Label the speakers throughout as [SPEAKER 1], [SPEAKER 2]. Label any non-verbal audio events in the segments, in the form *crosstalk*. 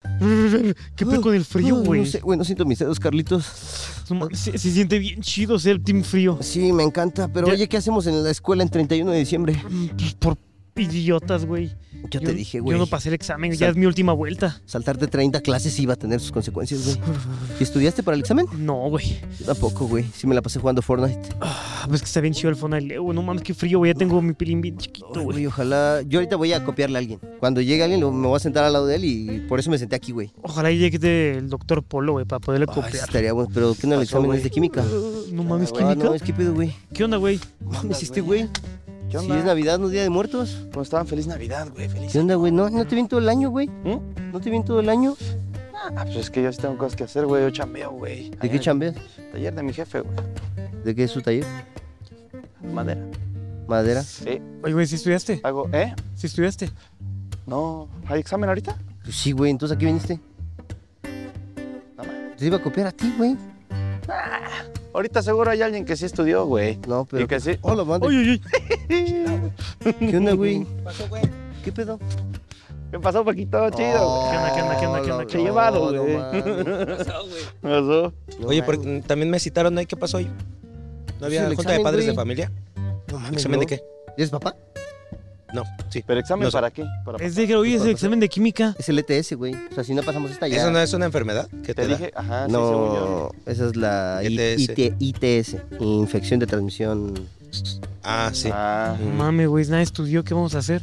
[SPEAKER 1] *laughs* ¿Qué pedo con el frío,
[SPEAKER 2] Ah,
[SPEAKER 1] güey?
[SPEAKER 2] No sé, güey, no siento mis dedos, Carlitos.
[SPEAKER 1] No mames, se, se siente bien chido ser Team Frío.
[SPEAKER 2] Sí, me encanta, pero
[SPEAKER 1] Ya-
[SPEAKER 2] oye, ¿qué hacemos en la escuela en 31 de diciembre?
[SPEAKER 1] Mm, pues, Por idiotas, güey.
[SPEAKER 2] Yo, te dije, güey.
[SPEAKER 1] Yo no pasé el examen, ya
[SPEAKER 2] Sal-
[SPEAKER 1] es mi última vuelta.
[SPEAKER 2] Saltarte 30 clases iba a tener sus consecuencias, güey. ¿Y estudiaste para el examen?
[SPEAKER 1] No, güey.
[SPEAKER 2] Yo tampoco, güey. Sí me la pasé jugando Fortnite.
[SPEAKER 1] Ah, pues que está bien chido el Fonaleo, güey. No mames, qué frío, güey. Ya tengo mi pilín bien
[SPEAKER 2] Ay,
[SPEAKER 1] chiquito, güey.
[SPEAKER 2] güey, ojalá. Yo ahorita voy a copiarle a alguien. Cuando llegue alguien, lo- me voy a sentar al lado de él y por eso me senté aquí, güey.
[SPEAKER 1] Ojalá y llegue el doctor Polo, güey, para poderle
[SPEAKER 2] Ay, sí
[SPEAKER 1] copiar.
[SPEAKER 2] estaría bueno, pero ¿qué no el
[SPEAKER 1] Pasó,
[SPEAKER 2] examen
[SPEAKER 1] güey.
[SPEAKER 2] es de química?
[SPEAKER 1] No mames,
[SPEAKER 2] Ah,
[SPEAKER 1] química.
[SPEAKER 2] no, es que pedo, güey.
[SPEAKER 1] ¿Qué onda, güey?
[SPEAKER 2] Mames, este güey.
[SPEAKER 3] ¿Qué
[SPEAKER 2] Si
[SPEAKER 3] onda?
[SPEAKER 2] es Navidad, no Día de Muertos.
[SPEAKER 3] ¿Cómo estaban? Feliz Navidad, güey. Feliz.
[SPEAKER 2] ¿Qué onda, güey? ¿No, ¿No te vi en todo el año, güey?
[SPEAKER 3] ¿Mm?
[SPEAKER 2] ¿No te vi en todo el año?
[SPEAKER 3] Ah, pues es que yo sí tengo cosas que hacer, güey. Yo chambeo, güey.
[SPEAKER 2] ¿De
[SPEAKER 3] Allá
[SPEAKER 2] qué
[SPEAKER 3] en
[SPEAKER 2] chambeas?
[SPEAKER 3] el Taller de mi jefe, güey.
[SPEAKER 2] ¿De qué es su taller?
[SPEAKER 3] Madera.
[SPEAKER 2] ¿Madera?
[SPEAKER 3] Sí.
[SPEAKER 1] Oye, güey, ¿sí estudiaste?
[SPEAKER 3] Hago, ¿eh?
[SPEAKER 1] ¿Sí estudiaste?
[SPEAKER 3] No. ¿Hay examen ahorita?
[SPEAKER 2] Pues sí, güey, entonces aquí viniste.
[SPEAKER 3] No, ma.
[SPEAKER 2] Te iba a copiar a ti, güey.
[SPEAKER 3] Ahorita seguro hay alguien que sí estudió, güey.
[SPEAKER 2] No, pero.
[SPEAKER 3] Y que sí.
[SPEAKER 2] Hola, madre.
[SPEAKER 1] Oye, oye.
[SPEAKER 2] *laughs* ¿Qué onda, güey? ¿Qué pedo? Oh,
[SPEAKER 3] ¿Qué pasó, Paquito? Chido, güey.
[SPEAKER 1] ¿Qué onda, qué onda, qué onda, qué onda?
[SPEAKER 2] No,
[SPEAKER 3] Qué llevado,
[SPEAKER 2] no,
[SPEAKER 3] güey.
[SPEAKER 4] *laughs*
[SPEAKER 2] mames.
[SPEAKER 3] ¿Qué pasó?
[SPEAKER 2] No mames.
[SPEAKER 4] Oye, pero mm, también me citaron ahí, ¿qué pasó hoy? ¿No había
[SPEAKER 2] el
[SPEAKER 4] junta
[SPEAKER 2] examen,
[SPEAKER 4] de padres
[SPEAKER 2] güey.
[SPEAKER 4] de familia?
[SPEAKER 2] No mames,
[SPEAKER 4] ¿Examen de
[SPEAKER 2] no.
[SPEAKER 4] qué?
[SPEAKER 2] ¿Eres papá?
[SPEAKER 4] No, sí.
[SPEAKER 3] ¿Pero examen
[SPEAKER 4] No sé.
[SPEAKER 3] para qué? Para
[SPEAKER 1] Es de que hoy es el examen de química.
[SPEAKER 2] Es el ETS, güey. O sea, si no pasamos esta ya.
[SPEAKER 4] ¿Eso no es una enfermedad que te,
[SPEAKER 3] Te
[SPEAKER 4] da?
[SPEAKER 3] dije,
[SPEAKER 1] Ah,
[SPEAKER 3] ajá, sí, según yo.
[SPEAKER 2] No, esa es la I-
[SPEAKER 4] ETS.
[SPEAKER 2] IT ITS, infección de transmisión.
[SPEAKER 4] Ah, sí.
[SPEAKER 3] Ah,
[SPEAKER 2] Mm.
[SPEAKER 1] No mames, güey, nadie estudió, ¿qué vamos a hacer?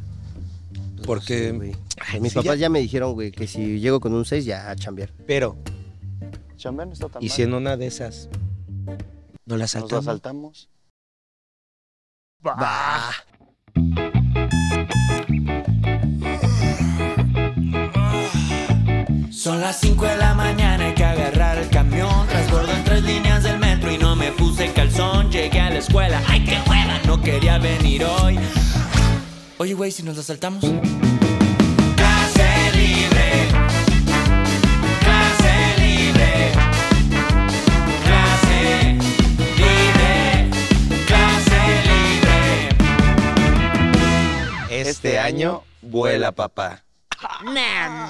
[SPEAKER 2] pues,
[SPEAKER 4] ¿Por
[SPEAKER 2] no
[SPEAKER 4] qué?
[SPEAKER 2] sé, güey.
[SPEAKER 4] Ay,
[SPEAKER 2] Mis
[SPEAKER 4] sí,
[SPEAKER 2] papás ya. me dijeron, güey, que si llego con un 6 ya a chambear.
[SPEAKER 4] Pero,
[SPEAKER 3] chambear no está tan
[SPEAKER 4] ¿y
[SPEAKER 3] mal.
[SPEAKER 4] si en una de esas no la
[SPEAKER 3] Nos la
[SPEAKER 4] saltamos?
[SPEAKER 3] saltamos.
[SPEAKER 1] Bah.
[SPEAKER 5] Son las 5 de la mañana, hay que agarrar el camión. Transbordo en tres líneas del metro y no me puse calzón. Llegué a la escuela, ¡ay qué hueva! No quería venir hoy. Oye, güey, si nos la saltamos. Clase libre. Clase libre. Clase libre. Clase libre.
[SPEAKER 4] Este, año vuela, papá.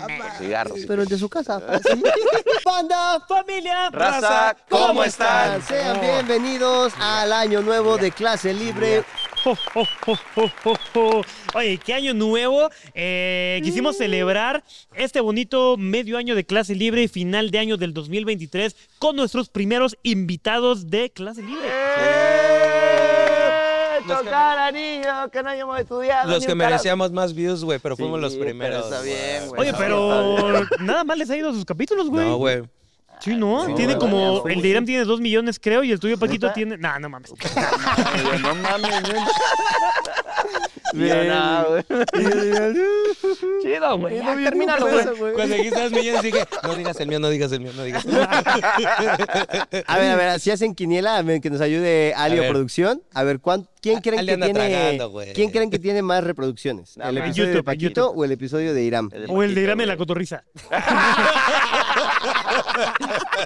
[SPEAKER 3] pues Cigarros.
[SPEAKER 2] Pero de su
[SPEAKER 4] *laughs*
[SPEAKER 2] casa. ¿Ah, ¿sí? *laughs* ¡Banda!
[SPEAKER 1] ¡Familia!
[SPEAKER 3] Raza, ¿cómo están?
[SPEAKER 2] Ah, Sean bienvenidos al año nuevo de clase libre.
[SPEAKER 1] Ho, ho, ho, ho, ho, ho. *laughs* Oye, qué año nuevo. Eh,
[SPEAKER 3] Mm.
[SPEAKER 1] quisimos celebrar este bonito medio año de clase libre y final de año del 2023 con nuestros primeros invitados de clase libre.
[SPEAKER 3] Tocar a niños Eh, que no hayamos estudiado.
[SPEAKER 4] Los
[SPEAKER 3] ni
[SPEAKER 4] que
[SPEAKER 3] un carajo.
[SPEAKER 4] merecíamos más views, güey, pero fuimos los
[SPEAKER 3] Sí, pero
[SPEAKER 4] primeros.
[SPEAKER 3] Está bien, güey.
[SPEAKER 1] Oye,
[SPEAKER 3] está bien, Pues, está bien.
[SPEAKER 1] pero nada más les ha ido a sus capítulos, güey.
[SPEAKER 4] No, güey.
[SPEAKER 1] Sí, ¿no?
[SPEAKER 3] Sí,
[SPEAKER 1] tiene
[SPEAKER 3] güey,
[SPEAKER 1] como. el
[SPEAKER 3] varias,
[SPEAKER 1] de
[SPEAKER 3] güey.
[SPEAKER 1] Irán tiene dos millones, creo, y el tuyo, Paquito,
[SPEAKER 3] ¿Neta?
[SPEAKER 1] tiene. Nah, no
[SPEAKER 3] *laughs*
[SPEAKER 1] mames.
[SPEAKER 3] Ay, No mames, no. *laughs* Yo no, güey. Chido, güey. Ya, Termínalo,
[SPEAKER 2] pues,
[SPEAKER 3] güey.
[SPEAKER 4] Cuando dijiste dos millones dije, no digas el mío, no digas el mío, no digas el mío.
[SPEAKER 2] A ver, a ver, si hacen quiniela, a ver, que nos ayude
[SPEAKER 4] A
[SPEAKER 2] Alio
[SPEAKER 4] ver.
[SPEAKER 2] Producción. A ver, ¿cuán- ¿quién creen
[SPEAKER 4] Ale
[SPEAKER 2] que
[SPEAKER 4] anda
[SPEAKER 2] tiene
[SPEAKER 4] tragando, güey.
[SPEAKER 2] ¿Quién creen que tiene más reproducciones?
[SPEAKER 3] No,
[SPEAKER 2] ¿El
[SPEAKER 3] mames.
[SPEAKER 2] episodio de
[SPEAKER 1] YouTube,
[SPEAKER 2] Paquito
[SPEAKER 1] YouTube.
[SPEAKER 2] o el episodio de Irán?
[SPEAKER 1] O el de Irán en la
[SPEAKER 3] Paquito,
[SPEAKER 1] cotorriza.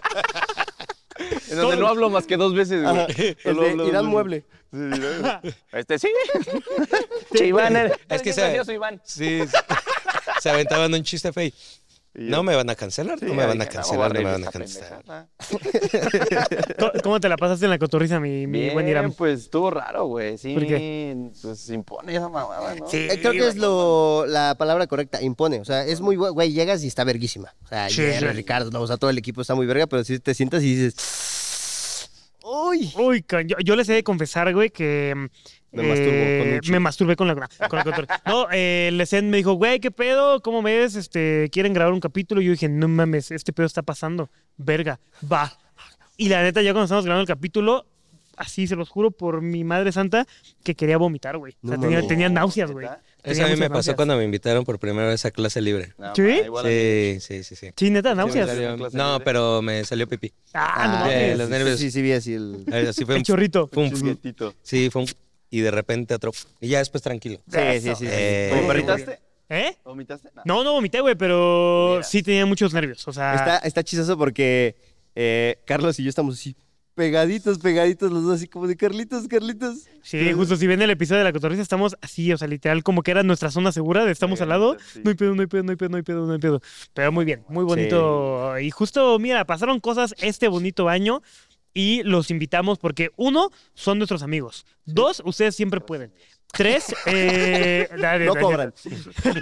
[SPEAKER 3] güey. En donde no hablo más que dos veces, güey.
[SPEAKER 1] *laughs*
[SPEAKER 2] Ajá. El
[SPEAKER 3] Solo
[SPEAKER 2] de
[SPEAKER 3] hablo dos
[SPEAKER 2] Irán
[SPEAKER 3] veces.
[SPEAKER 2] Mueble.
[SPEAKER 3] Sí, sí, ¿no? *laughs* Este sí. eh. Che, Iván. eres-
[SPEAKER 4] Es que
[SPEAKER 3] eres
[SPEAKER 4] se-
[SPEAKER 3] gracioso, Iván.
[SPEAKER 4] Sí, sí. se aventaban un chiste feo. No me van a cancelar, no me van a
[SPEAKER 3] "Ah,
[SPEAKER 4] cancelar, no me van a cancelar.
[SPEAKER 1] ¿Cómo- ¿Cómo te la pasaste en la cotorriza, mi, mi
[SPEAKER 3] Bien,
[SPEAKER 1] buen Irán?
[SPEAKER 3] pues estuvo raro, güey. Sí,
[SPEAKER 1] ¿Por
[SPEAKER 3] pues se impone esa mamada, ¿no?
[SPEAKER 1] Sí,
[SPEAKER 2] Eh, Creo que es lo, la palabra correcta, impone. O sea, es muy bu- güey, llegas y está verguísima. O sea,
[SPEAKER 1] Sí,
[SPEAKER 2] ayer,
[SPEAKER 1] sí.
[SPEAKER 2] Ricardo, no, o sea, todo el equipo está muy verga, pero si te sientas y dices, uy,
[SPEAKER 1] Uy, cañón. yo, yo les he de confesar, güey, que. mm,
[SPEAKER 2] Me masturbo con un chico.
[SPEAKER 1] me masturbé con la, con la cotorriza. No, eh, el Esen me dijo, güey, ¿qué pedo? ¿Cómo ves? Este, ¿Quieren grabar un capítulo? Y yo dije, no mames, este pedo está pasando. Verga, va. Y la neta, ya cuando estábamos grabando el capítulo, así se los juro por mi madre santa, que quería vomitar, güey. O sea,
[SPEAKER 2] No
[SPEAKER 1] tenía,
[SPEAKER 2] mames.
[SPEAKER 1] tenía náuseas, güey.
[SPEAKER 3] ¿Neta?
[SPEAKER 4] Eso a
[SPEAKER 1] Tenía
[SPEAKER 4] mí me
[SPEAKER 1] muchas
[SPEAKER 4] pasó
[SPEAKER 1] náuseas.
[SPEAKER 4] cuando me invitaron por primera vez a clase libre.
[SPEAKER 3] No,
[SPEAKER 1] ¿Sí?
[SPEAKER 3] ma, igual a mí.
[SPEAKER 4] Sí, sí, sí, sí.
[SPEAKER 1] Sí, neta,
[SPEAKER 4] Sí, me
[SPEAKER 1] náuseas.
[SPEAKER 4] salió-
[SPEAKER 3] Clase
[SPEAKER 4] No,
[SPEAKER 3] libre.
[SPEAKER 4] pero me salió pipí.
[SPEAKER 1] Ah, no
[SPEAKER 4] Ah,
[SPEAKER 1] mames.
[SPEAKER 4] ya, los
[SPEAKER 2] sí,
[SPEAKER 4] nervios.
[SPEAKER 2] Sí, sí, vi así el...
[SPEAKER 4] Eh,
[SPEAKER 1] *laughs*
[SPEAKER 4] Así fue
[SPEAKER 1] El
[SPEAKER 4] un,
[SPEAKER 1] chorrito.
[SPEAKER 4] fue un-
[SPEAKER 3] Chiquitito.
[SPEAKER 4] sí, fue un- y de repente otro y ya después tranquilo.
[SPEAKER 2] Sí, sí, sí. sí,
[SPEAKER 4] Eh,
[SPEAKER 3] Oye,
[SPEAKER 1] Muy
[SPEAKER 3] ¿Vomitaste?
[SPEAKER 1] ¿Eh?
[SPEAKER 3] ¿Vomitaste? No.
[SPEAKER 1] No, no vomité, güey, pero
[SPEAKER 3] Mira.
[SPEAKER 1] sí tenía muchos nervios. O sea,
[SPEAKER 2] Está, está chistoso porque eh, Carlos y yo estamos así. pegaditos, pegaditos los dos, así como de Carlitos, Carlitos.
[SPEAKER 1] Sí, justo si ven el episodio de la cotorriza, estamos así, o sea, literal, como que era nuestra zona segura, de estamos
[SPEAKER 3] Sí,
[SPEAKER 1] al lado.
[SPEAKER 3] sí.
[SPEAKER 1] No hay pedo, no hay pedo, no hay pedo, no hay pedo, no hay pedo. Pero muy bien, muy bonito. Y justo, mira, pasaron cosas este bonito año y los invitamos porque, uno, son nuestros amigos. Dos, ustedes siempre pueden. Tres, eh, *laughs* dale,
[SPEAKER 2] No
[SPEAKER 1] dale.
[SPEAKER 2] cobran.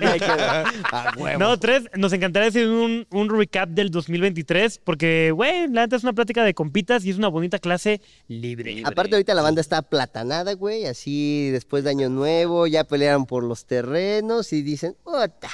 [SPEAKER 2] Ahí queda. Ah, huevo.
[SPEAKER 1] No, tres, nos encantaría hacer un, un recap del 2023 porque, güey, la neta es una plática de compitas y es una bonita clase libre.
[SPEAKER 2] Aparte ahorita la banda está aplatanada, güey, así después de Año Nuevo, ya pelearon por los terrenos y dicen, ¡Ota!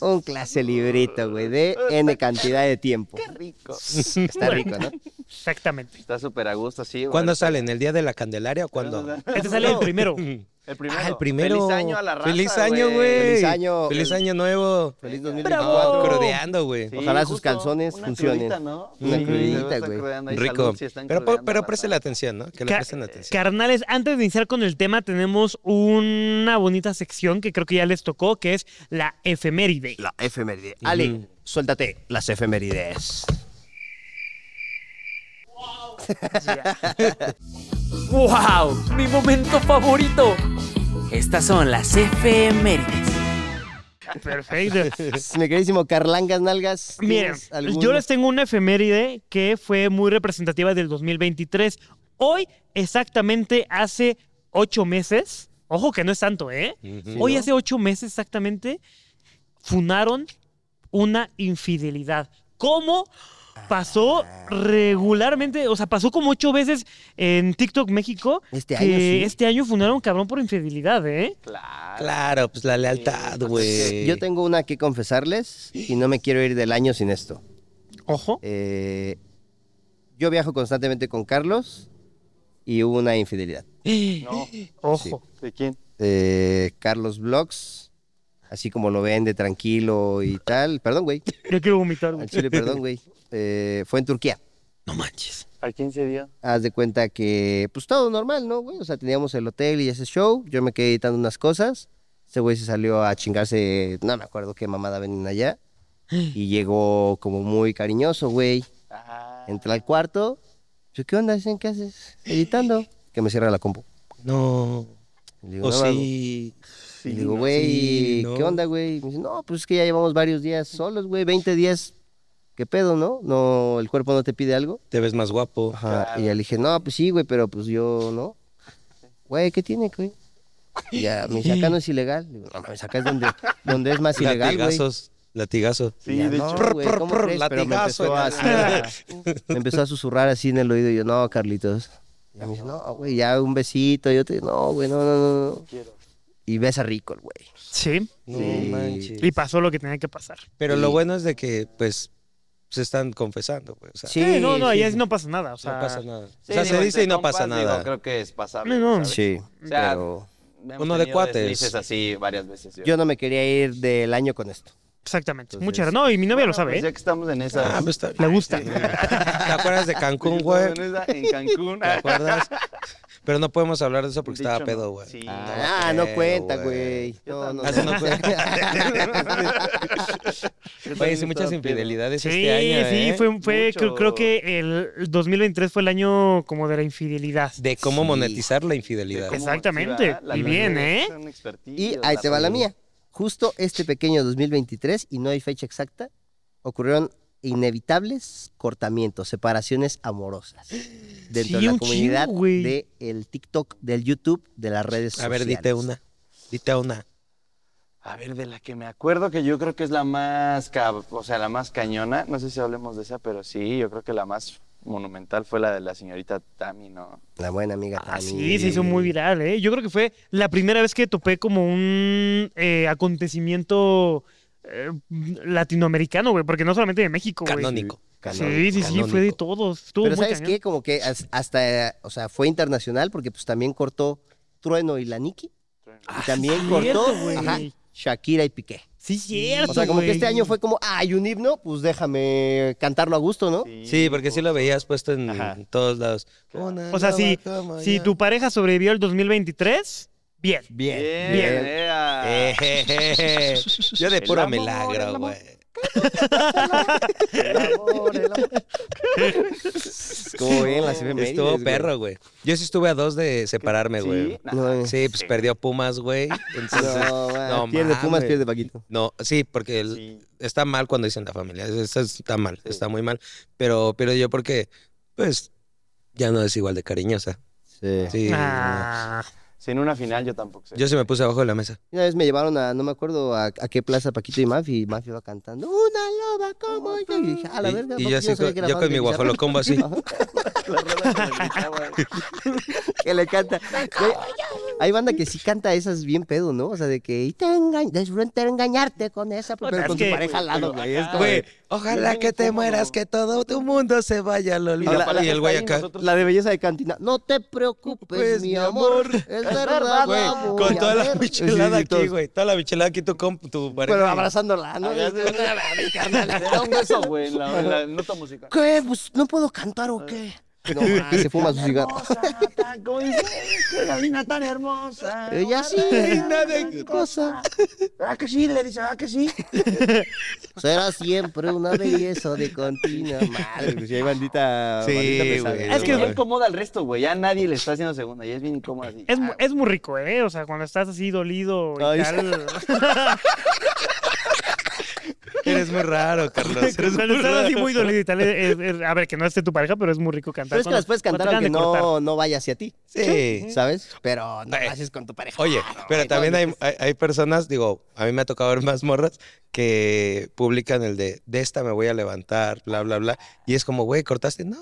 [SPEAKER 2] Un clase librito, güey, de N cantidad de tiempo.
[SPEAKER 3] rico.
[SPEAKER 2] Está rico, ¿no?
[SPEAKER 1] Exactamente.
[SPEAKER 3] Está súper a gusto, sí. güey.
[SPEAKER 4] ¿Cuándo salen? ¿El día de la Candelaria o cuándo?
[SPEAKER 3] Ah,
[SPEAKER 1] Este sale el primero.
[SPEAKER 3] *laughs* El primero.
[SPEAKER 4] Ah, el primero.
[SPEAKER 3] Feliz año a la raza,
[SPEAKER 4] Feliz año, güey.
[SPEAKER 2] Feliz año.
[SPEAKER 4] Feliz año nuevo.
[SPEAKER 2] Feliz
[SPEAKER 4] No,
[SPEAKER 2] 2024.
[SPEAKER 4] crudeando, güey.
[SPEAKER 3] Sí,
[SPEAKER 2] Ojalá sus
[SPEAKER 3] justo,
[SPEAKER 2] calzones
[SPEAKER 3] una
[SPEAKER 2] funcionen.
[SPEAKER 3] crudita, ¿no?
[SPEAKER 2] Una
[SPEAKER 3] Sí,
[SPEAKER 2] crudita,
[SPEAKER 3] luego están
[SPEAKER 2] güey.
[SPEAKER 3] crudeando ahí,
[SPEAKER 4] Rico.
[SPEAKER 3] salud si están
[SPEAKER 4] Pero, po-
[SPEAKER 3] crudeando,
[SPEAKER 4] pero
[SPEAKER 3] raza.
[SPEAKER 4] presten la atención, ¿no? Que le
[SPEAKER 1] Ca-
[SPEAKER 4] presten atención.
[SPEAKER 1] Carnales, antes de iniciar con el tema, tenemos una bonita sección que creo que ya les tocó, que es la efeméride.
[SPEAKER 2] La efeméride. Ale, suéltate las efemérides.
[SPEAKER 5] ¡Wow! ¡Mi momento favorito! Estas son las efemérides.
[SPEAKER 1] Perfecto.
[SPEAKER 4] *laughs*
[SPEAKER 2] Mi queridísimo Carlangas Nalgas.
[SPEAKER 1] *laughs* Miren,
[SPEAKER 2] ¿tienes algún-
[SPEAKER 1] yo les tengo una efeméride que fue muy representativa del 2023. Hoy, exactamente hace ocho meses, ojo que no es tanto, ¿eh?
[SPEAKER 4] Ujú.
[SPEAKER 1] Hoy
[SPEAKER 2] ¿no?
[SPEAKER 1] hace ocho meses exactamente, funaron una infidelidad. ¿Cómo? Pasó
[SPEAKER 2] Ah.
[SPEAKER 1] regularmente, o sea, pasó como ocho veces en TikTok México.
[SPEAKER 2] Este
[SPEAKER 1] que
[SPEAKER 2] año, sí.
[SPEAKER 1] este año funaron cabrón por infidelidad, ¿eh?
[SPEAKER 3] Claro.
[SPEAKER 4] Claro, pues la lealtad, güey.
[SPEAKER 2] Yo tengo una que confesarles y no me quiero ir del año sin esto.
[SPEAKER 1] Ojo.
[SPEAKER 2] Eh, yo viajo constantemente con Carlos y hubo una infidelidad.
[SPEAKER 3] No.
[SPEAKER 1] Ojo.
[SPEAKER 3] ¿De quién?
[SPEAKER 2] Eh, Carlos Vlogs, así como lo vende, tranquilo y tal. Perdón, güey.
[SPEAKER 1] Yo quiero vomitar. güey.
[SPEAKER 2] Al Chile, perdón, güey. Eh, fue en Turquía.
[SPEAKER 4] No manches.
[SPEAKER 3] ¿A quién se dio?
[SPEAKER 2] Haz de cuenta que, pues todo normal, ¿no, güey? O sea, teníamos el hotel y ese show. Yo me quedé editando unas cosas. Ese güey se salió a chingarse, no me acuerdo qué mamada venden allá. Y llegó como muy cariñoso, güey.
[SPEAKER 3] Ah,
[SPEAKER 2] Entra al cuarto. Yo, ¿qué onda? Dicen, ¿qué haces? Editando. Que me cierra la compu.
[SPEAKER 4] No.
[SPEAKER 2] Le digo,
[SPEAKER 4] O
[SPEAKER 2] "No, mames".
[SPEAKER 4] Oh, sí.
[SPEAKER 2] Y le digo,
[SPEAKER 4] no,
[SPEAKER 2] güey,
[SPEAKER 4] sí,
[SPEAKER 2] ¿qué
[SPEAKER 4] no.
[SPEAKER 2] onda, güey? Me dice, no, pues es que ya llevamos varios días solos, güey, 20 días. ¿Qué pedo, no? No, el cuerpo no te pide algo.
[SPEAKER 4] Te ves más guapo.
[SPEAKER 2] Ajá.
[SPEAKER 3] Claro.
[SPEAKER 2] Y ya le dije, no, pues sí, güey, pero pues yo no. Güey, ¿qué tiene, güey? Y Ya, me dice, acá no es ilegal. Le digo, no mames, acá es
[SPEAKER 4] *laughs*
[SPEAKER 2] donde, donde es más ilegal, güey.
[SPEAKER 4] Latigazos. Latigazos.
[SPEAKER 2] Y
[SPEAKER 3] sí,
[SPEAKER 2] ya,
[SPEAKER 3] de
[SPEAKER 2] no,
[SPEAKER 3] hecho.
[SPEAKER 2] güey, ¿cómo
[SPEAKER 4] prr,
[SPEAKER 2] crees? Pero me
[SPEAKER 4] latigazo
[SPEAKER 2] empezó,
[SPEAKER 4] en
[SPEAKER 2] a,
[SPEAKER 4] la
[SPEAKER 2] así, *laughs* me empezó a susurrar así en el oído. Y yo, no, Carlitos. Y ya me dice, no, güey, ya un besito. Yo te no, güey, no, no, no, no.
[SPEAKER 3] Quiero.
[SPEAKER 2] Y besa rico el güey.
[SPEAKER 1] Sí.
[SPEAKER 4] No
[SPEAKER 2] Sí.
[SPEAKER 4] manches.
[SPEAKER 1] Y pasó lo que tenía que pasar.
[SPEAKER 4] Pero
[SPEAKER 2] Sí.
[SPEAKER 4] lo bueno es de que, pues, se están confesando, güey. O sea,
[SPEAKER 1] Sí, Eh, no, no,
[SPEAKER 2] sí,
[SPEAKER 1] ahí
[SPEAKER 2] sí.
[SPEAKER 1] no pasa nada. O sea,
[SPEAKER 4] no pasa nada.
[SPEAKER 3] Sí,
[SPEAKER 4] o sea,
[SPEAKER 3] digo,
[SPEAKER 4] se
[SPEAKER 3] entre
[SPEAKER 4] dice y no
[SPEAKER 3] compas,
[SPEAKER 4] pasa
[SPEAKER 3] digo,
[SPEAKER 4] nada.
[SPEAKER 3] creo que es pasable.
[SPEAKER 1] No,
[SPEAKER 3] ¿sabes?
[SPEAKER 2] Sí,
[SPEAKER 3] O sea,
[SPEAKER 2] pero
[SPEAKER 3] Hemos
[SPEAKER 4] Uno de
[SPEAKER 3] tenido
[SPEAKER 4] cuates.
[SPEAKER 3] deslices así varias veces.
[SPEAKER 2] yo no me quería ir del año con esto.
[SPEAKER 1] Exactamente.
[SPEAKER 2] Entonces-
[SPEAKER 1] Muchas gracias. No, y mi novia lo sabe,
[SPEAKER 3] Ya
[SPEAKER 1] ¿eh?
[SPEAKER 3] que estamos en esa. *laughs*
[SPEAKER 4] Ah, pues está
[SPEAKER 1] Le
[SPEAKER 4] bien.
[SPEAKER 1] gusta.
[SPEAKER 4] ¿Te acuerdas de Cancún,
[SPEAKER 3] Estamos
[SPEAKER 4] güey?
[SPEAKER 3] en esa- En
[SPEAKER 4] *laughs*
[SPEAKER 3] Cancún. ah,
[SPEAKER 4] ¿Te acuerdas? Pero no podemos hablar de eso porque
[SPEAKER 3] Dicho
[SPEAKER 4] estaba
[SPEAKER 3] no.
[SPEAKER 4] pedo, güey.
[SPEAKER 3] Sí.
[SPEAKER 2] Ah, no cuenta, güey. No, no,
[SPEAKER 4] Así
[SPEAKER 2] no. *laughs*
[SPEAKER 4] no
[SPEAKER 3] *laughs*
[SPEAKER 4] Oye, sí, muchas infidelidades
[SPEAKER 1] Sí,
[SPEAKER 4] este año,
[SPEAKER 1] sí,
[SPEAKER 4] ¿eh?
[SPEAKER 1] fue, fue
[SPEAKER 3] Mucho.
[SPEAKER 1] creo, creo que el 2023 fue el año como de la infidelidad.
[SPEAKER 4] De cómo monetizar la infidelidad.
[SPEAKER 1] cómo- Exactamente. Y bien, ¿eh?
[SPEAKER 2] Y ahí te va la mía. Justo este pequeño 2023, y no hay fecha exacta, ocurrieron inevitables cortamientos, separaciones
[SPEAKER 1] *gasps*
[SPEAKER 2] amorosas
[SPEAKER 1] Sí,
[SPEAKER 2] dentro de la
[SPEAKER 1] un chingo,
[SPEAKER 2] comunidad
[SPEAKER 1] güey.
[SPEAKER 2] del TikTok, del YouTube, de las redes
[SPEAKER 4] A
[SPEAKER 2] sociales.
[SPEAKER 4] ver, dite una. Dite una.
[SPEAKER 3] A ver, de la que me acuerdo que yo creo que es la más, cab- o sea, la más cañona. No sé si hablemos de esa, pero sí, yo creo que la más monumental fue la de la señorita Tami, ¿no?
[SPEAKER 2] La buena amiga.
[SPEAKER 1] Ah,
[SPEAKER 2] Tami.
[SPEAKER 1] sí, se hizo muy viral, ¿eh? Yo creo que fue la primera vez que topé como un eh, acontecimiento eh, latinoamericano, güey, porque no solamente de México, güey.
[SPEAKER 4] Canónico.
[SPEAKER 2] Canónico.
[SPEAKER 1] Sí, sí, sí, fue de
[SPEAKER 4] Canónico.
[SPEAKER 1] todos. Estuvo
[SPEAKER 2] Pero
[SPEAKER 1] muy
[SPEAKER 2] ¿sabes
[SPEAKER 1] cañón.
[SPEAKER 2] qué? Como que as- hasta, eh, o sea, fue internacional porque pues también cortó Trueno y la Nicki.
[SPEAKER 1] Ah,
[SPEAKER 2] Y también cortó ajá, Shakira y Piqué.
[SPEAKER 1] Sí, cierto.
[SPEAKER 2] O sea, como que este
[SPEAKER 1] güey.
[SPEAKER 2] año fue como, ah, hay un himno, pues déjame cantarlo a gusto, ¿no?
[SPEAKER 4] Sí, porque sí lo veías puesto en
[SPEAKER 3] Ajá.
[SPEAKER 4] todos lados. Una
[SPEAKER 1] O sea,
[SPEAKER 4] nueva
[SPEAKER 1] si,
[SPEAKER 4] cama,
[SPEAKER 1] si
[SPEAKER 4] ya. *laughs*
[SPEAKER 1] tu pareja sobrevivió el 2023, bien.
[SPEAKER 3] Bien,
[SPEAKER 2] bien.
[SPEAKER 3] eh, ah.
[SPEAKER 4] Eh, Yo de
[SPEAKER 3] El
[SPEAKER 4] puro
[SPEAKER 3] amor, el
[SPEAKER 4] milagro,
[SPEAKER 3] amor.
[SPEAKER 4] güey.
[SPEAKER 2] El amor, el
[SPEAKER 4] *laughs*
[SPEAKER 2] amor. Como bien las efemérides,
[SPEAKER 4] Estuvo
[SPEAKER 2] güey.
[SPEAKER 4] perro, güey. Yo sí estuve a dos de separarme,
[SPEAKER 3] ¿Sí?
[SPEAKER 4] güey.
[SPEAKER 3] Nah,
[SPEAKER 2] No,
[SPEAKER 4] Sí, pues perdió Pumas, güey. Entonces,
[SPEAKER 2] No, güey,
[SPEAKER 4] no
[SPEAKER 2] pierde Pumas,
[SPEAKER 4] mames.
[SPEAKER 2] pierde Paquito.
[SPEAKER 4] no, sí, porque el-
[SPEAKER 3] sí.
[SPEAKER 4] está mal cuando dicen la familia. Eso está mal, está muy mal. Pero, pero yo porque, pues, ya no es igual de cariñosa.
[SPEAKER 2] Sí.
[SPEAKER 4] Sí.
[SPEAKER 1] Ah,
[SPEAKER 3] Sí, en una final yo tampoco sé.
[SPEAKER 4] no. Yo se me puse abajo de la mesa.
[SPEAKER 2] Una vez me llevaron a, no me acuerdo a, a qué plaza Paquito y Mafi, y Mafi iba cantando, una loba como yo. Y dije, a la
[SPEAKER 4] Y-
[SPEAKER 2] verga,
[SPEAKER 4] y
[SPEAKER 2] Mafi,
[SPEAKER 4] yo así
[SPEAKER 2] no sabía
[SPEAKER 4] con-
[SPEAKER 2] que era
[SPEAKER 4] yo
[SPEAKER 2] fan
[SPEAKER 4] con
[SPEAKER 2] de
[SPEAKER 4] mi
[SPEAKER 2] Bizarrap.
[SPEAKER 4] guajolocombo así.
[SPEAKER 3] La rola que le gritaba.
[SPEAKER 2] *laughs* que le
[SPEAKER 4] *laughs*
[SPEAKER 2] canta. Güey, hay banda que sí canta esas bien pedo, ¿no? O sea, de que y te enga- de frente a engañarte con esa, pero
[SPEAKER 1] es
[SPEAKER 2] con
[SPEAKER 1] que-
[SPEAKER 2] tu pareja al lado, Ah, güey. Es como
[SPEAKER 4] Güey,
[SPEAKER 2] de-
[SPEAKER 4] ojalá que te mueras, que todo tu mundo se vaya al olvido.
[SPEAKER 2] Y la-
[SPEAKER 4] y el güey acá.
[SPEAKER 2] La de belleza de cantina. No te preocupes,
[SPEAKER 4] Pues,
[SPEAKER 2] mi
[SPEAKER 4] mi
[SPEAKER 2] amor.
[SPEAKER 4] amor.
[SPEAKER 2] Es verdad,
[SPEAKER 4] Güey,
[SPEAKER 2] amor,
[SPEAKER 4] con
[SPEAKER 2] y a
[SPEAKER 4] toda la
[SPEAKER 2] ver-
[SPEAKER 4] michelada
[SPEAKER 2] Sí, sí,
[SPEAKER 4] aquí,
[SPEAKER 2] todos-
[SPEAKER 4] güey. Toda la michelada aquí, tu, comp- tu pareja.
[SPEAKER 2] Pero
[SPEAKER 4] y-
[SPEAKER 2] abrazándola, ¿no?
[SPEAKER 3] Había-
[SPEAKER 2] *laughs*
[SPEAKER 3] Era un beso, güey, en la, en la nota
[SPEAKER 4] *laughs*
[SPEAKER 3] musical.
[SPEAKER 2] ¿Qué? Pues, ¿No puedo cantar o qué? No, *laughs* ah, se fuma su cigarro.
[SPEAKER 3] ¿Cómo dice? ¡Qué gallina tan hermosa!
[SPEAKER 2] Ella sí.
[SPEAKER 4] Reina de
[SPEAKER 2] cosa.
[SPEAKER 3] ¿Verdad Ah, que sí? Le dice, ¿verdad que sí?
[SPEAKER 2] Será siempre una belleza de continua. Madre, pues, si hay bandita.
[SPEAKER 4] Sí,
[SPEAKER 2] bandita
[SPEAKER 4] güey.
[SPEAKER 2] pesada.
[SPEAKER 3] Ah, Es que
[SPEAKER 4] güey.
[SPEAKER 3] ya incomoda al resto, güey. Ya nadie le está haciendo segunda. Ya es bien incómodo así.
[SPEAKER 1] es, mu- es muy rico, ¿eh? O sea, cuando estás así dolido y
[SPEAKER 2] Ay,
[SPEAKER 1] tal.
[SPEAKER 4] *laughs* Eres muy *laughs* raro, Carlos.
[SPEAKER 1] *laughs*
[SPEAKER 4] Eres
[SPEAKER 1] cuando
[SPEAKER 4] muy
[SPEAKER 1] estás así *laughs*
[SPEAKER 4] raro.
[SPEAKER 1] muy dolido y tal. es- es- a ver, que no esté tu pareja, pero es muy rico cantar.
[SPEAKER 2] Pero es que
[SPEAKER 1] cuando-
[SPEAKER 2] las puedes
[SPEAKER 1] cuando
[SPEAKER 2] cantar
[SPEAKER 1] te
[SPEAKER 2] aunque
[SPEAKER 1] acaban de cortar.
[SPEAKER 2] no, no vaya hacia ti,
[SPEAKER 4] Sí.
[SPEAKER 2] ¿sabes? Pero no
[SPEAKER 4] Eh,
[SPEAKER 2] lo haces con tu pareja.
[SPEAKER 4] Oye,
[SPEAKER 2] Ah, no,
[SPEAKER 4] pero
[SPEAKER 2] güey,
[SPEAKER 4] también
[SPEAKER 2] no,
[SPEAKER 4] hay, hay, hay personas, digo, a mí me ha tocado ver más morras que publican el de, de esta me voy a levantar, bla, bla, bla. Y es como, güey, ¿cortaste? No,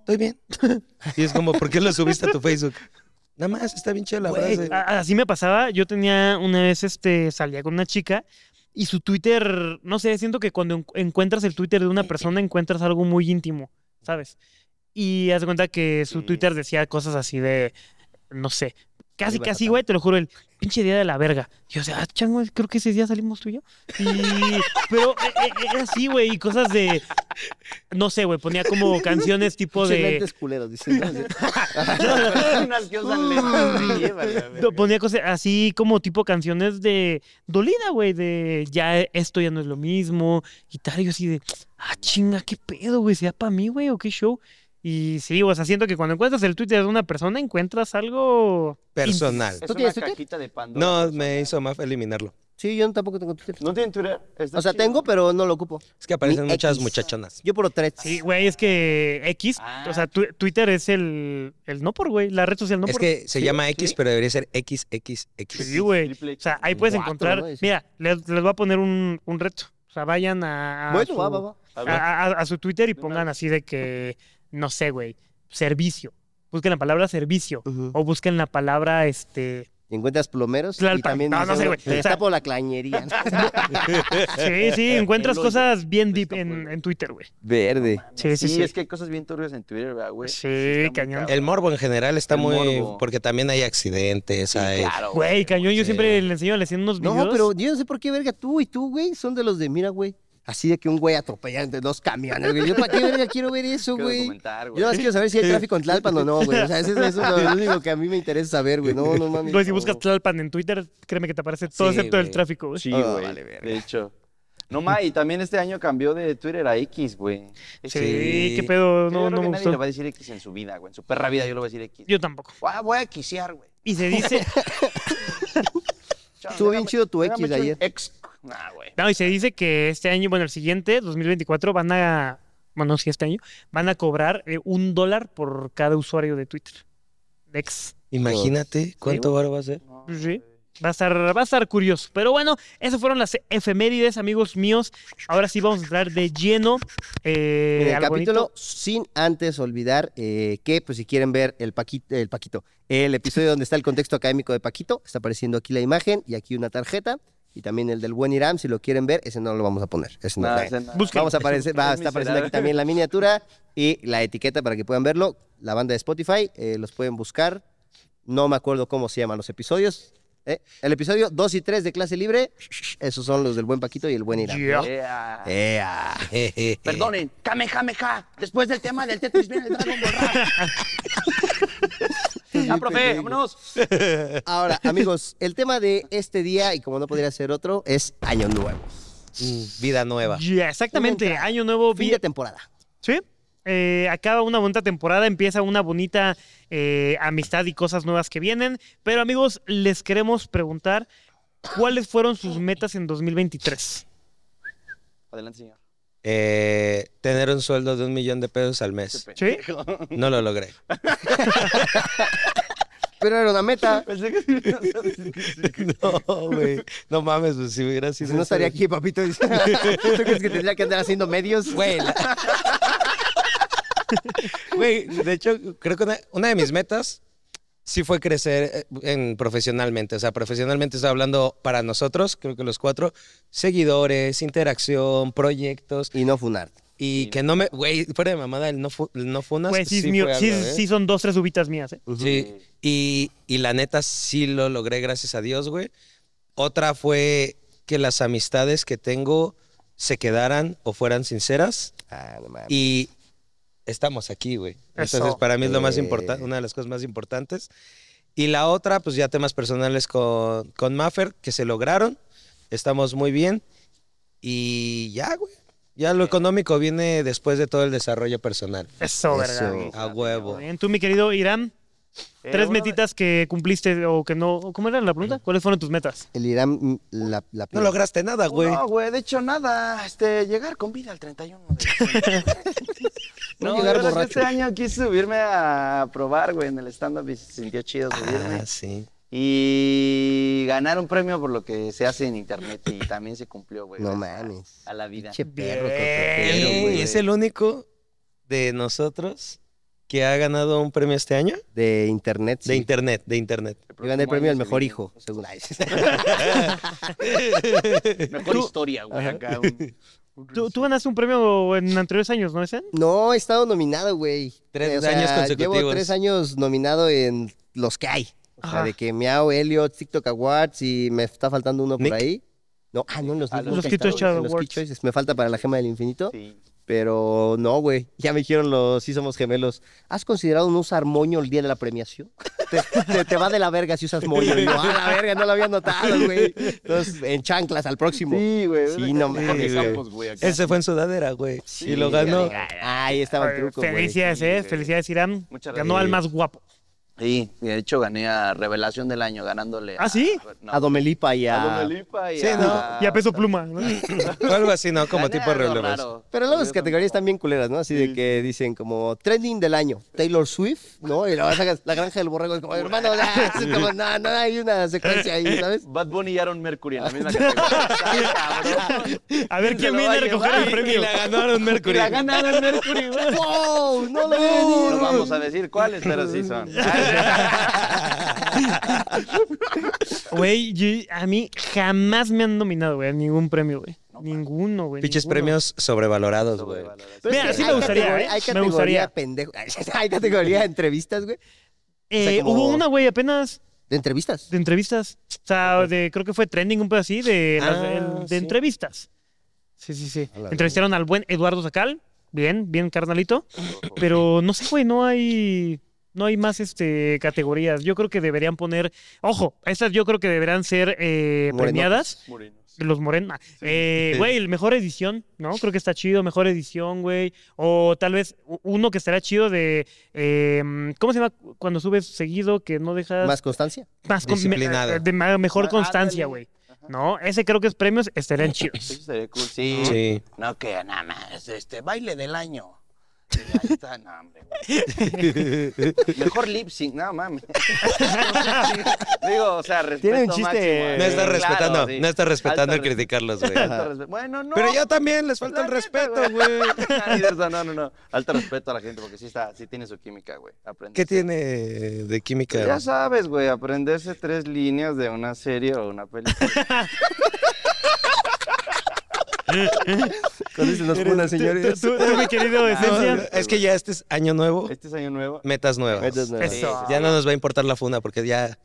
[SPEAKER 4] estoy bien. *laughs* Y es como, ¿por qué lo subiste a tu Facebook? Nada más, está bien chela,
[SPEAKER 1] Güey,
[SPEAKER 4] frase.
[SPEAKER 1] a- así me pasaba. Yo tenía una vez, este, salía con una chica y su Twitter, no sé, siento que cuando en- encuentras el Twitter de una persona encuentras algo muy íntimo, ¿sabes? Y haz de cuenta que su
[SPEAKER 3] Sí.
[SPEAKER 1] Twitter decía cosas así de, no sé, casi,
[SPEAKER 2] Arriba
[SPEAKER 1] casi,
[SPEAKER 2] Satán.
[SPEAKER 1] güey, te lo juro, el pinche día de la verga. Y yo, o sea, ah, chango, creo que ese día salimos tú y yo. Y- pero eh, eh, era así, güey, y cosas de, no sé, güey, ponía como canciones tipo
[SPEAKER 2] pinches
[SPEAKER 1] de...
[SPEAKER 2] lentes culeros, dicen,
[SPEAKER 1] *laughs*
[SPEAKER 2] ¿no? Así.
[SPEAKER 3] Ah, *laughs* Unas que usan lentes me llevan, la verga.
[SPEAKER 1] No, pues, ponía cosas así como tipo canciones de dolida, güey, de ya esto ya no es lo mismo y tal. y yo así de, ah, chinga, qué pedo, güey, sea para mí, güey, o qué show. Y sí, o sea, siento que cuando encuentras el Twitter de una persona, encuentras algo.
[SPEAKER 4] Personal.
[SPEAKER 3] Es
[SPEAKER 2] ¿Tú
[SPEAKER 3] una
[SPEAKER 2] tienes Twitter?
[SPEAKER 3] cajita de Pandora.
[SPEAKER 4] No, me hizo más eliminarlo.
[SPEAKER 2] Sí, yo tampoco tengo Twitter.
[SPEAKER 3] ¿No tienen Twitter? Está
[SPEAKER 2] O sea,
[SPEAKER 3] chido.
[SPEAKER 1] pues,
[SPEAKER 2] tengo, pero no lo ocupo.
[SPEAKER 4] Es que aparecen
[SPEAKER 2] Mi
[SPEAKER 4] muchas
[SPEAKER 2] ex.
[SPEAKER 4] muchachonas.
[SPEAKER 2] Yo por tres.
[SPEAKER 1] Sí, güey, es que X,
[SPEAKER 3] Ah.
[SPEAKER 1] o sea, tu- Twitter es el, el no por, güey, la red social no
[SPEAKER 4] es
[SPEAKER 1] por.
[SPEAKER 4] que se
[SPEAKER 3] ¿Sí?
[SPEAKER 4] llama X,
[SPEAKER 3] ¿Sí?
[SPEAKER 4] pero debería ser XXX.
[SPEAKER 1] Sí, güey.
[SPEAKER 3] Triple
[SPEAKER 1] O
[SPEAKER 3] X.
[SPEAKER 1] sea, ahí puedes
[SPEAKER 2] Cuatro,
[SPEAKER 1] encontrar.
[SPEAKER 2] ¿no? Dice.
[SPEAKER 1] Mira, les, les voy a poner un, un reto. O sea, vayan a. a
[SPEAKER 2] bueno,
[SPEAKER 1] su-
[SPEAKER 2] va, va, va.
[SPEAKER 1] pues,
[SPEAKER 3] A ver,
[SPEAKER 1] a, a- a su Twitter y
[SPEAKER 3] De una
[SPEAKER 1] pongan así de que, no sé, güey, servicio. Busquen la palabra servicio
[SPEAKER 2] Ujú.
[SPEAKER 1] o busquen la palabra, este...
[SPEAKER 2] Y Encuentras plomeros y
[SPEAKER 1] Tlalpan.
[SPEAKER 2] también
[SPEAKER 1] No, no
[SPEAKER 2] dice
[SPEAKER 1] sé,
[SPEAKER 2] uno,
[SPEAKER 1] güey.
[SPEAKER 2] "Te
[SPEAKER 1] O sea-
[SPEAKER 2] Está por la clañería.
[SPEAKER 1] *laughs* Sí, sí, encuentras
[SPEAKER 3] El hoyo.
[SPEAKER 1] cosas bien deep
[SPEAKER 3] Está
[SPEAKER 1] en,
[SPEAKER 3] bueno.
[SPEAKER 1] en Twitter, güey.
[SPEAKER 2] Verde.
[SPEAKER 1] Sí, sí, sí.
[SPEAKER 3] es que hay cosas bien turbias en Twitter, ¿verdad, güey?
[SPEAKER 1] Sí,
[SPEAKER 3] está muy
[SPEAKER 1] cañón.
[SPEAKER 3] cabrón.
[SPEAKER 4] El morbo en general está
[SPEAKER 3] El
[SPEAKER 4] muy...
[SPEAKER 3] morbo.
[SPEAKER 4] Porque también hay accidentes,
[SPEAKER 3] Sí,
[SPEAKER 4] hay...
[SPEAKER 3] claro,
[SPEAKER 1] Güey, cañón, yo
[SPEAKER 4] sí.
[SPEAKER 1] siempre le enseño, le hacen unos videos.
[SPEAKER 2] No, pero yo no sé por qué, verga, tú y tú, güey, son de los de, mira, güey, así de que un güey atropellan entre dos camiones, güey. Yo, ¿para qué, verga, quiero ver
[SPEAKER 3] *laughs*
[SPEAKER 2] eso,
[SPEAKER 3] Quiero
[SPEAKER 2] güey?
[SPEAKER 3] documentar,
[SPEAKER 2] Yo
[SPEAKER 3] güey.
[SPEAKER 2] nada más quiero saber si hay tráfico en Tlalpan o no, güey. O sea, eso, eso es lo único que a mí me interesa saber, güey. No, no mames.
[SPEAKER 1] Güey, si
[SPEAKER 2] no.
[SPEAKER 1] buscas Tlalpan en Twitter, créeme que te aparece todo
[SPEAKER 4] Sí,
[SPEAKER 1] excepto el
[SPEAKER 4] güey.
[SPEAKER 1] tráfico, güey.
[SPEAKER 3] Sí,
[SPEAKER 2] Ah,
[SPEAKER 3] güey.
[SPEAKER 2] vale, verga.
[SPEAKER 3] de hecho. No, ma, y también este año cambió de Twitter a X, güey.
[SPEAKER 1] Sí,
[SPEAKER 4] Sí.
[SPEAKER 1] qué pedo,
[SPEAKER 3] Yo
[SPEAKER 1] no,
[SPEAKER 3] creo
[SPEAKER 1] no
[SPEAKER 3] que
[SPEAKER 1] me
[SPEAKER 3] nadie le
[SPEAKER 1] gustó.
[SPEAKER 3] va a decir X en su vida, güey. En su perra vida yo le voy a decir X.
[SPEAKER 1] Yo tampoco.
[SPEAKER 3] Ah, voy a quisear, güey.
[SPEAKER 1] Y se dice,
[SPEAKER 3] Chao,
[SPEAKER 2] Estuvo bien
[SPEAKER 3] déjame-
[SPEAKER 2] chido tu
[SPEAKER 3] déjame
[SPEAKER 2] X de
[SPEAKER 3] echar un
[SPEAKER 2] ayer.
[SPEAKER 3] X. Ah, güey.
[SPEAKER 1] no, y se dice que este año, bueno, el siguiente, 2024, van a, bueno, sí, este año, van a cobrar eh, un dólar por cada usuario de Twitter. Dex.
[SPEAKER 4] Imagínate cuánto barba va a ser. *laughs*
[SPEAKER 3] No,
[SPEAKER 1] Sí.
[SPEAKER 3] güey.
[SPEAKER 1] Va a estar, va a estar curioso. Pero bueno, esas fueron las efemérides, amigos míos. Ahora sí vamos a entrar de lleno eh,
[SPEAKER 2] En el
[SPEAKER 1] al bonito-
[SPEAKER 2] capítulo, sin antes olvidar eh, que, pues si quieren ver el Paquito, el Paquito, el episodio donde está el contexto académico de Paquito, está apareciendo aquí la imagen y aquí una tarjeta. Y también el del buen Irán, si lo quieren ver, ese no lo vamos a poner. Ese no,
[SPEAKER 3] Nada,
[SPEAKER 2] eh.
[SPEAKER 3] o sea, nada.
[SPEAKER 1] Busca-
[SPEAKER 2] Vamos a aparecer, va,
[SPEAKER 3] Es
[SPEAKER 2] está apareciendo
[SPEAKER 3] miserable.
[SPEAKER 2] aquí también la miniatura y la etiqueta para que puedan verlo. La banda de Spotify, eh, los pueden buscar. No me acuerdo cómo se llaman los episodios. ¿eh? El episodio 2 y 3 de clase libre, esos son los del buen Paquito y el buen Irán.
[SPEAKER 1] Yeah.
[SPEAKER 3] Ea.
[SPEAKER 2] Eh. ¡Ea!
[SPEAKER 5] Perdonen, Kamehameha. Después del tema del Tetris viene el
[SPEAKER 2] *laughs*
[SPEAKER 5] Dragon Ball.
[SPEAKER 3] Ah, profe, vámonos. *laughs*
[SPEAKER 2] Ahora, amigos, el tema de este día, y como no podría ser otro, es Año Nuevo.
[SPEAKER 4] Mm, Vida nueva.
[SPEAKER 1] Ya, exactamente,
[SPEAKER 2] Una entrada.
[SPEAKER 1] año nuevo,
[SPEAKER 2] Fin
[SPEAKER 1] vida-
[SPEAKER 2] de temporada.
[SPEAKER 1] Sí. Eh, acaba una bonita temporada, empieza una bonita eh, amistad y cosas nuevas que vienen. Pero amigos, les queremos preguntar cuáles fueron sus metas en 2023.
[SPEAKER 3] Adelante, señor.
[SPEAKER 4] Eh, tener un sueldo de un millón de pesos al mes.
[SPEAKER 3] Qué
[SPEAKER 1] ¿Sí?
[SPEAKER 3] pendejo.
[SPEAKER 4] No
[SPEAKER 1] *laughs*
[SPEAKER 4] lo logré.
[SPEAKER 2] Pero era una meta.
[SPEAKER 3] *laughs* Pensé que sí me ibas a decir que sí.
[SPEAKER 4] *laughs* No, güey. No mames, pues, si hubiera sido.
[SPEAKER 2] Si no
[SPEAKER 4] eso-
[SPEAKER 2] estaría aquí, papito.
[SPEAKER 3] *laughs*
[SPEAKER 2] ¿Tú crees que tendría que andar haciendo medios?
[SPEAKER 4] Güey. la- Güey, de hecho, creo que una, una de mis metas sí fue crecer eh, en, profesionalmente. O sea, profesionalmente estoy hablando para nosotros, creo que los cuatro, seguidores, interacción, proyectos.
[SPEAKER 2] Y no funar.
[SPEAKER 4] Y que no me. Güey, fuera de mamada, el no, fu- el no funas.
[SPEAKER 1] Pues sí,
[SPEAKER 4] sí
[SPEAKER 1] mío-
[SPEAKER 4] fue
[SPEAKER 1] sí-
[SPEAKER 4] algo, ¿eh?
[SPEAKER 1] sí son dos, tres ubitas mías. ¿eh?
[SPEAKER 4] Sí, y, y la neta sí lo logré, gracias a Dios, güey. Otra fue que las amistades que tengo se quedaran o fueran sinceras.
[SPEAKER 2] Ah, no mames.
[SPEAKER 4] Y estamos aquí, güey. Entonces,
[SPEAKER 1] Eso.
[SPEAKER 4] para mí es lo más
[SPEAKER 2] Eh.
[SPEAKER 4] importante, una de las cosas más importantes. Y la otra, pues ya temas personales con, con Maffer, que se lograron. Estamos muy bien. Y ya, güey. Ya lo económico viene después de todo el desarrollo personal.
[SPEAKER 1] Eso, verga.
[SPEAKER 2] Eso.
[SPEAKER 1] bien.
[SPEAKER 4] A huevo.
[SPEAKER 2] eh.
[SPEAKER 1] Bien, tú, mi querido Irán,
[SPEAKER 3] Eh,
[SPEAKER 1] tres
[SPEAKER 3] una de-
[SPEAKER 1] metitas que cumpliste o que no. ¿Cómo era la pregunta? ¿Cuáles fueron tus metas?
[SPEAKER 2] El Irán, mm, la, la
[SPEAKER 4] No lograste nada, güey.
[SPEAKER 3] No, güey, de hecho nada, este, llegar con vida al 31 de
[SPEAKER 2] *laughs*
[SPEAKER 3] diciembre.
[SPEAKER 2] No
[SPEAKER 3] No,
[SPEAKER 2] llegar
[SPEAKER 3] yo creo que
[SPEAKER 2] borracho.
[SPEAKER 3] este año quise subirme a probar, güey, en el stand-up y se sintió chido subirme.
[SPEAKER 4] Ah, sí.
[SPEAKER 3] Y ganar un premio por lo que se hace en internet y también se cumplió, güey.
[SPEAKER 2] No
[SPEAKER 3] gracias a-
[SPEAKER 2] mames.
[SPEAKER 3] A la vida.
[SPEAKER 2] Che perro
[SPEAKER 1] Bien.
[SPEAKER 2] coquetero,
[SPEAKER 3] Eh,
[SPEAKER 4] Ey,
[SPEAKER 2] güey.
[SPEAKER 4] es el único de nosotros que ha ganado un premio este año
[SPEAKER 2] De internet.
[SPEAKER 4] de internet, de internet.
[SPEAKER 2] Yo gané el
[SPEAKER 3] próximo
[SPEAKER 2] premio al
[SPEAKER 3] año se
[SPEAKER 2] mejor
[SPEAKER 3] viene.
[SPEAKER 2] hijo, según Ay,
[SPEAKER 3] *laughs* Mejor historia, güey. Acá un- un
[SPEAKER 1] Tú, tú ganaste un premio en anteriores años, ¿no, Esen?
[SPEAKER 2] No, he estado nominado, güey. Eh,
[SPEAKER 4] Tres años consecutivos.
[SPEAKER 2] Llevo tres años nominado en los que hay. O sea,
[SPEAKER 1] Ajá.
[SPEAKER 2] de que Miau, Elliot, TikTok Awards y me está faltando uno
[SPEAKER 4] Nick.
[SPEAKER 2] por ahí. No, ah, no, en los,
[SPEAKER 3] Ah,
[SPEAKER 2] Nick
[SPEAKER 3] los
[SPEAKER 2] nunca he
[SPEAKER 1] Kid Choice
[SPEAKER 2] estado, güey, en los
[SPEAKER 1] Awards.
[SPEAKER 2] Kid Choices. Me falta para la gema del infinito.
[SPEAKER 3] Sí.
[SPEAKER 2] Pero no, güey. Ya me dijeron los sí somos gemelos. ¿Has considerado no usar moño el día de la premiación? *laughs* Te, te- te va de la verga si usas moño. Y yo, ah, la verga, no lo había notado, güey. Entonces, en chanclas al próximo.
[SPEAKER 3] Sí, güey.
[SPEAKER 2] Sí, no mames,
[SPEAKER 3] Jorge
[SPEAKER 4] güey.
[SPEAKER 3] Campos, güey, acá.
[SPEAKER 4] Ese fue en sudadera, güey. y lo ganó.
[SPEAKER 2] Ahí estaba el truco, güey.
[SPEAKER 1] felicidades,
[SPEAKER 3] güey.
[SPEAKER 1] ¿eh? Felicidades, Irán.
[SPEAKER 3] Muchas
[SPEAKER 1] Ganó al
[SPEAKER 3] gracias.
[SPEAKER 1] más guapo.
[SPEAKER 3] Sí, de hecho gané a Revelación del Año ganándole.
[SPEAKER 1] ¿Ah, sí?
[SPEAKER 3] no,
[SPEAKER 2] A Domelipa y a...
[SPEAKER 3] a Domelipa y
[SPEAKER 4] Sí,
[SPEAKER 3] a...
[SPEAKER 4] ¿no?
[SPEAKER 1] Y a peso pluma. ¿no?
[SPEAKER 4] *laughs* O algo así, ¿no? Como
[SPEAKER 3] Gané
[SPEAKER 4] tipo
[SPEAKER 3] algo
[SPEAKER 4] relevos.
[SPEAKER 3] raro.
[SPEAKER 2] Pero luego las
[SPEAKER 3] Yo
[SPEAKER 2] categorías
[SPEAKER 3] tampoco.
[SPEAKER 2] están bien culeras, ¿no? Así de que dicen como trending del año, Taylor Swift, ¿no? Y la, sacas la granja del borrego es como, hermano,
[SPEAKER 3] *laughs*
[SPEAKER 2] nah, es como, no, no hay una secuencia ahí, ¿sabes?
[SPEAKER 3] Bad Bunny y Aaron Mercury en la misma categoría. Está cabrón.
[SPEAKER 1] A ver
[SPEAKER 3] Se
[SPEAKER 1] quién
[SPEAKER 3] lo
[SPEAKER 1] viene
[SPEAKER 3] va
[SPEAKER 1] a
[SPEAKER 3] a
[SPEAKER 1] recoger el
[SPEAKER 3] llevar.
[SPEAKER 4] Y
[SPEAKER 1] premio.
[SPEAKER 4] la ganaron Mercury.
[SPEAKER 3] La gana Aaron Mercury,
[SPEAKER 2] *laughs*
[SPEAKER 3] güey.
[SPEAKER 2] ¡Wow! ¡No lo
[SPEAKER 3] No
[SPEAKER 2] veo
[SPEAKER 3] vamos a decir cuáles, pero sí son.
[SPEAKER 1] Güey, yo- a mí jamás me han nominado, güey, a ningún premio, güey. ninguno, güey.
[SPEAKER 4] Pinches
[SPEAKER 1] ninguno.
[SPEAKER 4] premios sobrevalorados, güey.
[SPEAKER 3] Sobrevalorados.
[SPEAKER 2] Pero es
[SPEAKER 1] Mira,
[SPEAKER 2] que
[SPEAKER 1] sí me
[SPEAKER 2] hay
[SPEAKER 1] gustaría,
[SPEAKER 2] categoría-
[SPEAKER 1] ¿eh? Me
[SPEAKER 2] Hay categoría
[SPEAKER 1] gustaría.
[SPEAKER 2] pendejo. *laughs* Hay categoría de entrevistas, güey.
[SPEAKER 1] Eh,
[SPEAKER 2] O sea, como-
[SPEAKER 1] Hubo una, güey, apenas
[SPEAKER 2] De entrevistas.
[SPEAKER 1] de entrevistas. O sea, de, creo que fue trending un pedo así, de, las-
[SPEAKER 4] Ah,
[SPEAKER 1] el- de
[SPEAKER 4] sí.
[SPEAKER 1] entrevistas. Sí, sí, sí.
[SPEAKER 2] A la
[SPEAKER 1] Entrevistaron al buen Eduardo Sacal. Bien, bien carnalito. Pero no sé, güey, no hay. No hay más este, categorías. Yo creo que deberían poner. Ojo, estas yo creo que deberían ser eh,
[SPEAKER 2] Morenotes.
[SPEAKER 1] premiadas.
[SPEAKER 3] Murinos.
[SPEAKER 1] Los Morena. Eh, güey, el mejor edición, ¿no? Creo que está chido, mejor edición, güey. O tal vez u- uno que estará chido de. eh, ¿Cómo se llama cuando subes seguido que no dejas.
[SPEAKER 2] Más constancia.
[SPEAKER 1] más con- me-
[SPEAKER 4] disciplinado.
[SPEAKER 1] de ma- mejor
[SPEAKER 3] Ah,
[SPEAKER 1] constancia,
[SPEAKER 3] ándale.
[SPEAKER 1] güey. ¿No? Ese creo que es premios estarían chidos.
[SPEAKER 3] Eso sería cool, sí.
[SPEAKER 4] Sí.
[SPEAKER 3] No, que nada más, este, baile del año. Y Ahí está, no, hombre, güey. Mejor lip sync, *laughs* no mames. Digo, o sea, respeto
[SPEAKER 2] Tiene un chiste.
[SPEAKER 3] máximo, ¿eh?
[SPEAKER 4] No está
[SPEAKER 3] Claro,
[SPEAKER 4] respetando,
[SPEAKER 3] sí.
[SPEAKER 4] no está respetando
[SPEAKER 3] Alto
[SPEAKER 4] el
[SPEAKER 3] respeto.
[SPEAKER 4] criticarlos, güey.
[SPEAKER 3] Alto respeto. *laughs* Bueno, no.
[SPEAKER 4] Pero yo también les falta el
[SPEAKER 3] La neta,
[SPEAKER 4] respeto, güey.
[SPEAKER 3] no, no, no, no. Alto respeto a la gente porque sí está, sí tiene su química, güey. Aprende.
[SPEAKER 4] ¿Qué tiene de química?
[SPEAKER 3] Pues Ya sabes, güey, aprenderse tres líneas de una serie o una
[SPEAKER 4] *laughs*
[SPEAKER 3] película.
[SPEAKER 2] Con eso nos funan, *laughs*
[SPEAKER 3] *laughs*
[SPEAKER 2] señores.
[SPEAKER 1] Tú, tú, mi querido Esencia.
[SPEAKER 4] No, es que ya este es año nuevo,
[SPEAKER 3] Este es año nuevo.
[SPEAKER 4] metas nuevas.
[SPEAKER 2] Metas nuevas.
[SPEAKER 1] Eso.
[SPEAKER 4] Ya no nos va a importar la funa porque ya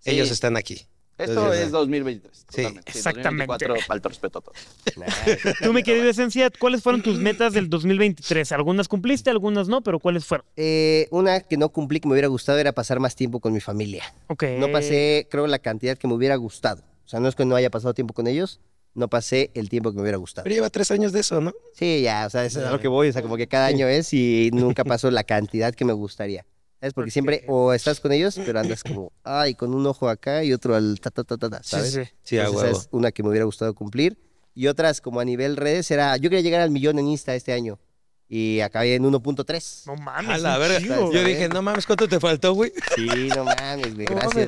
[SPEAKER 3] Sí.
[SPEAKER 4] ellos están aquí.
[SPEAKER 3] Esto
[SPEAKER 4] Entonces,
[SPEAKER 3] es 2023. totalmente.
[SPEAKER 1] exactamente.
[SPEAKER 3] 2024, alto respeto a todos.
[SPEAKER 1] Tú, mi querido Esencia, ¿cuáles fueron tus metas del 2023? Algunas cumpliste, algunas no, pero ¿cuáles fueron?
[SPEAKER 2] Eh, una que no cumplí que me hubiera gustado era pasar más tiempo con mi familia.
[SPEAKER 1] Ok.
[SPEAKER 2] No pasé, creo, la cantidad que me hubiera gustado. O sea, no es que no haya pasado tiempo con ellos, no pasé el tiempo que me hubiera gustado.
[SPEAKER 4] Pero lleva tres años de eso, ¿no?
[SPEAKER 2] Sí, ya, o sea, eso es a lo
[SPEAKER 4] Ya.
[SPEAKER 2] que voy, o sea, como que cada año es y nunca pasó la cantidad que me gustaría. ¿Sabes? Porque siempre o estás con ellos, pero andas como, ay, con un ojo acá y otro al ta ta ta ta, ta,
[SPEAKER 1] Sí,
[SPEAKER 2] ¿sabes?
[SPEAKER 1] sí, sí.
[SPEAKER 4] Sí, a
[SPEAKER 2] Entonces,
[SPEAKER 4] huevo.
[SPEAKER 2] esa es una que me hubiera gustado cumplir. Y otras, como a nivel redes, era, yo quería llegar al millón en Insta este año y acabé en 1.3.
[SPEAKER 1] No mames.
[SPEAKER 4] A la
[SPEAKER 1] un
[SPEAKER 4] verga.
[SPEAKER 1] chingo,
[SPEAKER 4] Yo
[SPEAKER 1] güey.
[SPEAKER 4] dije, no mames, ¿cuánto te faltó, güey?
[SPEAKER 2] Sí, no mames, güey, gracias.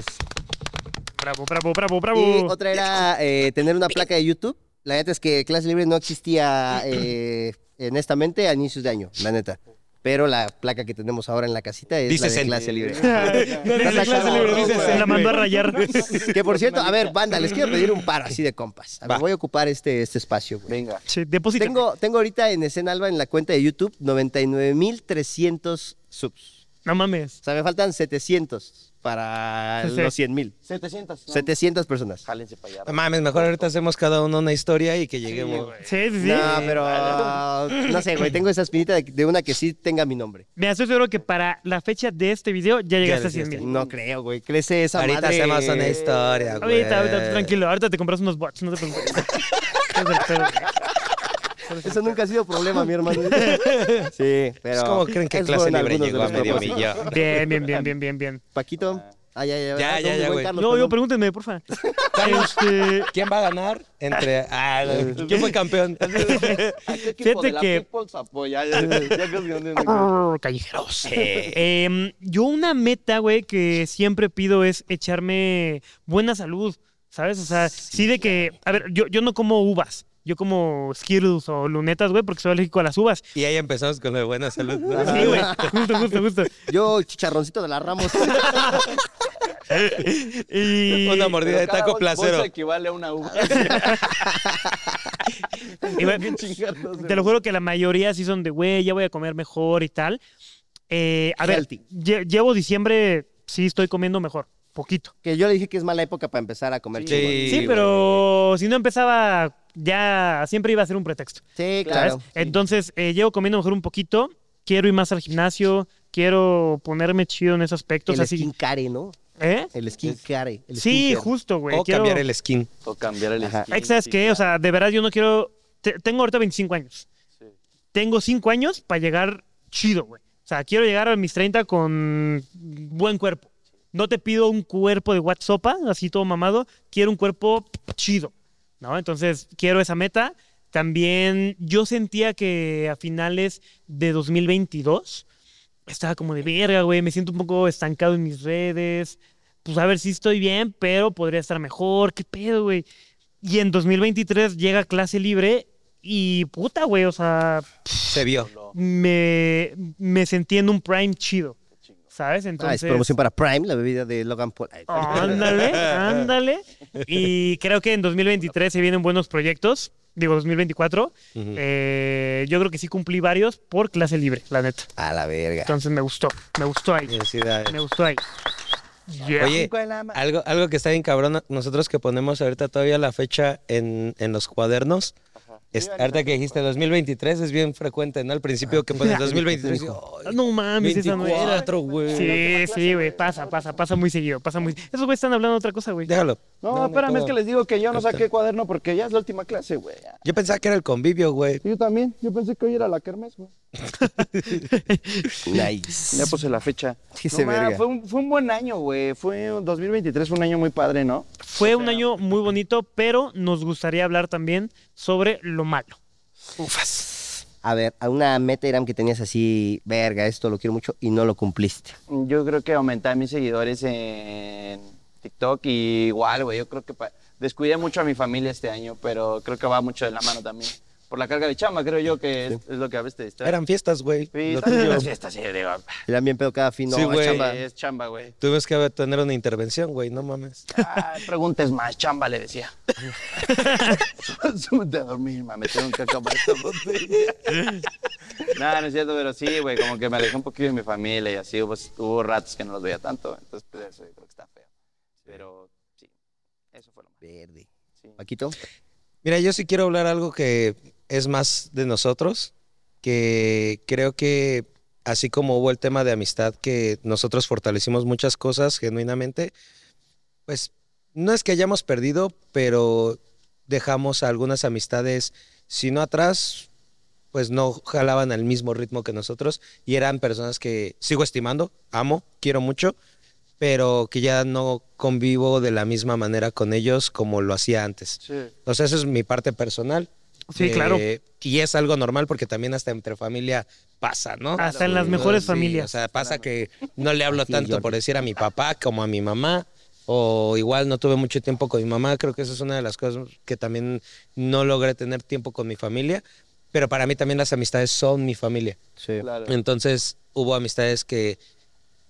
[SPEAKER 1] Bravo, bravo, bravo,
[SPEAKER 2] Y
[SPEAKER 1] bravo.
[SPEAKER 2] otra era eh, tener una placa de YouTube. La neta es que Clase Libre no existía, eh, honestamente, a inicios de año, la neta. Pero la placa que tenemos ahora en la casita es
[SPEAKER 4] Dices
[SPEAKER 2] la de
[SPEAKER 4] en-
[SPEAKER 1] *laughs*
[SPEAKER 2] Clase Libre.
[SPEAKER 1] Dice
[SPEAKER 2] la
[SPEAKER 1] clase
[SPEAKER 2] acabo,
[SPEAKER 1] libre,
[SPEAKER 2] no,
[SPEAKER 1] dice,
[SPEAKER 2] güey.
[SPEAKER 1] se la mandó a rayar. *laughs*
[SPEAKER 2] Que por cierto, a ver, banda, les quiero pedir un paro así de compas. A ver,
[SPEAKER 4] Va.
[SPEAKER 2] voy a ocupar este, este espacio, güey.
[SPEAKER 3] Venga.
[SPEAKER 1] Che, Deposita.
[SPEAKER 2] Tengo, tengo ahorita en Escena Alba en la cuenta de YouTube 99.300 subs.
[SPEAKER 1] No mames.
[SPEAKER 2] O sea, me faltan 700 para
[SPEAKER 1] Sí, sí.
[SPEAKER 2] los 100.000.
[SPEAKER 3] 700. ¿no?
[SPEAKER 2] 700 personas.
[SPEAKER 3] Jálense para allá.
[SPEAKER 4] No mames, mejor ahorita hacemos cada uno una historia y que
[SPEAKER 3] Sí,
[SPEAKER 4] lleguemos.
[SPEAKER 3] güey.
[SPEAKER 1] Sí, sí, sí.
[SPEAKER 2] No, pero no sé, güey. Tengo esa espinita de, de una que sí tenga mi nombre.
[SPEAKER 1] Me estoy seguro que para la fecha de este video ya llegaste a 100
[SPEAKER 4] decías,
[SPEAKER 1] mil.
[SPEAKER 2] Este, No creo, güey. Crece esa
[SPEAKER 4] ahorita
[SPEAKER 2] madre.
[SPEAKER 4] hacemos una historia, güey.
[SPEAKER 1] Ahorita, ahorita, tú tranquilo. Ahorita te compras unos bots, no te
[SPEAKER 2] *laughs*
[SPEAKER 1] preocupes. Ese es el pedo.
[SPEAKER 2] Eso nunca ha sido problema, mi hermano. Sí, pero.
[SPEAKER 4] Es como creen que
[SPEAKER 2] esos
[SPEAKER 4] clase
[SPEAKER 2] fueron
[SPEAKER 4] libre
[SPEAKER 2] algunos de
[SPEAKER 4] llegó a
[SPEAKER 2] los
[SPEAKER 4] medio
[SPEAKER 2] propósitos.
[SPEAKER 4] millón.
[SPEAKER 1] Bien, bien, bien, bien, bien, bien.
[SPEAKER 2] Paquito. Ah, ya, ya,
[SPEAKER 4] Ya,
[SPEAKER 2] ah, no,
[SPEAKER 4] ya,
[SPEAKER 2] mi
[SPEAKER 4] ya,
[SPEAKER 2] buen
[SPEAKER 4] güey.
[SPEAKER 2] Carlos,
[SPEAKER 1] No, yo,
[SPEAKER 2] perdón.
[SPEAKER 1] pregúntenme,
[SPEAKER 2] *laughs*
[SPEAKER 1] porfa. Este,
[SPEAKER 4] *laughs* ¿Quién va a ganar entre... Ah, ¿Quién fue campeón?
[SPEAKER 3] ¿A qué equipo
[SPEAKER 1] Fíjate
[SPEAKER 3] de la
[SPEAKER 1] que-
[SPEAKER 3] People's apoya? Ya, ya, ya casi no tiene-
[SPEAKER 1] *laughs* callejeros. Ah, Em, yo una meta, güey, que siempre pido es echarme buena salud, ¿sabes? O sea, sí de que, a ver, yo, yo no como uvas, yo como Skittles o lunetas, güey, porque soy alérgico a las uvas.
[SPEAKER 4] Y ahí empezamos con lo de buena salud. ¿no?
[SPEAKER 1] Sí, güey, justo, justo, *laughs* justo.
[SPEAKER 2] Yo, chicharroncito de las ramos.
[SPEAKER 1] Y,
[SPEAKER 4] Una mordida
[SPEAKER 3] Pero
[SPEAKER 4] de
[SPEAKER 3] cada
[SPEAKER 4] taco
[SPEAKER 3] bol-
[SPEAKER 4] placero.
[SPEAKER 3] bolsa equivale a una uva.
[SPEAKER 1] y, güey, *laughs*
[SPEAKER 3] Qué chingados,
[SPEAKER 1] te lo juro que la mayoría sí son de, güey, ya voy a comer mejor y tal. Eh, a ver,
[SPEAKER 2] Healthy.
[SPEAKER 1] lle- llevo diciembre, sí estoy comiendo mejor, poquito.
[SPEAKER 2] que yo le dije que es mala época para empezar a comer chingón.
[SPEAKER 4] Sí,
[SPEAKER 1] Sí,
[SPEAKER 4] güey.
[SPEAKER 1] pero si no empezaba, ya siempre iba a ser un pretexto. ¿sabes?
[SPEAKER 2] Sí, claro.
[SPEAKER 1] Entonces, eh, llevo comiendo mejor un poquito, quiero ir más al gimnasio, quiero ponerme chido en ese aspecto. o sea,
[SPEAKER 2] el
[SPEAKER 1] sí-
[SPEAKER 2] skin care, ¿no?
[SPEAKER 1] ¿eh?
[SPEAKER 2] El skin care. Ah, el
[SPEAKER 1] Sí,
[SPEAKER 2] skincare.
[SPEAKER 1] justo, güey.
[SPEAKER 4] O
[SPEAKER 1] quiero-
[SPEAKER 4] cambiar el skin.
[SPEAKER 3] O cambiar el
[SPEAKER 2] Ajá.
[SPEAKER 3] skin,
[SPEAKER 1] Ex, ¿sabes
[SPEAKER 3] sí,
[SPEAKER 1] qué?
[SPEAKER 3] ya.
[SPEAKER 1] O sea, de verdad yo no quiero... te- tengo ahorita 25 años.
[SPEAKER 3] Sí.
[SPEAKER 1] Tengo 5 años para llegar chido, güey. O sea, quiero llegar a mis 30 con buen cuerpo. No te pido un cuerpo de WhatsApp, así todo mamado. Quiero un cuerpo chido, ¿no? Entonces, quiero esa meta. También yo sentía que a finales de 2022 estaba como de verga, güey. Me siento un poco estancado en mis redes. Pues a ver si estoy bien, pero podría estar mejor. ¿Qué pedo, güey? Y en 2023 llega clase libre y puta, güey. O sea,
[SPEAKER 4] Se vio.
[SPEAKER 1] me, me sentí en un prime chido, ¿sabes?
[SPEAKER 2] Ah, es
[SPEAKER 1] Entonces, Ah,
[SPEAKER 2] promoción para Prime, la bebida de Logan Paul. Ay, *laughs*
[SPEAKER 1] ándale, ándale. Y creo que en 2023 se vienen buenos proyectos, digo 2024.
[SPEAKER 4] Ujú.
[SPEAKER 1] Eh, yo creo que sí cumplí varios por clase libre, la neta.
[SPEAKER 2] A la verga.
[SPEAKER 1] Entonces me gustó, me gustó ahí,
[SPEAKER 4] Felicidades.
[SPEAKER 1] me gustó ahí. Yeah.
[SPEAKER 4] Oye, algo, algo que está bien cabrón, nosotros que ponemos ahorita todavía la fecha en, en los cuadernos, es, ahorita que dijiste 2023 es bien frecuente, ¿no? Al principio
[SPEAKER 3] *laughs*
[SPEAKER 4] que pones 2023, ay,
[SPEAKER 1] no mames, esa no era.
[SPEAKER 4] 24, güey.
[SPEAKER 1] Sí, sí, güey, pasa, pasa, pasa muy seguido, pasa muy... Esos güey están hablando de otra cosa, güey.
[SPEAKER 4] Déjalo.
[SPEAKER 3] No, espérame,
[SPEAKER 4] hay
[SPEAKER 3] es que
[SPEAKER 4] pedo.
[SPEAKER 3] les digo que yo no
[SPEAKER 4] Ahí está.
[SPEAKER 3] saqué cuaderno porque ya es la última clase, güey. ya.
[SPEAKER 4] Yo pensaba que era el convivio, güey.
[SPEAKER 3] Yo también, yo pensé que hoy era la kermés, güey.
[SPEAKER 2] Nice.
[SPEAKER 3] Ya puse la fecha.
[SPEAKER 2] Sí,
[SPEAKER 3] No,
[SPEAKER 2] se
[SPEAKER 3] ma,
[SPEAKER 2] verga.
[SPEAKER 3] Fue un, fue un buen año, güey. Fue un 2023, fue un año muy padre, ¿no?
[SPEAKER 1] Fue un año muy bonito, pero nos gustaría hablar también sobre lo malo.
[SPEAKER 2] A ver, a una meta, Iram, que tenías así, verga, esto lo quiero mucho, y no lo cumpliste.
[SPEAKER 3] Yo creo que aumentar mis seguidores en TikTok y igual, güey. Yo creo que pa- descuidé mucho a mi familia este año, pero creo que va mucho de la mano también. Por la carga de chamba, creo yo que es, es lo que a veces te distrae.
[SPEAKER 4] Eran fiestas, güey.
[SPEAKER 3] Sí,
[SPEAKER 4] Lo
[SPEAKER 3] también
[SPEAKER 4] tuyo.
[SPEAKER 3] las fiestas, sí, digo,
[SPEAKER 2] Eran bien pedo cada fin. No,
[SPEAKER 4] Sí, güey.
[SPEAKER 2] chamba.
[SPEAKER 3] es chamba, güey.
[SPEAKER 4] Tuvimos que tener una intervención, güey, no mames.
[SPEAKER 3] Ah, preguntes más, chamba, le *laughs* decía. Súbete a dormir, mami, tengo que acabar esta botella. no, no es cierto, pero sí, güey, como que me alejé un poquito de mi familia y así, hubo, hubo ratos que no los veía tanto, entonces pues, eso yo creo que está feo. Pero sí, eso fue lo malo.
[SPEAKER 2] Verde.
[SPEAKER 3] Sí.
[SPEAKER 2] Paquito.
[SPEAKER 4] Mira, yo sí quiero hablar algo que es más de nosotros, que creo que así como hubo el tema de amistad, que nosotros fortalecimos muchas cosas genuinamente, pues no es que hayamos perdido, pero dejamos a algunas amistades, si no atrás, pues no jalaban al mismo ritmo que nosotros y eran personas que sigo estimando, amo, quiero mucho, pero que ya no convivo de la misma manera con ellos como lo hacía antes.
[SPEAKER 3] Sí.
[SPEAKER 4] Entonces, eso es mi parte personal. Eh,
[SPEAKER 1] Sí, claro.
[SPEAKER 4] Y es algo normal porque también hasta entre familia pasa, ¿no?
[SPEAKER 1] Hasta en las mejores
[SPEAKER 4] Sí,
[SPEAKER 1] familias.
[SPEAKER 4] O sea, pasa que no le hablo *laughs* tanto por decir a mi papá como a mi mamá. O igual no tuve mucho tiempo con mi mamá. Creo que eso es una de las cosas que también no logré tener tiempo con mi familia. Pero para mí también las amistades son mi familia.
[SPEAKER 2] Sí.
[SPEAKER 3] Claro.
[SPEAKER 4] Entonces hubo amistades que,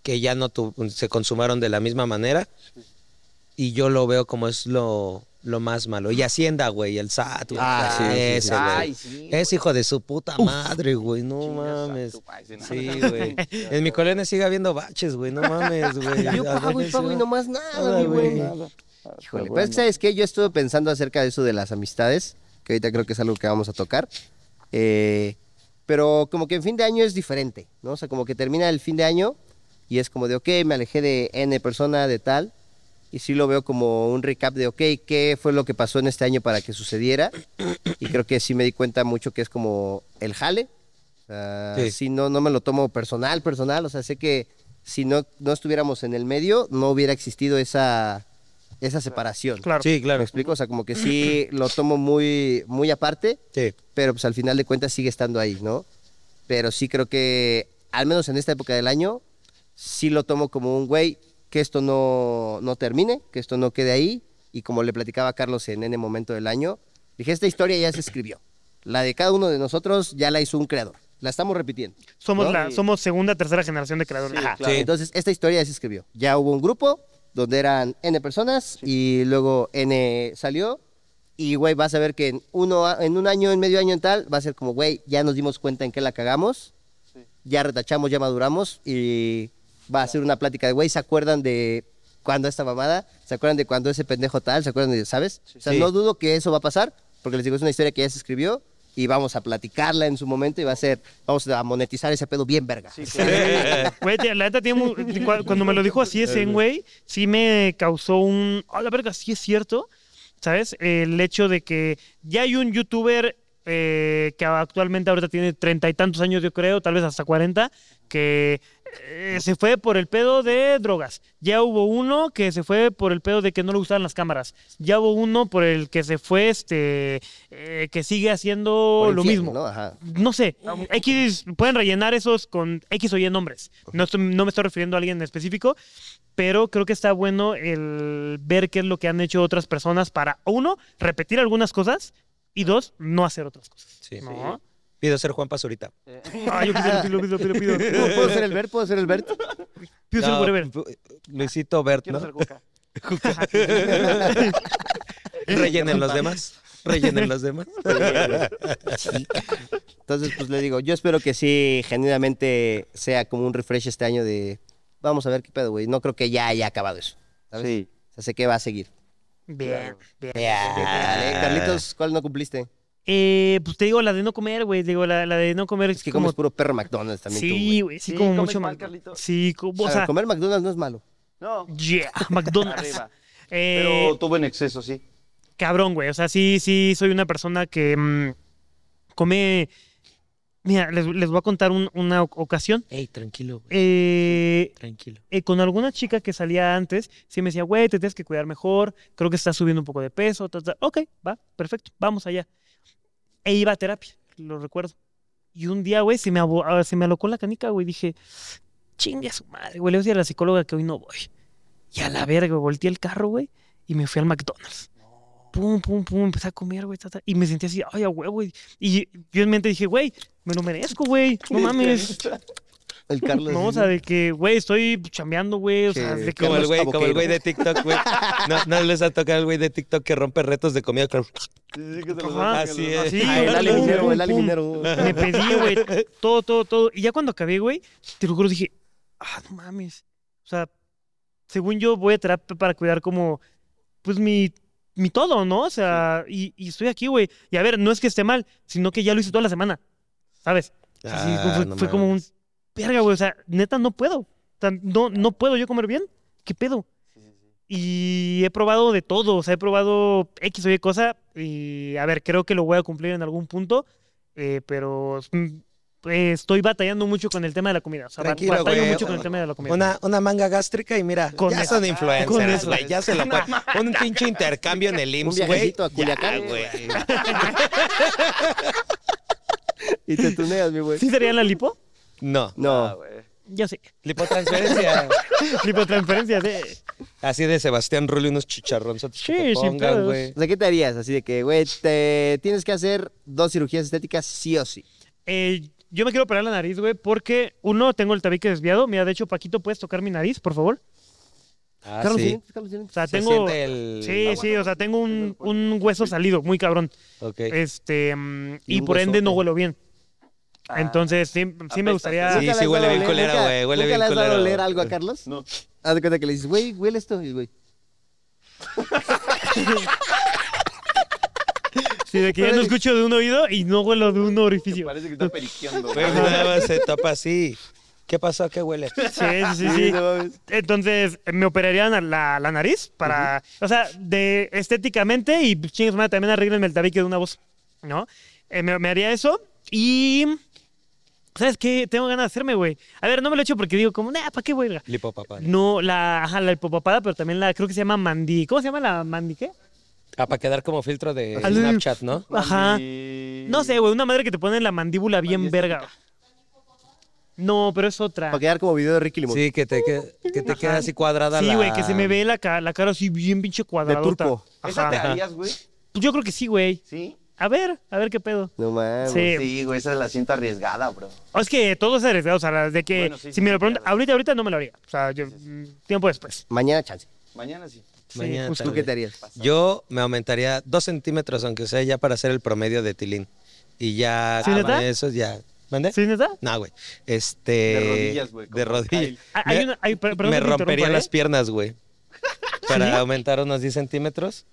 [SPEAKER 4] que ya no tu- se consumaron de la misma manera. Y yo lo veo como es lo, lo más malo. Y Hacienda, güey, el SAT. güey.
[SPEAKER 2] Ah, sí, sí, sí.
[SPEAKER 4] ese, güey.
[SPEAKER 3] Ay, sí,
[SPEAKER 4] Es hijo de su puta madre, güey. No
[SPEAKER 3] Chingas a
[SPEAKER 4] mames.
[SPEAKER 3] tu país, ¿no?
[SPEAKER 4] Sí,
[SPEAKER 2] *laughs*
[SPEAKER 4] güey. En mi colonia sigue habiendo baches, güey. No mames, güey.
[SPEAKER 2] Yo pago y pago y no más nada,
[SPEAKER 4] Nada,
[SPEAKER 2] mi güey.
[SPEAKER 4] güey. pues,
[SPEAKER 2] Híjole, pero es que, ¿sabes qué? Yo estuve pensando acerca de eso de las amistades, que ahorita creo que es algo que vamos a tocar. Eh, pero como que en fin de año es diferente, ¿no? O sea, como que termina el fin de año y es como de, ok, me alejé de N persona, de tal. Y sí lo veo como un recap de, ok, ¿qué fue lo que pasó en este año para que sucediera? Y creo que sí me di cuenta mucho que es como el jale. O sea,
[SPEAKER 4] Sí.
[SPEAKER 2] sí, no, no me lo tomo personal, personal. O sea, sé que si no, no estuviéramos en el medio, no hubiera existido esa, esa separación.
[SPEAKER 1] Claro.
[SPEAKER 4] Sí,
[SPEAKER 2] ¿Me
[SPEAKER 4] claro.
[SPEAKER 2] explico? O sea, como que sí lo tomo muy, muy aparte,
[SPEAKER 4] Sí.
[SPEAKER 2] pero pues al final de cuentas sigue estando ahí, ¿no? Pero sí creo que, al menos en esta época del año, sí lo tomo como un güey, que esto no, no termine, que esto no quede ahí. Y como le platicaba a Carlos en N momento del año, dije, esta historia ya se escribió. La de cada uno de nosotros ya la hizo un creador. La estamos repitiendo.
[SPEAKER 1] Somos,
[SPEAKER 2] ¿no?
[SPEAKER 1] la, somos segunda, tercera generación de creadores.
[SPEAKER 2] Ajá.
[SPEAKER 4] claro. Sí.
[SPEAKER 2] Entonces, esta historia ya se escribió. Ya hubo un grupo donde eran N personas y luego N salió. Y, güey, vas a ver que en, uno, a- en un año, en medio año, en tal, va a ser como, güey, ya nos dimos cuenta en qué la cagamos. Ya retachamos, ya maduramos. Y va a ser una plática de, güey, ¿se acuerdan de cuando esta mamada? ¿Se acuerdan de cuando ese pendejo tal? ¿Se acuerdan de, sabes? O sea,
[SPEAKER 4] Sí.
[SPEAKER 2] no dudo que eso va a pasar, porque les digo, es una historia que ya se escribió. Y vamos a platicarla en su momento y va a ser, vamos a monetizar ese pedo bien verga.
[SPEAKER 1] Güey, tía, la neta tiene mu- cua- cuando me lo dijo así ese güey, sí me causó un, a la verga, sí es cierto, ¿sabes? El hecho de que ya hay un youtuber eh, que actualmente ahorita tiene treinta y tantos años, yo creo, tal vez hasta cuarenta, que eh, se fue por el pedo de drogas. Ya hubo uno que se fue por el pedo de que no le gustaban las cámaras. Ya hubo uno por el que se fue, este, eh, que sigue haciendo
[SPEAKER 2] Por el
[SPEAKER 1] lo
[SPEAKER 2] infierno,
[SPEAKER 1] mismo
[SPEAKER 2] ¿no? Ajá.
[SPEAKER 1] no sé, X, pueden rellenar esos con X o Y nombres. No, estoy- no me estoy refiriendo a alguien en específico, pero creo que está bueno el ver qué es lo que han hecho otras personas para, uno, repetir algunas cosas y dos, no hacer otras *laughs* cosas.
[SPEAKER 4] Sí.
[SPEAKER 1] ¿No?
[SPEAKER 4] Pido ser Juan Pazurita.
[SPEAKER 1] Ay, Ah, yo quisiera, lo pido, lo pido, *laughs* pido, pido.
[SPEAKER 2] ¿Puedo, puedo ser el Bert? ¿Puedo ser el Bert?
[SPEAKER 1] Pido ser *laughs*
[SPEAKER 4] No,
[SPEAKER 1] whatever.
[SPEAKER 4] pu- Luisito Bert,
[SPEAKER 3] Quiero ser
[SPEAKER 4] ¿no?
[SPEAKER 3] Juca.
[SPEAKER 4] Rellenen los demás. Rellenen
[SPEAKER 2] *laughs*
[SPEAKER 4] los demás.
[SPEAKER 2] Entonces, pues le digo, yo espero que sí, genuinamente sea como un refresh este año de. Vamos a ver qué pedo, güey. No creo que ya haya acabado eso. ¿sabes?
[SPEAKER 3] Sí.
[SPEAKER 2] O sea, sé que va a seguir.
[SPEAKER 1] *laughs* Bien, bien.
[SPEAKER 2] Dale, Carlitos, ¿cuál no cumpliste?
[SPEAKER 1] Eh, pues te digo la de no comer, güey. Digo, la, la de no comer
[SPEAKER 2] Es que comes puro perro McDonald's también. tú,
[SPEAKER 1] Sí,
[SPEAKER 2] güey. Ah,
[SPEAKER 1] güey, sí,
[SPEAKER 3] Sí,
[SPEAKER 1] como
[SPEAKER 3] comes
[SPEAKER 1] mucho
[SPEAKER 3] mal,
[SPEAKER 1] más.
[SPEAKER 3] Carlito.
[SPEAKER 1] Sí, como,
[SPEAKER 2] A
[SPEAKER 1] o
[SPEAKER 2] ver,
[SPEAKER 1] sea,
[SPEAKER 2] comer McDonald's no es malo.
[SPEAKER 3] No,
[SPEAKER 1] yeah, *laughs* McDonald's.
[SPEAKER 3] arriba.
[SPEAKER 1] Eh,
[SPEAKER 3] Pero tuvo en exceso, sí.
[SPEAKER 1] cabrón, güey. O sea, sí, sí, soy una persona que mm, come. Mira, les, les voy a contar un- una oc- ocasión.
[SPEAKER 4] Ey, tranquilo, güey.
[SPEAKER 1] Eh,
[SPEAKER 4] Tranquilo.
[SPEAKER 1] eh, con alguna chica que salía antes, sí me decía, güey, te tienes que cuidar mejor, creo que estás subiendo un poco de peso. ta, ta". Ok, va, perfecto, vamos allá. E iba a terapia, lo recuerdo. Y un día, güey, se, me abo- ah, se me alocó la canica, güey. Dije, chingue a su madre, güey. Le voy a decir a la psicóloga que hoy no voy. Y a la verga, güey, volteé el carro, güey, y me fui al McDonald's. Pum, pum, pum, empecé a comer, güey, ta, ta, y me sentí así, ay, a huevo, güey. Y yo en mente dije, güey, me lo merezco, güey, no mames.
[SPEAKER 2] El Carlos.
[SPEAKER 1] No, o sea, de que, güey, estoy chambeando, güey. O sea,
[SPEAKER 2] Sí,
[SPEAKER 1] de que.
[SPEAKER 4] Como el
[SPEAKER 2] Carlos
[SPEAKER 4] güey, como el
[SPEAKER 2] Aboqueiro.
[SPEAKER 4] güey de TikTok, güey. No, no les ha tocado el güey de TikTok que rompe retos de comida. claro.
[SPEAKER 1] Ajá,
[SPEAKER 4] Así es.
[SPEAKER 1] así,
[SPEAKER 2] Ah, el
[SPEAKER 1] güey,
[SPEAKER 2] Ale
[SPEAKER 1] pum,
[SPEAKER 2] Minero,
[SPEAKER 1] pum,
[SPEAKER 2] el Ale
[SPEAKER 1] pum.
[SPEAKER 2] Minero.
[SPEAKER 1] Me pedí, güey, todo, todo, todo. Y ya cuando acabé, güey, te lo juro, dije, ah, no mames. O sea, según yo voy a terapia para cuidar como, pues, mi, mi todo, ¿no? O sea, y, y estoy aquí, güey. Y a ver, no es que esté mal, sino que ya lo hice toda la semana, ¿sabes? O sea, sí,
[SPEAKER 4] Ah,
[SPEAKER 1] fue,
[SPEAKER 4] no
[SPEAKER 1] fue como un,
[SPEAKER 4] mames.
[SPEAKER 1] verga, güey, o sea, neta, no puedo. O sea, no, no puedo yo comer bien. ¿Qué pedo? Y he probado de todo, o sea, he probado X o Y cosa. Y a ver, creo que lo voy a cumplir en algún punto, eh, pero mm, eh, estoy batallando mucho con el tema de la comida. O sea, bat-
[SPEAKER 4] Tranquilo,
[SPEAKER 1] batallo
[SPEAKER 4] güey,
[SPEAKER 1] mucho con
[SPEAKER 4] una-
[SPEAKER 1] el tema de la comida.
[SPEAKER 4] Una, una manga gástrica y mira,
[SPEAKER 1] Con
[SPEAKER 4] ya
[SPEAKER 1] eso.
[SPEAKER 4] son
[SPEAKER 1] Con
[SPEAKER 4] influencers,
[SPEAKER 1] eso.
[SPEAKER 4] güey. Ya se lo pueden. Un pinche intercambio en el
[SPEAKER 2] Un
[SPEAKER 4] IMSS, güey.
[SPEAKER 2] viajecito a Culiacán. güey. *laughs* y te tuneas, mi güey.
[SPEAKER 1] ¿Sí sería la lipo?
[SPEAKER 4] No.
[SPEAKER 3] Ah,
[SPEAKER 2] No.
[SPEAKER 3] güey.
[SPEAKER 1] Ya sé. *laughs*
[SPEAKER 4] Lipotransferencia.
[SPEAKER 1] Lipotransferencia, sí.
[SPEAKER 4] Así de Sebastián Rulli, unos chicharronzotes que
[SPEAKER 1] Sí,
[SPEAKER 4] te
[SPEAKER 1] sin
[SPEAKER 4] pongan,
[SPEAKER 1] pedos.
[SPEAKER 4] güey.
[SPEAKER 2] O sea, ¿qué te harías? Así de que, güey, te tienes que hacer dos cirugías estéticas sí o sí.
[SPEAKER 1] Eh, yo me quiero operar la nariz, güey, porque uno, tengo el tabique desviado. Mira, de hecho, Paquito, ¿puedes tocar mi nariz, por favor?
[SPEAKER 4] Ah,
[SPEAKER 2] Carlos
[SPEAKER 4] sí.
[SPEAKER 2] Salinas, Carlos Salinas.
[SPEAKER 1] O sea,
[SPEAKER 4] Se
[SPEAKER 1] tengo...
[SPEAKER 4] siente el-
[SPEAKER 1] Sí,
[SPEAKER 4] la
[SPEAKER 1] sí, o sea, tengo un, un hueso salido, muy cabrón.
[SPEAKER 4] Ok.
[SPEAKER 1] Este, mm,
[SPEAKER 2] Y
[SPEAKER 1] y,
[SPEAKER 2] un
[SPEAKER 1] por ende no
[SPEAKER 2] huesote.
[SPEAKER 1] huelo bien.
[SPEAKER 3] Ah.
[SPEAKER 1] Entonces, sí, sí me
[SPEAKER 3] Apesta,
[SPEAKER 1] gustaría...
[SPEAKER 4] Sí,
[SPEAKER 2] ¿Nunca le
[SPEAKER 4] sí,
[SPEAKER 2] has
[SPEAKER 4] huele
[SPEAKER 2] dado
[SPEAKER 4] bien
[SPEAKER 2] a oler-
[SPEAKER 4] culero,
[SPEAKER 2] nunca-
[SPEAKER 4] güey, huele
[SPEAKER 2] ¿nunca
[SPEAKER 4] bien
[SPEAKER 2] le has dado a
[SPEAKER 4] culero.
[SPEAKER 2] oler
[SPEAKER 4] *laughs*
[SPEAKER 2] algo a Carlos?
[SPEAKER 3] No.
[SPEAKER 2] Haz de cuenta que le dices, güey, huele esto. Y, güey,
[SPEAKER 1] Sí, de que ya no escucho de un oído y no huelo de un orificio.
[SPEAKER 3] Parece que está periqueando.
[SPEAKER 4] Güey, pues, nada más se tapa así. ¿Qué pasó? ¿Qué huele?
[SPEAKER 1] Sí, sí, sí. sí. Entonces, me operarían a la, la nariz para. O sea, de estéticamente y chingues madre, también arreglenme el tabique de una voz, ¿no? Eh, me, me haría eso y. ¿Sabes qué? Tengo ganas de hacerme, güey. A ver, no me lo he hecho porque digo, como, nah, ¿para qué, güey?
[SPEAKER 4] Lipopapada.
[SPEAKER 1] No, la, ajá, la hipopapada, pero también la, creo que se llama mandí. ¿Cómo se llama la mandí qué?
[SPEAKER 4] Ah, para quedar como filtro de
[SPEAKER 1] Al-
[SPEAKER 4] Snapchat, ¿no?
[SPEAKER 1] Ajá.
[SPEAKER 3] Y-
[SPEAKER 1] No sé, güey, una madre que te pone la mandíbula bien
[SPEAKER 3] Mandí
[SPEAKER 1] verga. No, pero es otra.
[SPEAKER 2] Para quedar como video de Ricky Limón.
[SPEAKER 4] Sí, que te, que, que te queda así cuadrada
[SPEAKER 1] Sí,
[SPEAKER 4] la-
[SPEAKER 1] güey, que se me ve la, ca- la cara así bien pinche cuadradota.
[SPEAKER 2] turco.
[SPEAKER 3] ¿Esa te
[SPEAKER 1] Ajá.
[SPEAKER 3] harías, güey?
[SPEAKER 1] Pues yo creo que sí, güey.
[SPEAKER 3] ¿Sí?
[SPEAKER 1] A ver, a ver qué pedo.
[SPEAKER 2] No mames.
[SPEAKER 1] Sí.
[SPEAKER 3] Sí, güey, esa la siento arriesgada, bro.
[SPEAKER 1] O es que todo es arriesgado, o sea, la- de que
[SPEAKER 3] Bueno, sí,
[SPEAKER 1] si
[SPEAKER 3] sí,
[SPEAKER 1] me lo
[SPEAKER 3] sí,
[SPEAKER 1] preguntan,
[SPEAKER 3] claro.
[SPEAKER 1] ahorita, ahorita no me lo haría. O sea, yo, mm, tiempo después.
[SPEAKER 2] Mañana chance.
[SPEAKER 3] Mañana sí.
[SPEAKER 4] Mañana
[SPEAKER 1] pues,
[SPEAKER 2] ¿Tú
[SPEAKER 4] tal
[SPEAKER 2] qué
[SPEAKER 4] vez.
[SPEAKER 2] te harías?
[SPEAKER 4] Yo me aumentaría dos centímetros, aunque sea ya para hacer el promedio de Tilín. Y ya,
[SPEAKER 1] ¿Sí,
[SPEAKER 4] con
[SPEAKER 1] neta?
[SPEAKER 4] eso ya. ¿Mandé?
[SPEAKER 1] ¿Sí, neta?
[SPEAKER 4] No, güey. Este.
[SPEAKER 3] De rodillas, güey,
[SPEAKER 4] De
[SPEAKER 3] como
[SPEAKER 4] rodillas.
[SPEAKER 3] Kyle.
[SPEAKER 1] Ah,
[SPEAKER 4] Me-
[SPEAKER 1] hay una- hay- per- perdón
[SPEAKER 4] me
[SPEAKER 1] que te
[SPEAKER 4] rompería
[SPEAKER 1] interrumpa,
[SPEAKER 4] las
[SPEAKER 1] ¿eh? *laughs*
[SPEAKER 4] piernas, güey. Para aumentar unos 10 centímetros.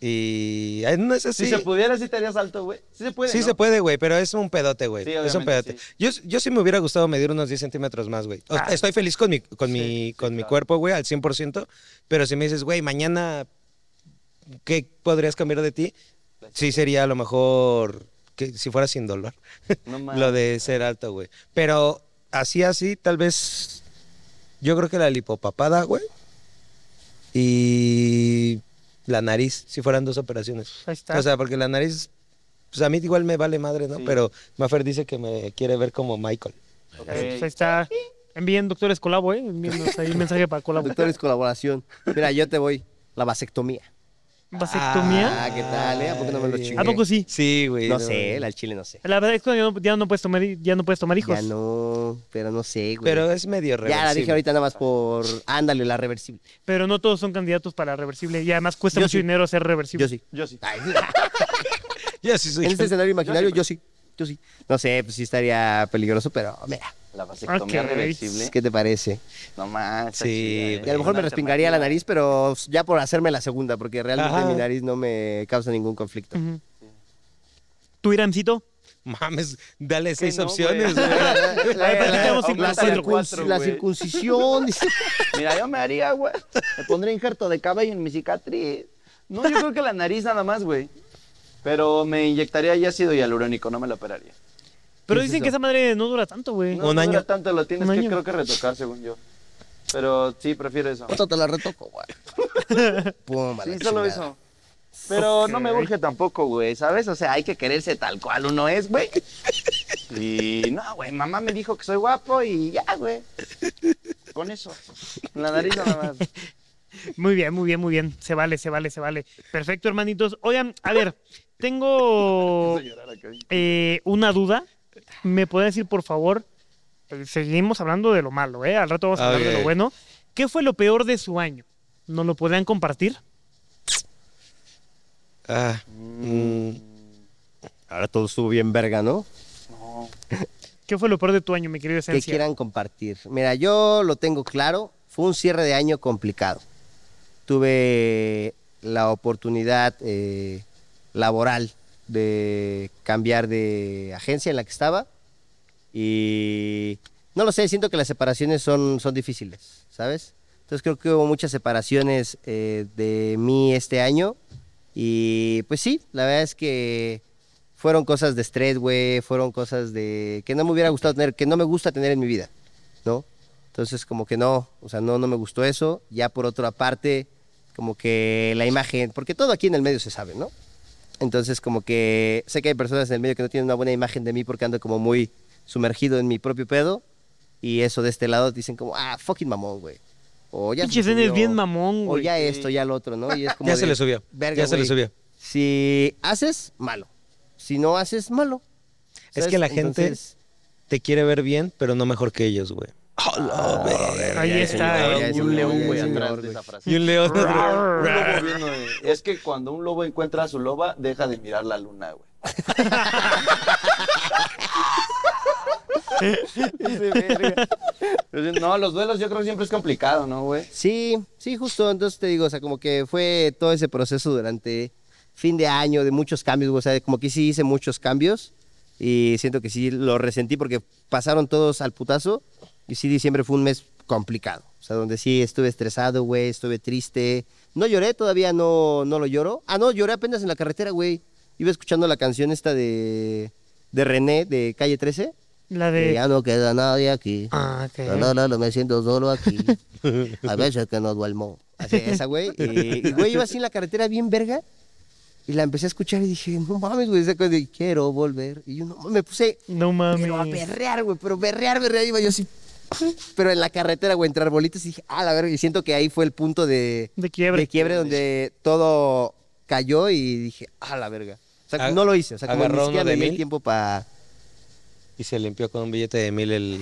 [SPEAKER 4] Y. ay, no es así.
[SPEAKER 3] Si se pudiera, sí te harías alto, güey. Sí se puede,
[SPEAKER 4] Sí
[SPEAKER 3] ¿no?
[SPEAKER 4] se puede, güey, pero es un pedote, güey.
[SPEAKER 3] Sí,
[SPEAKER 4] es un
[SPEAKER 3] obviamente,
[SPEAKER 4] pedote. Yo, yo sí me hubiera gustado medir unos 10 centímetros más, güey. O-
[SPEAKER 1] Ah.
[SPEAKER 4] Estoy feliz con mi, con mi,
[SPEAKER 3] sí,
[SPEAKER 4] con mi
[SPEAKER 3] claro.
[SPEAKER 4] cuerpo, güey, al 100%, pero si me dices, güey, mañana, ¿qué podrías cambiar de ti? Sí sería a lo mejor, que, si fuera sin dolor,
[SPEAKER 3] No mames.
[SPEAKER 4] *laughs* lo de ser alto, güey. Pero así, así, tal vez, yo creo que la lipopapada, güey, y la nariz, si fueran dos operaciones.
[SPEAKER 1] Ahí está.
[SPEAKER 4] O sea, porque la nariz, pues a mí igual me vale madre, ¿no?
[SPEAKER 3] Sí.
[SPEAKER 4] Pero Mafer dice que me quiere ver como Michael.
[SPEAKER 3] Ok.
[SPEAKER 1] Pues ahí está. Envíen doctores colabo, ¿eh? Envíennos ahí un mensaje para colabo.
[SPEAKER 2] Doctores, colaboración. Mira, yo te voy. La vasectomía.
[SPEAKER 1] ¿Vasectomía?
[SPEAKER 2] Ah, ¿qué tal, eh? ¿A poco no me lo
[SPEAKER 4] Ay,
[SPEAKER 2] chingué?
[SPEAKER 1] ¿A poco sí?
[SPEAKER 4] Sí, güey.
[SPEAKER 2] No sé, la al chile no sé.
[SPEAKER 1] La verdad es que ya no, ya no puedes, tomar, hi- ya no puedes tomar hijos.
[SPEAKER 2] Ya no, pero no sé, güey.
[SPEAKER 4] Pero es medio reversible.
[SPEAKER 2] ya la dije ahorita nada más por. Ándale, la reversible.
[SPEAKER 1] Pero no todos son candidatos para reversible. Y además cuesta
[SPEAKER 2] Yo
[SPEAKER 1] mucho
[SPEAKER 2] sí.
[SPEAKER 1] dinero hacer reversible.
[SPEAKER 2] Yo sí.
[SPEAKER 3] Yo sí. Ah,
[SPEAKER 2] Ay,
[SPEAKER 4] *laughs* Ya sí soy.
[SPEAKER 2] en este escenario imaginario, yo sí. Yo sí. No sé, pues sí estaría peligroso, pero mira, pues,
[SPEAKER 3] La vasectomía
[SPEAKER 1] Ok.
[SPEAKER 3] reversible.
[SPEAKER 2] ¿qué te parece?
[SPEAKER 3] No más.
[SPEAKER 4] Sí,
[SPEAKER 2] Y a lo mejor me respingaría la nariz, pero ya por hacerme la segunda, porque realmente
[SPEAKER 4] Ajá.
[SPEAKER 2] mi nariz no me causa ningún
[SPEAKER 3] *laughs*
[SPEAKER 2] conflicto.
[SPEAKER 1] Ujú. ¿Tú, Iramcito?
[SPEAKER 4] Mames, dale seis
[SPEAKER 3] no,
[SPEAKER 4] opciones,
[SPEAKER 3] güey. *laughs*
[SPEAKER 4] güey.
[SPEAKER 2] *laughs*
[SPEAKER 1] Ay, pero aquí tenemos
[SPEAKER 2] la
[SPEAKER 1] cincuenta y
[SPEAKER 2] circunci-
[SPEAKER 3] cuatro,
[SPEAKER 2] la
[SPEAKER 3] güey.
[SPEAKER 2] circuncisión.
[SPEAKER 3] *laughs*
[SPEAKER 2] dice.
[SPEAKER 3] Mira, yo me haría, güey. Me pondría injerto de cabello en mi cicatriz. No, yo creo que la nariz nada más, güey. Pero me inyectaría ya ácido hialurónico, no me lo operaría.
[SPEAKER 1] Pero
[SPEAKER 2] ¿Qué es
[SPEAKER 1] dicen que
[SPEAKER 2] eso?
[SPEAKER 1] esa madre no dura tanto, güey.
[SPEAKER 3] No,
[SPEAKER 4] Un
[SPEAKER 3] no
[SPEAKER 4] año.
[SPEAKER 3] dura tanto lo tienes
[SPEAKER 1] Un
[SPEAKER 3] que
[SPEAKER 1] año.
[SPEAKER 3] creo que retocar, según yo. Pero sí, prefiero eso.
[SPEAKER 2] Ahorita te la retoco, güey. Pum, a la
[SPEAKER 3] Sí, solo
[SPEAKER 2] chingada.
[SPEAKER 3] eso. Pero no me urge tampoco, güey, ¿sabes? O sea, hay que quererse tal cual uno es, güey. Y no, güey, mamá me dijo que soy guapo y ya, güey. Con eso. La nariz nada más.
[SPEAKER 1] Muy bien, muy bien, muy bien. Se vale, se vale, se vale. Perfecto, hermanitos. Oigan, a ver,
[SPEAKER 2] *laughs*
[SPEAKER 1] tengo eh, una duda. ¿Me pueden decir, por favor? eh, Seguimos hablando de lo malo, ¿eh? Al rato vamos a hablar de
[SPEAKER 4] Ok.
[SPEAKER 1] lo bueno. ¿Qué fue lo peor de su año? ¿Nos lo podrían compartir?
[SPEAKER 4] Ah, mm,
[SPEAKER 2] Ahora todo estuvo bien verga, ¿no?
[SPEAKER 1] ¿Qué fue lo peor de tu año, mi querido
[SPEAKER 2] Que
[SPEAKER 1] Esencia?
[SPEAKER 2] quieran compartir. Mira, yo lo tengo claro. Fue un cierre de año complicado. Tuve la oportunidad eh, laboral de cambiar de agencia en la que estaba. Y no lo sé, siento que las separaciones son, son difíciles, ¿sabes? Entonces creo que hubo muchas separaciones eh, de mí este año. Y pues sí, la verdad es que fueron cosas de estrés, güey, fueron cosas de que no me hubiera gustado tener, que no me gusta tener en mi vida, ¿no? Entonces como que no, o sea, no, no me gustó eso. Ya por otra parte, como que la imagen, porque todo aquí en el medio se sabe, ¿no? Entonces como que sé que hay personas en el medio que no tienen una buena imagen de mí porque ando como muy sumergido en mi propio pedo. Y eso de este lado dicen como, ah, fucking mamón, güey. O ya se
[SPEAKER 1] Pinche Zen es
[SPEAKER 2] subió,
[SPEAKER 1] bien mamón,
[SPEAKER 2] O
[SPEAKER 1] güey.
[SPEAKER 2] ya esto, ya lo otro, ¿no? Y
[SPEAKER 4] *laughs*
[SPEAKER 2] es como
[SPEAKER 4] Ya
[SPEAKER 2] de,
[SPEAKER 4] se le subió.
[SPEAKER 2] verga,
[SPEAKER 4] ya se le
[SPEAKER 2] güey,
[SPEAKER 4] subió.
[SPEAKER 2] Si haces, malo. Si no haces, malo.
[SPEAKER 4] Es
[SPEAKER 2] ¿Sabes?
[SPEAKER 4] que la gente-
[SPEAKER 2] Entonces,
[SPEAKER 4] Te quiere ver bien, pero no mejor que ellos, güey.
[SPEAKER 1] Ahí está.
[SPEAKER 2] ya
[SPEAKER 1] eh.
[SPEAKER 2] es
[SPEAKER 3] un
[SPEAKER 2] un
[SPEAKER 3] león,
[SPEAKER 2] león,
[SPEAKER 3] güey,
[SPEAKER 2] ya es un
[SPEAKER 3] atrás
[SPEAKER 2] león,
[SPEAKER 3] de esa
[SPEAKER 2] güey.
[SPEAKER 3] frase.
[SPEAKER 4] Y un león.
[SPEAKER 3] Un lobo viendo de- Es que cuando un lobo encuentra a su loba, deja de mirar la luna, güey. Ese verga. Entonces, Pues, No, los duelos yo creo que siempre es complicado, ¿no, güey?
[SPEAKER 2] Sí, sí, justo. Entonces te digo, o sea, como que fue todo ese proceso durante fin de año, de muchos cambios, güey, o sea, como que sí hice muchos cambios y siento que sí lo resentí porque pasaron todos al putazo y sí, diciembre fue un mes complicado. O sea, donde sí estuve estresado, güey, estuve triste. No lloré, todavía no, no lo lloro. Ah, no, lloré apenas en la carretera, güey. Iba escuchando la canción esta de, de René, de Calle 13.
[SPEAKER 1] La
[SPEAKER 2] que
[SPEAKER 1] de.
[SPEAKER 2] ya no queda nadie aquí.
[SPEAKER 1] Ah, ok.
[SPEAKER 2] No, no, no, no, me siento solo *laughs* aquí. A veces que no duermo. Así, esa, güey. Y, y, güey, iba así en la carretera bien verga. Y la empecé a escuchar y dije, no mames, güey. Esa cosa de quiero volver. Y yo, no mames, me puse,
[SPEAKER 1] No
[SPEAKER 2] pero a
[SPEAKER 1] mames.
[SPEAKER 2] berrear, güey. Pero berrear, berrear. Iba yo así. Pero en la carretera, güey, entrar bolitas. Y dije, ah, la verga. Y siento que ahí fue el punto de,
[SPEAKER 1] De quiebre.
[SPEAKER 2] de quiebre donde todo cayó y dije, ah, la verga. O sea,
[SPEAKER 4] Ag-
[SPEAKER 2] no lo hice. O sea, como ni
[SPEAKER 4] agarró uno
[SPEAKER 2] siquiera
[SPEAKER 4] de
[SPEAKER 2] me di
[SPEAKER 4] mil.
[SPEAKER 2] tiempo para...
[SPEAKER 4] Y se limpió con un billete de mil *laughs* el.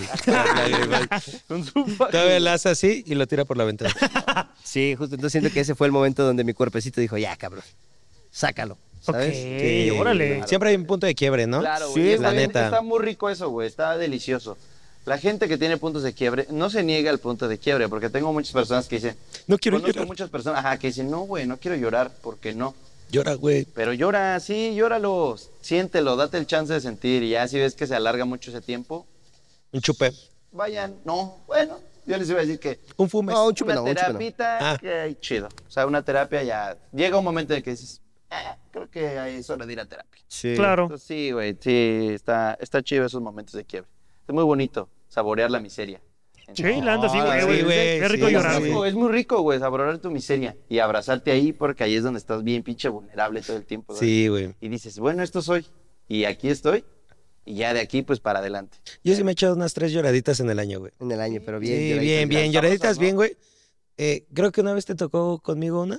[SPEAKER 4] Todavía la hace así y lo tira por la ventana.
[SPEAKER 2] Sí, justo. Entonces siento que ese fue el momento donde mi cuerpecito dijo, ya, cabrón, sácalo. ¿Sabes?
[SPEAKER 1] Ok,
[SPEAKER 4] Sí.
[SPEAKER 1] órale.
[SPEAKER 4] Siempre hay un punto de quiebre, ¿no?
[SPEAKER 3] Claro,
[SPEAKER 2] Sí,
[SPEAKER 3] güey. está,
[SPEAKER 4] la
[SPEAKER 3] bien,
[SPEAKER 4] neta.
[SPEAKER 3] está muy rico eso, güey. Está delicioso. La gente que tiene puntos de quiebre no se niega al punto de quiebre, porque tengo muchas personas que dicen.
[SPEAKER 4] No quiero
[SPEAKER 3] conozco
[SPEAKER 4] llorar.
[SPEAKER 3] muchas personas ajá, que dicen, no, güey, no quiero llorar, porque no.
[SPEAKER 4] Llora, güey.
[SPEAKER 3] Pero llora, sí, llóralo, siéntelo, date el chance de sentir. Y ya si ves que se alarga mucho ese tiempo,
[SPEAKER 4] Un chupe.
[SPEAKER 3] Pues vayan, no, bueno, yo les iba a decir que
[SPEAKER 4] Un fume.
[SPEAKER 2] No, un chupe
[SPEAKER 3] una
[SPEAKER 2] no, un chupe no.
[SPEAKER 3] terapita,
[SPEAKER 4] Ah.
[SPEAKER 3] que ay, chido. O sea, una terapia ya, llega un momento en el que dices, "Ah, creo que ahí es hora de ir a terapia.
[SPEAKER 2] Sí.
[SPEAKER 1] Claro.
[SPEAKER 3] Entonces, sí, güey, sí, está, está chido esos momentos de quiebre. Es muy bonito saborear la miseria.
[SPEAKER 1] Sí, la anda así,
[SPEAKER 4] No,
[SPEAKER 1] güey,
[SPEAKER 4] sí,
[SPEAKER 1] güey.
[SPEAKER 4] güey,
[SPEAKER 1] Qué
[SPEAKER 4] sí,
[SPEAKER 1] rico
[SPEAKER 4] sí,
[SPEAKER 1] llorar,
[SPEAKER 4] sí.
[SPEAKER 1] güey.
[SPEAKER 3] Es muy rico, güey, saborear tu miseria y abrazarte ahí porque ahí es donde estás bien pinche vulnerable todo el tiempo. güey.
[SPEAKER 4] Sí, güey.
[SPEAKER 3] y dices, bueno, esto soy, y aquí estoy, y ya de aquí, pues para adelante.
[SPEAKER 4] Yo sí me he echado unas tres lloraditas en el año, güey.
[SPEAKER 2] En el año, pero
[SPEAKER 4] Sí,
[SPEAKER 2] bien.
[SPEAKER 4] bien,
[SPEAKER 2] lloradito.
[SPEAKER 4] bien,
[SPEAKER 3] las
[SPEAKER 4] Lloraditas,
[SPEAKER 3] famosas, ¿no?
[SPEAKER 4] bien, güey. Eh, creo que una vez te tocó conmigo una.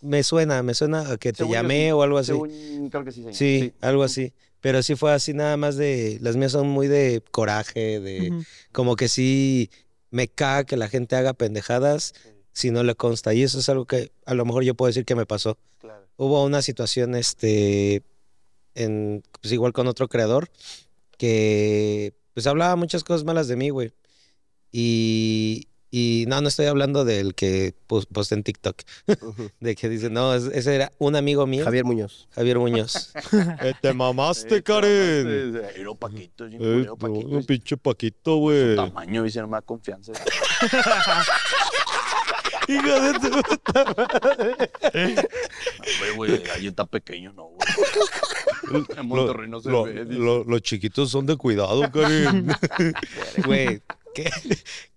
[SPEAKER 4] Me suena, me suena a que te
[SPEAKER 3] Según yo
[SPEAKER 4] llamé
[SPEAKER 3] sí.
[SPEAKER 4] o algo así.
[SPEAKER 3] Según- creo que sí, señor.
[SPEAKER 4] Ah, Sí, Ah. algo así. Pero sí fue así nada más de... Las mías son muy de coraje, de...
[SPEAKER 1] Ujú.
[SPEAKER 4] Como que sí me caga que la gente haga pendejadas si no le consta. Y eso es algo que a lo mejor yo puedo decir que me pasó.
[SPEAKER 3] Claro.
[SPEAKER 4] Hubo una situación, este... En, pues igual con otro creador, que pues hablaba muchas cosas malas de mí, güey. Y... Y no, no estoy hablando del que pus- posté en TikTok,
[SPEAKER 2] Ujú.
[SPEAKER 4] *laughs* de que dice, no, es- ese era un amigo mío.
[SPEAKER 2] Javier Muñoz.
[SPEAKER 4] Javier Muñoz. *laughs* Te mamaste,
[SPEAKER 3] pues, Era un paquito, sí, era un paquito. es
[SPEAKER 4] pinche Paquito,
[SPEAKER 3] su
[SPEAKER 4] güey.
[SPEAKER 3] Tamaño, dice, no más confianza.
[SPEAKER 4] Hijo de tu
[SPEAKER 3] Hombre, güey, ahí está pequeño, no,
[SPEAKER 4] *laughs*
[SPEAKER 3] güey. En Monterrey no se ve. dice.
[SPEAKER 4] los chiquitos son de cuidado, Karim. *laughs* Güey, que,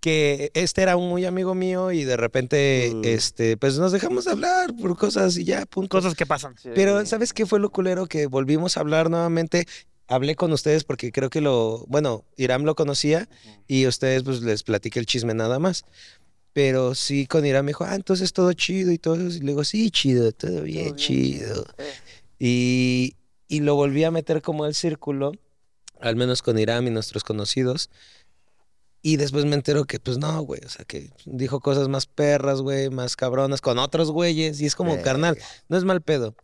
[SPEAKER 4] que este era un muy amigo mío y de repente, este, pues nos dejamos de hablar por cosas y ya, punto.
[SPEAKER 1] Cosas que pasan.
[SPEAKER 3] Sí,
[SPEAKER 4] Pero
[SPEAKER 3] güey.
[SPEAKER 4] ¿sabes qué fue lo culero? Que volvimos a hablar nuevamente. Hablé con ustedes porque creo que lo, bueno, Iram lo conocía y ustedes pues les platiqué el chisme nada más. Pero sí con Iram me dijo, ah, entonces todo chido y todo eso. Y le digo, sí, chido, todo bien,
[SPEAKER 3] bien,
[SPEAKER 4] chido.
[SPEAKER 3] Eh.
[SPEAKER 4] Y, y lo volví a meter como al círculo, al menos con Iram y nuestros conocidos. Y después me entero que, pues no, güey, o sea, que dijo cosas más perras, güey, más cabronas, con otros güeyes. Y es como,
[SPEAKER 2] Eh,
[SPEAKER 4] carnal, no es mal pedo.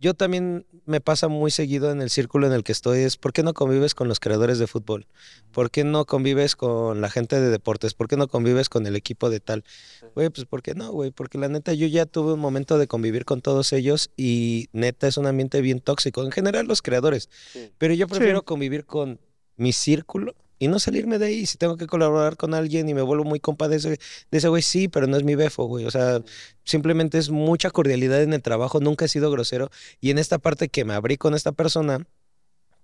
[SPEAKER 4] Yo también me pasa muy seguido en el círculo en el que estoy es ¿por qué no convives con los creadores de fútbol? ¿Por qué no convives con la gente de deportes? ¿Por qué no convives con el equipo de tal? Güey, pues ¿por qué no, güey? Porque la neta yo ya tuve un momento de convivir con todos ellos y neta es un ambiente bien tóxico. En general los creadores.
[SPEAKER 3] Sí.
[SPEAKER 4] Pero yo prefiero
[SPEAKER 1] Sí.
[SPEAKER 4] convivir con mi círculo y y no salirme de ahí. Si tengo que colaborar con alguien y me vuelvo muy compa de ese, de ese güey, sí, pero no es mi befo, güey. O sea, simplemente es mucha cordialidad en el trabajo, nunca he sido grosero. Y en esta parte que me abrí con esta persona,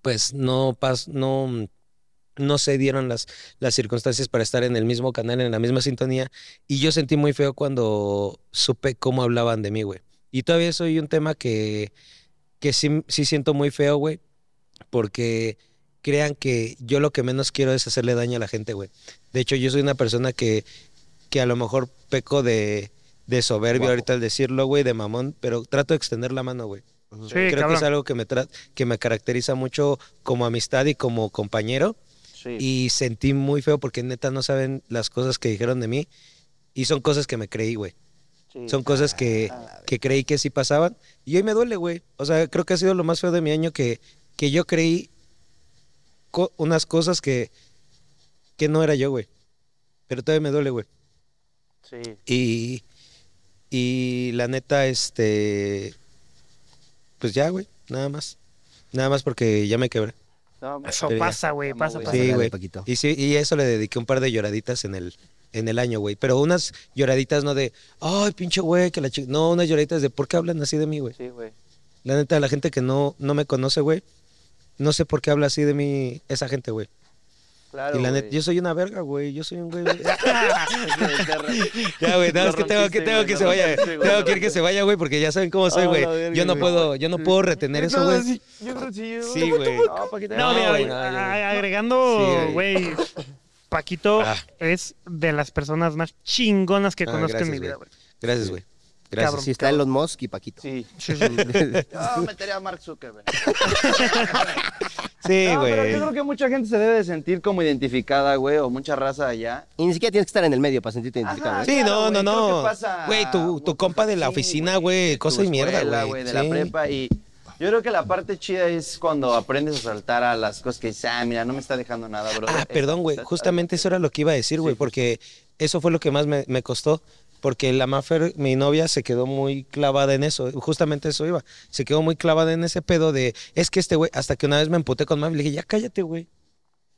[SPEAKER 4] pues no pas, no no se dieron las, las circunstancias para estar en el mismo canal, en la misma sintonía. Y yo sentí muy feo cuando supe cómo hablaban de mí, güey. Y todavía soy un tema que, que sí, sí siento muy feo, güey. Porque crean que yo lo que menos quiero es hacerle daño a la gente, güey. De hecho, yo soy una persona que, que a lo mejor peco de, de soberbio ahorita al decirlo, güey, de mamón, pero trato de extender la mano, güey.
[SPEAKER 1] Sí,
[SPEAKER 4] Creo que es
[SPEAKER 1] cabrón.
[SPEAKER 4] algo que me, tra- que me caracteriza mucho como amistad y como compañero.
[SPEAKER 3] Sí.
[SPEAKER 4] Y sentí muy feo porque neta no saben las cosas que dijeron de mí. Y son cosas que me creí, güey.
[SPEAKER 3] Sí. Ah,
[SPEAKER 4] Son cosas que, que creí que sí pasaban. Y hoy me duele, güey. O sea, creo que ha sido lo más feo de mi año que, que yo creí co- unas cosas que, que no era yo, güey. Pero todavía me duele, güey.
[SPEAKER 3] Sí.
[SPEAKER 4] Y, y la neta, este. Pues ya, güey. Nada más. Nada más porque ya me quebré.
[SPEAKER 3] No,
[SPEAKER 1] Eso
[SPEAKER 4] Pero ya.
[SPEAKER 1] pasa, güey,
[SPEAKER 3] Amo,
[SPEAKER 1] pasa,
[SPEAKER 3] güey.
[SPEAKER 1] pasa.
[SPEAKER 2] Pásale,
[SPEAKER 4] Sí, güey.
[SPEAKER 2] Paquito.
[SPEAKER 4] Y sí, y eso le dediqué un par de lloraditas en el, en el año, güey. Pero unas lloraditas no de, ay, pinche güey, que la chica. No, unas lloraditas de, ¿por qué hablan así de mí, güey?
[SPEAKER 3] sí, güey.
[SPEAKER 4] La neta, la gente que no, no me conoce, güey, no sé por qué habla así de mí esa gente, güey.
[SPEAKER 3] Claro.
[SPEAKER 4] y la neta,
[SPEAKER 3] güey.
[SPEAKER 4] yo soy una verga, güey. Yo soy un güey. *laughs*
[SPEAKER 3] Te- te re-
[SPEAKER 4] Ya, güey, no,
[SPEAKER 3] Lo
[SPEAKER 4] es que tengo que,
[SPEAKER 3] rompiste,
[SPEAKER 4] tengo
[SPEAKER 3] güey,
[SPEAKER 4] que
[SPEAKER 3] lo
[SPEAKER 4] se vaya.
[SPEAKER 3] rompiste, güey,
[SPEAKER 4] Tengo
[SPEAKER 3] lo
[SPEAKER 4] que ir que se vaya, güey, porque ya saben cómo soy,
[SPEAKER 3] Ah,
[SPEAKER 4] güey.
[SPEAKER 3] la verga,
[SPEAKER 4] Yo no
[SPEAKER 3] güey.
[SPEAKER 4] puedo, yo no puedo retener eso, güey.
[SPEAKER 3] sí, Yo creo que sí. yo-
[SPEAKER 4] Sí, güey.
[SPEAKER 3] No, Paquita,
[SPEAKER 1] No, mira, güey,
[SPEAKER 4] güey, no,
[SPEAKER 1] a-
[SPEAKER 4] güey.
[SPEAKER 1] agregando,
[SPEAKER 4] Sí,
[SPEAKER 1] güey, Paquito
[SPEAKER 4] *laughs* Ah.
[SPEAKER 1] es de las personas más chingonas que
[SPEAKER 4] Ah,
[SPEAKER 1] conozco en
[SPEAKER 4] gracias,
[SPEAKER 1] mi
[SPEAKER 4] güey.
[SPEAKER 1] vida, güey.
[SPEAKER 4] Gracias, güey. Gracias.
[SPEAKER 1] Cabrón.
[SPEAKER 2] Si está Elon Musk y Paquito.
[SPEAKER 3] Sí.
[SPEAKER 1] Sí, sí.
[SPEAKER 3] Yo metería a Mark Zuckerberg.
[SPEAKER 4] Sí,
[SPEAKER 3] No, pero
[SPEAKER 4] güey.
[SPEAKER 3] yo creo que mucha gente se debe de sentir como identificada, güey, o mucha raza allá.
[SPEAKER 2] *laughs* Y ni siquiera tienes que estar en el medio para sentirte identificado.
[SPEAKER 3] Ajá.
[SPEAKER 2] ¿eh?
[SPEAKER 4] Sí,
[SPEAKER 3] Claro,
[SPEAKER 4] no, no,
[SPEAKER 3] güey, creo que
[SPEAKER 4] no.
[SPEAKER 3] pasa
[SPEAKER 4] Güey, tu, tu
[SPEAKER 3] mucho.
[SPEAKER 4] compa de la
[SPEAKER 3] Sí,
[SPEAKER 4] oficina,
[SPEAKER 3] güey,
[SPEAKER 4] güey, cosa
[SPEAKER 3] tu
[SPEAKER 4] y mierda,
[SPEAKER 3] escuela,
[SPEAKER 4] güey.
[SPEAKER 3] De la
[SPEAKER 4] Sí.
[SPEAKER 3] prepa. Y yo creo que la parte chida es cuando aprendes a saltar a las cosas que dices, ah, mira, no me está dejando nada, bro.
[SPEAKER 4] Ah, perdón, güey. Justamente eso era lo que iba a decir, güey, porque eso fue lo que más me, me costó. Porque la Mafer, mi novia, se quedó muy clavada en eso. Justamente eso iba. Se quedó muy clavada en ese pedo de. Es que este güey, hasta que una vez me emputé con Mafer, le dije, ya cállate, güey.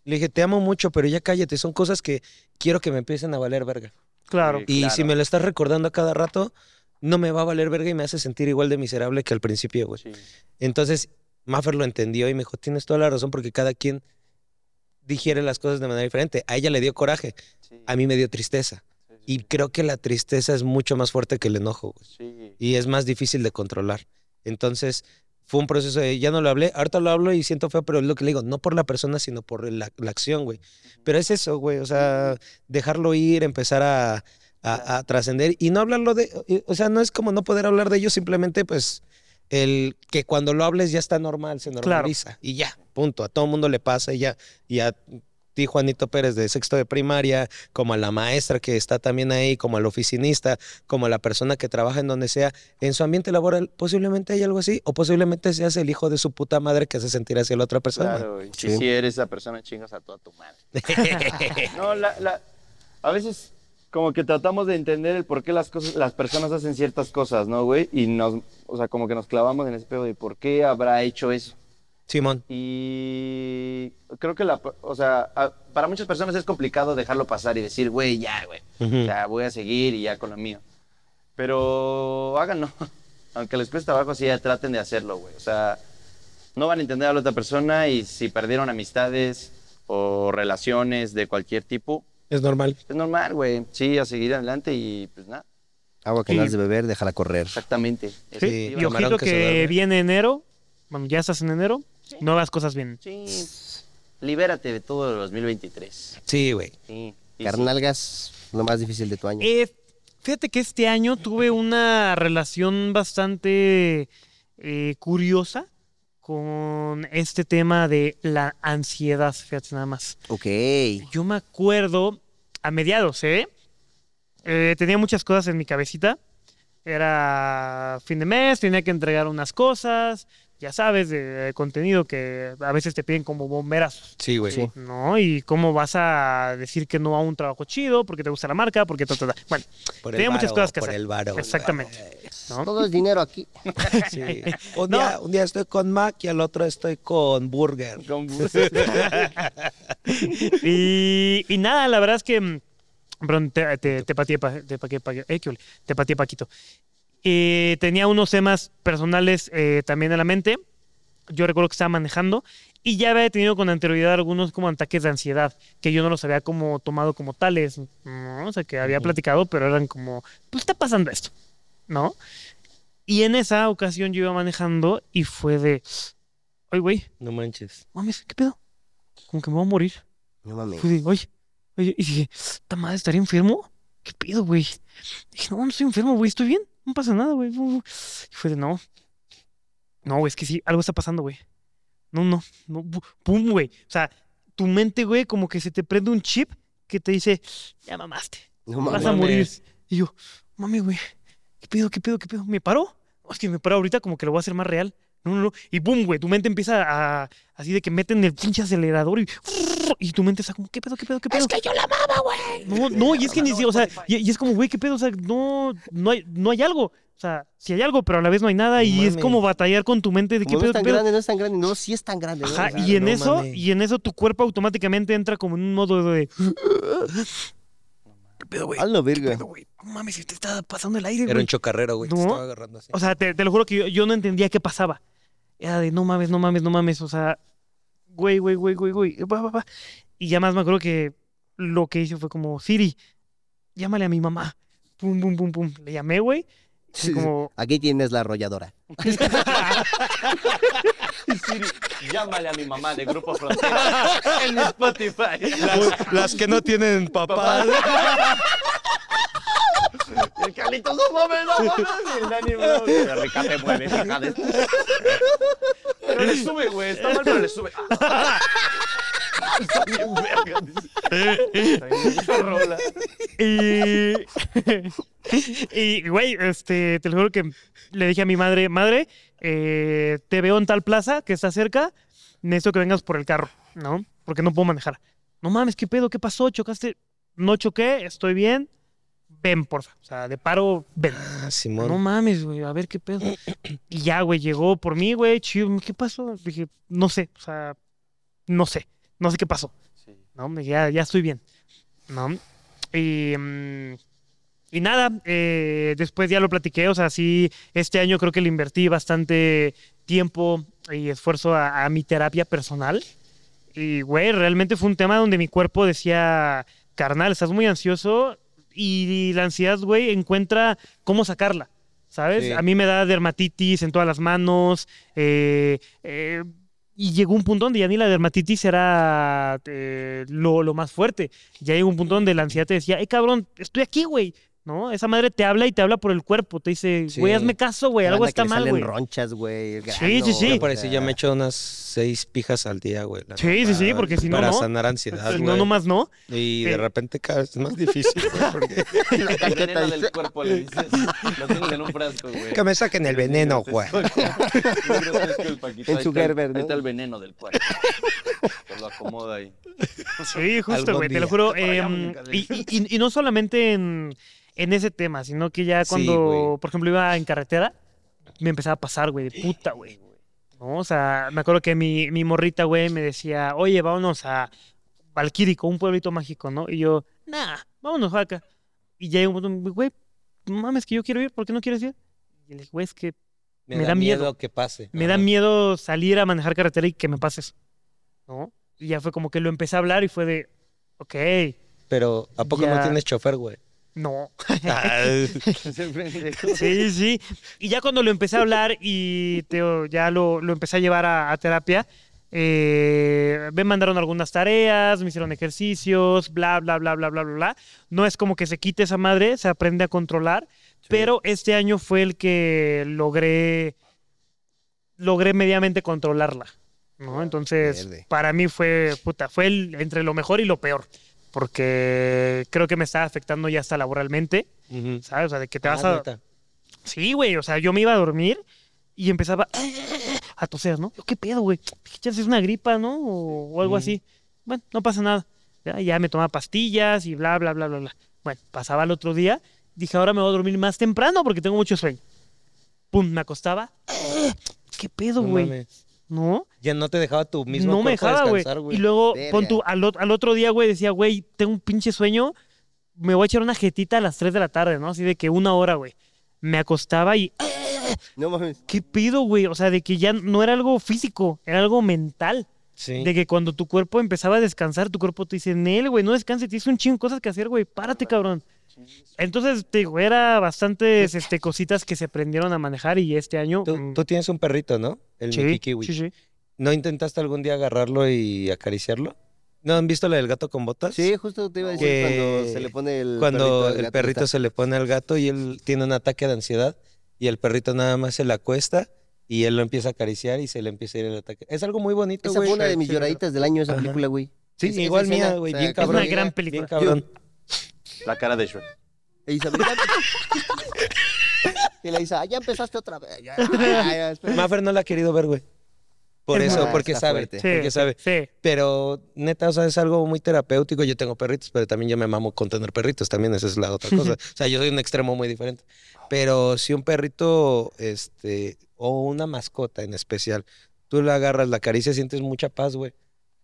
[SPEAKER 4] Le dije, te amo mucho, pero ya cállate. Son cosas que quiero que me empiecen a valer verga.
[SPEAKER 1] Claro.
[SPEAKER 3] Sí.
[SPEAKER 4] Y
[SPEAKER 3] Claro.
[SPEAKER 4] si me lo estás recordando a cada rato, no me va a valer verga y me hace sentir igual de miserable que al principio, güey.
[SPEAKER 3] Sí.
[SPEAKER 4] Entonces, Maffer lo entendió y me dijo, tienes toda la razón porque cada quien digiere las cosas de manera diferente. A ella le dio coraje,
[SPEAKER 3] Sí.
[SPEAKER 4] a mí me dio tristeza. Y creo que la tristeza es mucho más fuerte que el enojo güey,
[SPEAKER 3] Sí.
[SPEAKER 4] y es más difícil de controlar. Entonces, fue un proceso de, ya no lo hablé, ahorita lo hablo y siento feo, pero es lo que le digo, no por la persona, sino por la, la acción, güey. Pero es eso, güey, o sea, dejarlo ir, empezar a, a- a trascender y no hablarlo de, y- o sea, no es como no poder hablar de ello, simplemente pues el que cuando lo hables ya está normal, se
[SPEAKER 1] Claro.
[SPEAKER 4] normaliza y ya, punto, a todo mundo le pasa y ya, y a ti Juanito Pérez de sexto de primaria, como a la maestra que está también ahí, como al oficinista, como a la persona que trabaja en donde sea, en su ambiente laboral posiblemente hay algo así o posiblemente seas el hijo de su puta madre que hace sentir hacia la otra persona.
[SPEAKER 3] Claro, y
[SPEAKER 2] Sí.
[SPEAKER 3] si sí eres esa persona, chingas a toda tu
[SPEAKER 4] *laughs*
[SPEAKER 3] madre. no, la, la- a veces como que tratamos de entender el por qué las, cosas, las personas hacen ciertas cosas, ¿no, güey? Y nos, o sea, como que nos clavamos en ese pedo de por qué habrá hecho eso.
[SPEAKER 4] Simón,
[SPEAKER 3] Y creo que la, o sea, a- para muchas personas es complicado dejarlo pasar y decir, güey, ya, güey.
[SPEAKER 4] Ujú.
[SPEAKER 3] O sea, voy a seguir y ya con lo mío. Pero háganlo. *laughs* Aunque les cueste trabajo, sí, ya traten de hacerlo, güey. O sea, no van a entender a la otra persona y si perdieron amistades o relaciones de cualquier tipo,
[SPEAKER 4] es normal.
[SPEAKER 3] es normal, güey. Sí, a seguir adelante y pues nada,
[SPEAKER 2] Agua que
[SPEAKER 1] Sí.
[SPEAKER 2] no has de beber, déjala correr.
[SPEAKER 3] exactamente.
[SPEAKER 1] Sí,
[SPEAKER 4] Sí,
[SPEAKER 1] Y
[SPEAKER 4] camarón
[SPEAKER 1] ojito
[SPEAKER 4] que se duerme.
[SPEAKER 1] que viene enero, bueno, ya estás en enero, no hagas cosas bien.
[SPEAKER 3] Sí. Libérate de todo el 2023.
[SPEAKER 4] Sí, güey.
[SPEAKER 3] Sí. Y sí.
[SPEAKER 2] Carnalgas, lo más difícil de tu año.
[SPEAKER 1] Eh, fíjate que este año tuve una relación bastante eh, curiosa con este tema de la ansiedad, fíjate nada más.
[SPEAKER 2] Ok.
[SPEAKER 1] Yo me acuerdo a mediados, ¿eh? Eh, tenía muchas cosas en mi cabecita. Era fin de mes, tenía que entregar unas cosas, ya sabes, de contenido que a veces te piden como bomberas.
[SPEAKER 4] Sí, güey.
[SPEAKER 1] ¿No? Y cómo vas a decir que no a un trabajo chido, porque te gusta la marca, porque ta, ta, ta. Bueno,
[SPEAKER 4] Por
[SPEAKER 1] Tenía muchas cosas que
[SPEAKER 4] por
[SPEAKER 1] hacer.
[SPEAKER 4] el varo. *laughs*
[SPEAKER 1] exactamente. ¿no?
[SPEAKER 2] Todo es dinero aquí.
[SPEAKER 1] *laughs*
[SPEAKER 4] Sí. Un, día, un día estoy con Mac y al otro estoy con Burger.
[SPEAKER 3] Con-
[SPEAKER 1] Y, y nada, la verdad es que. mm, Perdón, te, te, te pateé, pa- te paqué- paqué- eh, qué ole, te pateé, Paquito. Eh, tenía unos temas personales eh, también en la mente. Yo recuerdo que estaba manejando y ya había tenido con anterioridad algunos como ataques de ansiedad que yo no los había como tomado como tales. ¿no? O sea, que había platicado, pero eran como, pues está pasando esto, ¿no? Y en esa ocasión yo iba manejando y fue de, ay, güey,
[SPEAKER 4] No manches.
[SPEAKER 1] mames, ¿qué pedo? Como que me voy a morir.
[SPEAKER 2] No mames.
[SPEAKER 1] Fue de, oye, oye, y dije, ¿esta madre estaría enfermo? ¿Qué pedo, güey? Dije, no, no estoy enfermo, güey, estoy bien, no pasa nada, güey. bu, bu". Y fue de, no, no, güey, es que sí, algo está pasando, güey. No, no, no, bu- pum, güey. O sea, tu mente, güey, como que se te prende un chip que te dice, ya mamaste,
[SPEAKER 2] No
[SPEAKER 1] vas
[SPEAKER 2] mames.
[SPEAKER 1] a
[SPEAKER 4] mames.
[SPEAKER 1] morir. Y yo, mami, güey, ¿qué pedo, qué pedo, qué pedo? ¿Me paró? Es que me paro ahorita como que lo voy a hacer más real. No, no, no. Y pum, güey, tu mente empieza a, así de que meten el pinche acelerador y, y tu mente está como, ¿qué pedo, qué pedo, qué pedo? Es que yo la amaba, güey. No, no, y es que ni si- o sea, y, y es como, güey, ¿qué pedo? O sea, no, no hay, no hay algo. O sea, si hay algo, pero a la vez no hay nada
[SPEAKER 4] No
[SPEAKER 1] y es
[SPEAKER 4] mames.
[SPEAKER 1] como batallar con tu mente de qué
[SPEAKER 2] Como
[SPEAKER 1] pedo,
[SPEAKER 2] no es
[SPEAKER 1] qué
[SPEAKER 2] tan
[SPEAKER 1] pedo.
[SPEAKER 2] grande, no es tan grande. No, sí es tan grande. ¿no?
[SPEAKER 1] Ajá,
[SPEAKER 4] Claro,
[SPEAKER 1] y en
[SPEAKER 4] no
[SPEAKER 1] eso,
[SPEAKER 4] mames.
[SPEAKER 1] y en eso tu cuerpo automáticamente entra como en un modo de. ¿Qué pedo, güey?
[SPEAKER 2] A la verga.
[SPEAKER 1] pedo, güey? No mames, se te está pasando el aire,
[SPEAKER 4] Era
[SPEAKER 1] güey.
[SPEAKER 4] un chocarrero, güey. Te
[SPEAKER 1] No.
[SPEAKER 4] estaba agarrando así.
[SPEAKER 1] O sea, te, te lo juro que yo, yo no entendía qué pasaba. Era de no mames, no mames, no mames. O sea, güey, güey, güey, güey, güey. va, va, va. Y ya más me acuerdo que lo que hice fue como, Siri, llámale a mi mamá. Pum, pum, pum, pum. Le llamé, güey. Así
[SPEAKER 2] Sí, sí.
[SPEAKER 1] como,
[SPEAKER 2] Aquí tienes la arrolladora.
[SPEAKER 3] Siri, *laughs* llámale a mi mamá de Grupo Frontera *laughs* en Spotify.
[SPEAKER 4] las, las que no tienen papá.
[SPEAKER 3] Y el Carlitos, no mames, no mames. Y el Dani, bro. La rica te mueve, hija de- Pero le sube, güey. Está mal, pero le sube. *laughs* Está bien verga. dice. Está bien verga rola.
[SPEAKER 1] Y, *laughs* y, güey, este, te lo juro que le dije a mi madre, madre, eh, te veo en tal plaza que está cerca, necesito que vengas por el carro, ¿no? Porque no puedo manejar. No mames, ¿qué pedo? ¿Qué pasó? ¿Chocaste? No choqué, estoy bien, ven, porfa. O sea, de paro, ven.
[SPEAKER 4] Ah,
[SPEAKER 1] No
[SPEAKER 4] Simón.
[SPEAKER 1] mames, güey, a ver qué pedo. Y ya, güey, llegó por mí, güey, chido, ¿qué pasó? Dije, no sé, o sea, no sé, no sé qué pasó.
[SPEAKER 3] Sí.
[SPEAKER 1] No, hombre, ya, ya estoy bien. ¿No? Y, mm, y nada, eh, después ya lo platiqué. O sea, sí, este año creo que le invertí bastante tiempo y esfuerzo a, a mi terapia personal. Y, güey, realmente fue un tema donde mi cuerpo decía, carnal, estás muy ansioso. Y la ansiedad, güey, encuentra cómo sacarla. ¿Sabes?
[SPEAKER 4] Sí.
[SPEAKER 1] A mí me da dermatitis en todas las manos. eh, eh, y llegó un punto donde ya ni la dermatitis era eh, lo, lo más fuerte. Ya llegó un punto donde la ansiedad te decía, ¡eh, cabrón, estoy aquí, güey! ¿No? Esa madre te habla y te habla por el cuerpo. Te dice,
[SPEAKER 4] Sí.
[SPEAKER 1] güey, hazme caso, güey, algo
[SPEAKER 2] Banda que
[SPEAKER 1] está
[SPEAKER 2] le
[SPEAKER 1] mal,
[SPEAKER 2] salen
[SPEAKER 1] güey.
[SPEAKER 2] ronchas, güey.
[SPEAKER 1] Sí, sí, sí.
[SPEAKER 4] Yo
[SPEAKER 2] granos,
[SPEAKER 4] por eso
[SPEAKER 2] o
[SPEAKER 4] ya
[SPEAKER 2] sea.
[SPEAKER 4] me he hecho unas seis pijas al día, güey. la
[SPEAKER 1] Sí, sí, sí,
[SPEAKER 4] verdad,
[SPEAKER 1] porque si no,
[SPEAKER 4] Para
[SPEAKER 1] no.
[SPEAKER 4] sanar ansiedad,
[SPEAKER 1] Si
[SPEAKER 4] güey.
[SPEAKER 1] no, nomás no.
[SPEAKER 4] Y
[SPEAKER 1] eh.
[SPEAKER 4] de repente cada vez es más
[SPEAKER 1] *laughs*
[SPEAKER 4] difícil, güey. Porque...
[SPEAKER 3] La veneno del cuerpo le dices. Lo tienes en un frasco, güey.
[SPEAKER 4] que me saquen el veneno, güey.
[SPEAKER 2] En
[SPEAKER 3] En
[SPEAKER 2] su Gerber, ¿no?
[SPEAKER 3] Ahí está el veneno del cuerpo. Pues lo acomoda ahí.
[SPEAKER 1] Sí, justo,
[SPEAKER 4] Algún
[SPEAKER 1] güey, te lo
[SPEAKER 4] día.
[SPEAKER 1] juro.
[SPEAKER 3] Para allá,
[SPEAKER 1] em,
[SPEAKER 3] nunca
[SPEAKER 1] y,
[SPEAKER 3] dices.
[SPEAKER 1] y- y no solamente en, en ese tema, sino que ya
[SPEAKER 4] Sí,
[SPEAKER 1] cuando,
[SPEAKER 4] güey.
[SPEAKER 1] por ejemplo, iba en carretera, me empezaba a pasar, güey, de puta, güey. ¿No? O sea, me acuerdo que mi, mi morrita, güey, me decía, oye, vámonos a Valquírico, un pueblito mágico, ¿no? Y yo, nah, vámonos acá. Y ya llega un momento, güey, no mames, que yo quiero ir, ¿por qué no quieres ir? Y le dije, güey, es que
[SPEAKER 4] Me,
[SPEAKER 1] Me
[SPEAKER 4] da,
[SPEAKER 1] da
[SPEAKER 4] miedo.
[SPEAKER 1] miedo.
[SPEAKER 4] que pase.
[SPEAKER 1] me da
[SPEAKER 4] Ajá.
[SPEAKER 1] miedo salir a manejar carretera y que me pases, ¿no? Y ya fue como que lo empecé a hablar y fue de, ok,
[SPEAKER 4] Pero ¿a poco
[SPEAKER 1] Ya.
[SPEAKER 4] no tienes chofer, güey?
[SPEAKER 1] no.
[SPEAKER 4] Ay,
[SPEAKER 2] *laughs*
[SPEAKER 1] Sí, sí. Y ya cuando lo empecé a hablar y te digo, ya lo, lo empecé a llevar a, a terapia, eh, me mandaron algunas tareas, me hicieron ejercicios, bla, bla, bla, bla, bla, bla, bla. No es como que se quite esa madre, se aprende a controlar, pero este año fue el que logré, logré mediamente controlarla. ¿no? Entonces,
[SPEAKER 2] Verde.
[SPEAKER 1] para mí fue, puta, fue el- entre lo mejor y lo peor, porque creo que me estaba afectando ya hasta laboralmente,
[SPEAKER 4] ujú.
[SPEAKER 1] ¿sabes? O sea, de que te vas
[SPEAKER 4] Ah,
[SPEAKER 1] a...
[SPEAKER 4] neta.
[SPEAKER 1] Sí, güey, o sea, yo me iba a dormir y empezaba a toser, ¿no? Yo, ¿qué pedo, güey? Dije, "Chance, es una gripa, ¿no? O, o algo
[SPEAKER 4] Ujú.
[SPEAKER 1] así. Bueno, no pasa nada. Ya, ya me tomaba pastillas y bla, bla, bla, bla, bla. Bueno, pasaba el otro día. Dije, ahora me voy a dormir más temprano porque tengo mucho sueño. Pum, me acostaba. ¿Qué pedo,
[SPEAKER 4] No
[SPEAKER 1] güey?
[SPEAKER 4] mames.
[SPEAKER 1] ¿No?
[SPEAKER 4] Ya no te dejaba tu mismo
[SPEAKER 1] no
[SPEAKER 4] cuerpo
[SPEAKER 1] me dejaba, güey.
[SPEAKER 4] descansar,
[SPEAKER 1] Y luego,
[SPEAKER 2] Verga.
[SPEAKER 1] pon tú, al, ot- al otro día, güey, decía, güey, tengo un pinche sueño, me voy a echar una jetita a las 3 de la tarde, ¿no? Así de que una hora, güey. Me acostaba y, "Ah,
[SPEAKER 2] No mames.
[SPEAKER 1] ¿qué pido, güey? O sea, de que ya no era algo físico, era algo mental.
[SPEAKER 4] Sí.
[SPEAKER 1] De que cuando tu cuerpo empezaba a descansar, tu cuerpo te dice, Nel, güey, no descanses, tienes un chingo de cosas que hacer, güey, párate, cabrón. Entonces, te digo, era bastantes este, cositas que se aprendieron a manejar y este año...
[SPEAKER 4] Tú,
[SPEAKER 1] mm,
[SPEAKER 4] tú tienes un perrito, ¿no? El
[SPEAKER 1] sí,
[SPEAKER 4] Miki Kiwi.
[SPEAKER 1] sí, sí.
[SPEAKER 4] ¿No intentaste algún día agarrarlo y acariciarlo? ¿No han visto la del gato con botas?
[SPEAKER 2] Sí, justo te iba a decir
[SPEAKER 4] Que-
[SPEAKER 2] cuando se le pone el
[SPEAKER 4] Cuando
[SPEAKER 2] perrito al
[SPEAKER 4] el
[SPEAKER 2] gato,
[SPEAKER 4] perrito
[SPEAKER 2] está-
[SPEAKER 4] se le pone al gato y él tiene un ataque de ansiedad y el perrito nada más se le acuesta y él lo empieza a acariciar y se le empieza a ir el ataque. Es algo muy bonito,
[SPEAKER 2] Esa
[SPEAKER 4] güey.
[SPEAKER 2] fue una de mis
[SPEAKER 4] Sí,
[SPEAKER 2] lloraditas del año esa
[SPEAKER 4] Ajá.
[SPEAKER 2] película, güey.
[SPEAKER 4] Sí,
[SPEAKER 2] Esa- esa
[SPEAKER 4] igual
[SPEAKER 2] escena,
[SPEAKER 4] mía, güey.
[SPEAKER 2] o sea,
[SPEAKER 4] Bien
[SPEAKER 2] que-
[SPEAKER 4] cabrón.
[SPEAKER 1] Es una gran película.
[SPEAKER 4] Bien cabrón.
[SPEAKER 3] La cara de Shrek.
[SPEAKER 2] E Isabel- *laughs* y le dice, "Ah, ya empezaste otra vez. *laughs* Ya, ya, ya, espera".
[SPEAKER 4] Maffer no la ha querido ver, güey. Por
[SPEAKER 1] Es
[SPEAKER 4] eso,
[SPEAKER 2] muy-
[SPEAKER 4] porque
[SPEAKER 2] Está
[SPEAKER 4] sabe,
[SPEAKER 2] fuerte.
[SPEAKER 1] Sí,
[SPEAKER 4] porque sabe.
[SPEAKER 1] Sí.
[SPEAKER 4] Pero neta, o sea, es algo muy terapéutico. Yo tengo perritos, pero también yo me mamo con tener perritos. También esa es la otra
[SPEAKER 1] *laughs*
[SPEAKER 4] cosa. o sea, yo soy un extremo muy diferente. Pero si un perrito, este, o una mascota en especial, tú la agarras, la acaricia, sientes mucha paz, güey.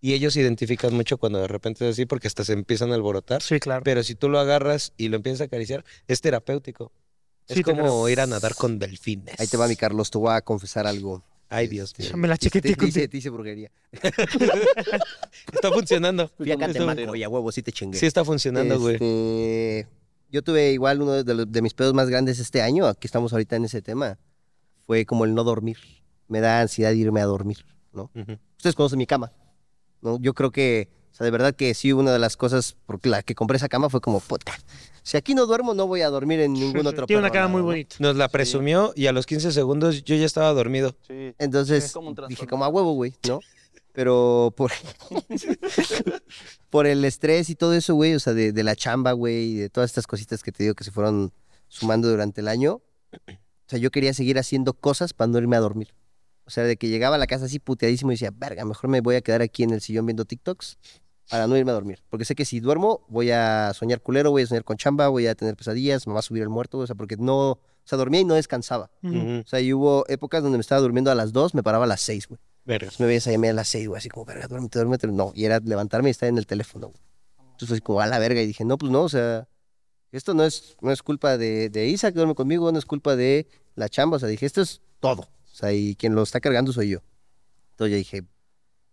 [SPEAKER 4] Y ellos se identifican mucho cuando de repente es así, porque hasta se empiezan a alborotar.
[SPEAKER 1] Sí, claro.
[SPEAKER 4] Pero si tú lo agarras y lo empiezas a acariciar, es terapéutico. Es
[SPEAKER 1] Sí, te
[SPEAKER 4] como
[SPEAKER 1] creo.
[SPEAKER 4] ir a nadar con delfines.
[SPEAKER 2] Ahí te va mi Carlos, te voy a confesar algo.
[SPEAKER 4] Ay, Dios mío.
[SPEAKER 1] Me la
[SPEAKER 2] Te,
[SPEAKER 1] chequeteé
[SPEAKER 2] te
[SPEAKER 1] con
[SPEAKER 2] hice, te hice brujería.
[SPEAKER 4] Está funcionando.
[SPEAKER 2] Fui acá a
[SPEAKER 4] Está-
[SPEAKER 2] Catemaco y a huevo sí te chingué.
[SPEAKER 4] Sí está funcionando, güey.
[SPEAKER 2] Este, Yo tuve igual uno de, los- de mis pedos más grandes este año, aquí estamos ahorita en ese tema, fue como el no dormir. Me da ansiedad irme a dormir, ¿no?
[SPEAKER 4] Ujú.
[SPEAKER 2] Ustedes conocen mi cama, ¿no? Yo creo que, o sea, de verdad que sí, una de las cosas por la que compré esa cama fue como, puta, si aquí no duermo no voy a dormir en
[SPEAKER 4] *laughs*
[SPEAKER 2] ningún otro
[SPEAKER 1] Tiene una
[SPEAKER 2] perro
[SPEAKER 1] cara
[SPEAKER 2] lado,
[SPEAKER 1] muy
[SPEAKER 2] ¿no?
[SPEAKER 1] bonita.
[SPEAKER 4] Nos la presumió y a los 15 segundos yo ya estaba dormido.
[SPEAKER 3] Sí.
[SPEAKER 2] Entonces
[SPEAKER 3] Es como un
[SPEAKER 2] dije,
[SPEAKER 3] trastorno.
[SPEAKER 2] como a huevo, güey, ¿no? Pero por, *laughs* por el estrés y todo eso, güey, o sea, de, de la chamba, güey, y de todas estas cositas que te digo que se fueron sumando durante el año, o sea, yo quería seguir haciendo cosas para no irme a dormir. O sea, de que llegaba a la casa así puteadísimo y decía, verga, mejor me voy a quedar aquí en el sillón viendo TikToks para no irme a dormir. Porque sé que si duermo voy a soñar culero, voy a soñar con chamba, voy a tener pesadillas, me va a subir el muerto, o sea, porque no, o sea, dormía y no descansaba.
[SPEAKER 1] Ujú.
[SPEAKER 2] O sea, y hubo épocas donde me estaba durmiendo a las 2, me paraba a las 6, güey.
[SPEAKER 4] Verga.
[SPEAKER 2] Entonces me veías ahí a mí a las 6, güey, así como, verga, duérmete, duérmete. No, y era levantarme y estar en el teléfono, güey. Entonces fue así como a la verga y dije, no, pues no, o sea, esto no es, no es culpa de, de Isa que duerme conmigo, no es culpa de la chamba, o sea, dije, esto es todo. O sea, y quien lo está cargando soy yo. Entonces yo dije,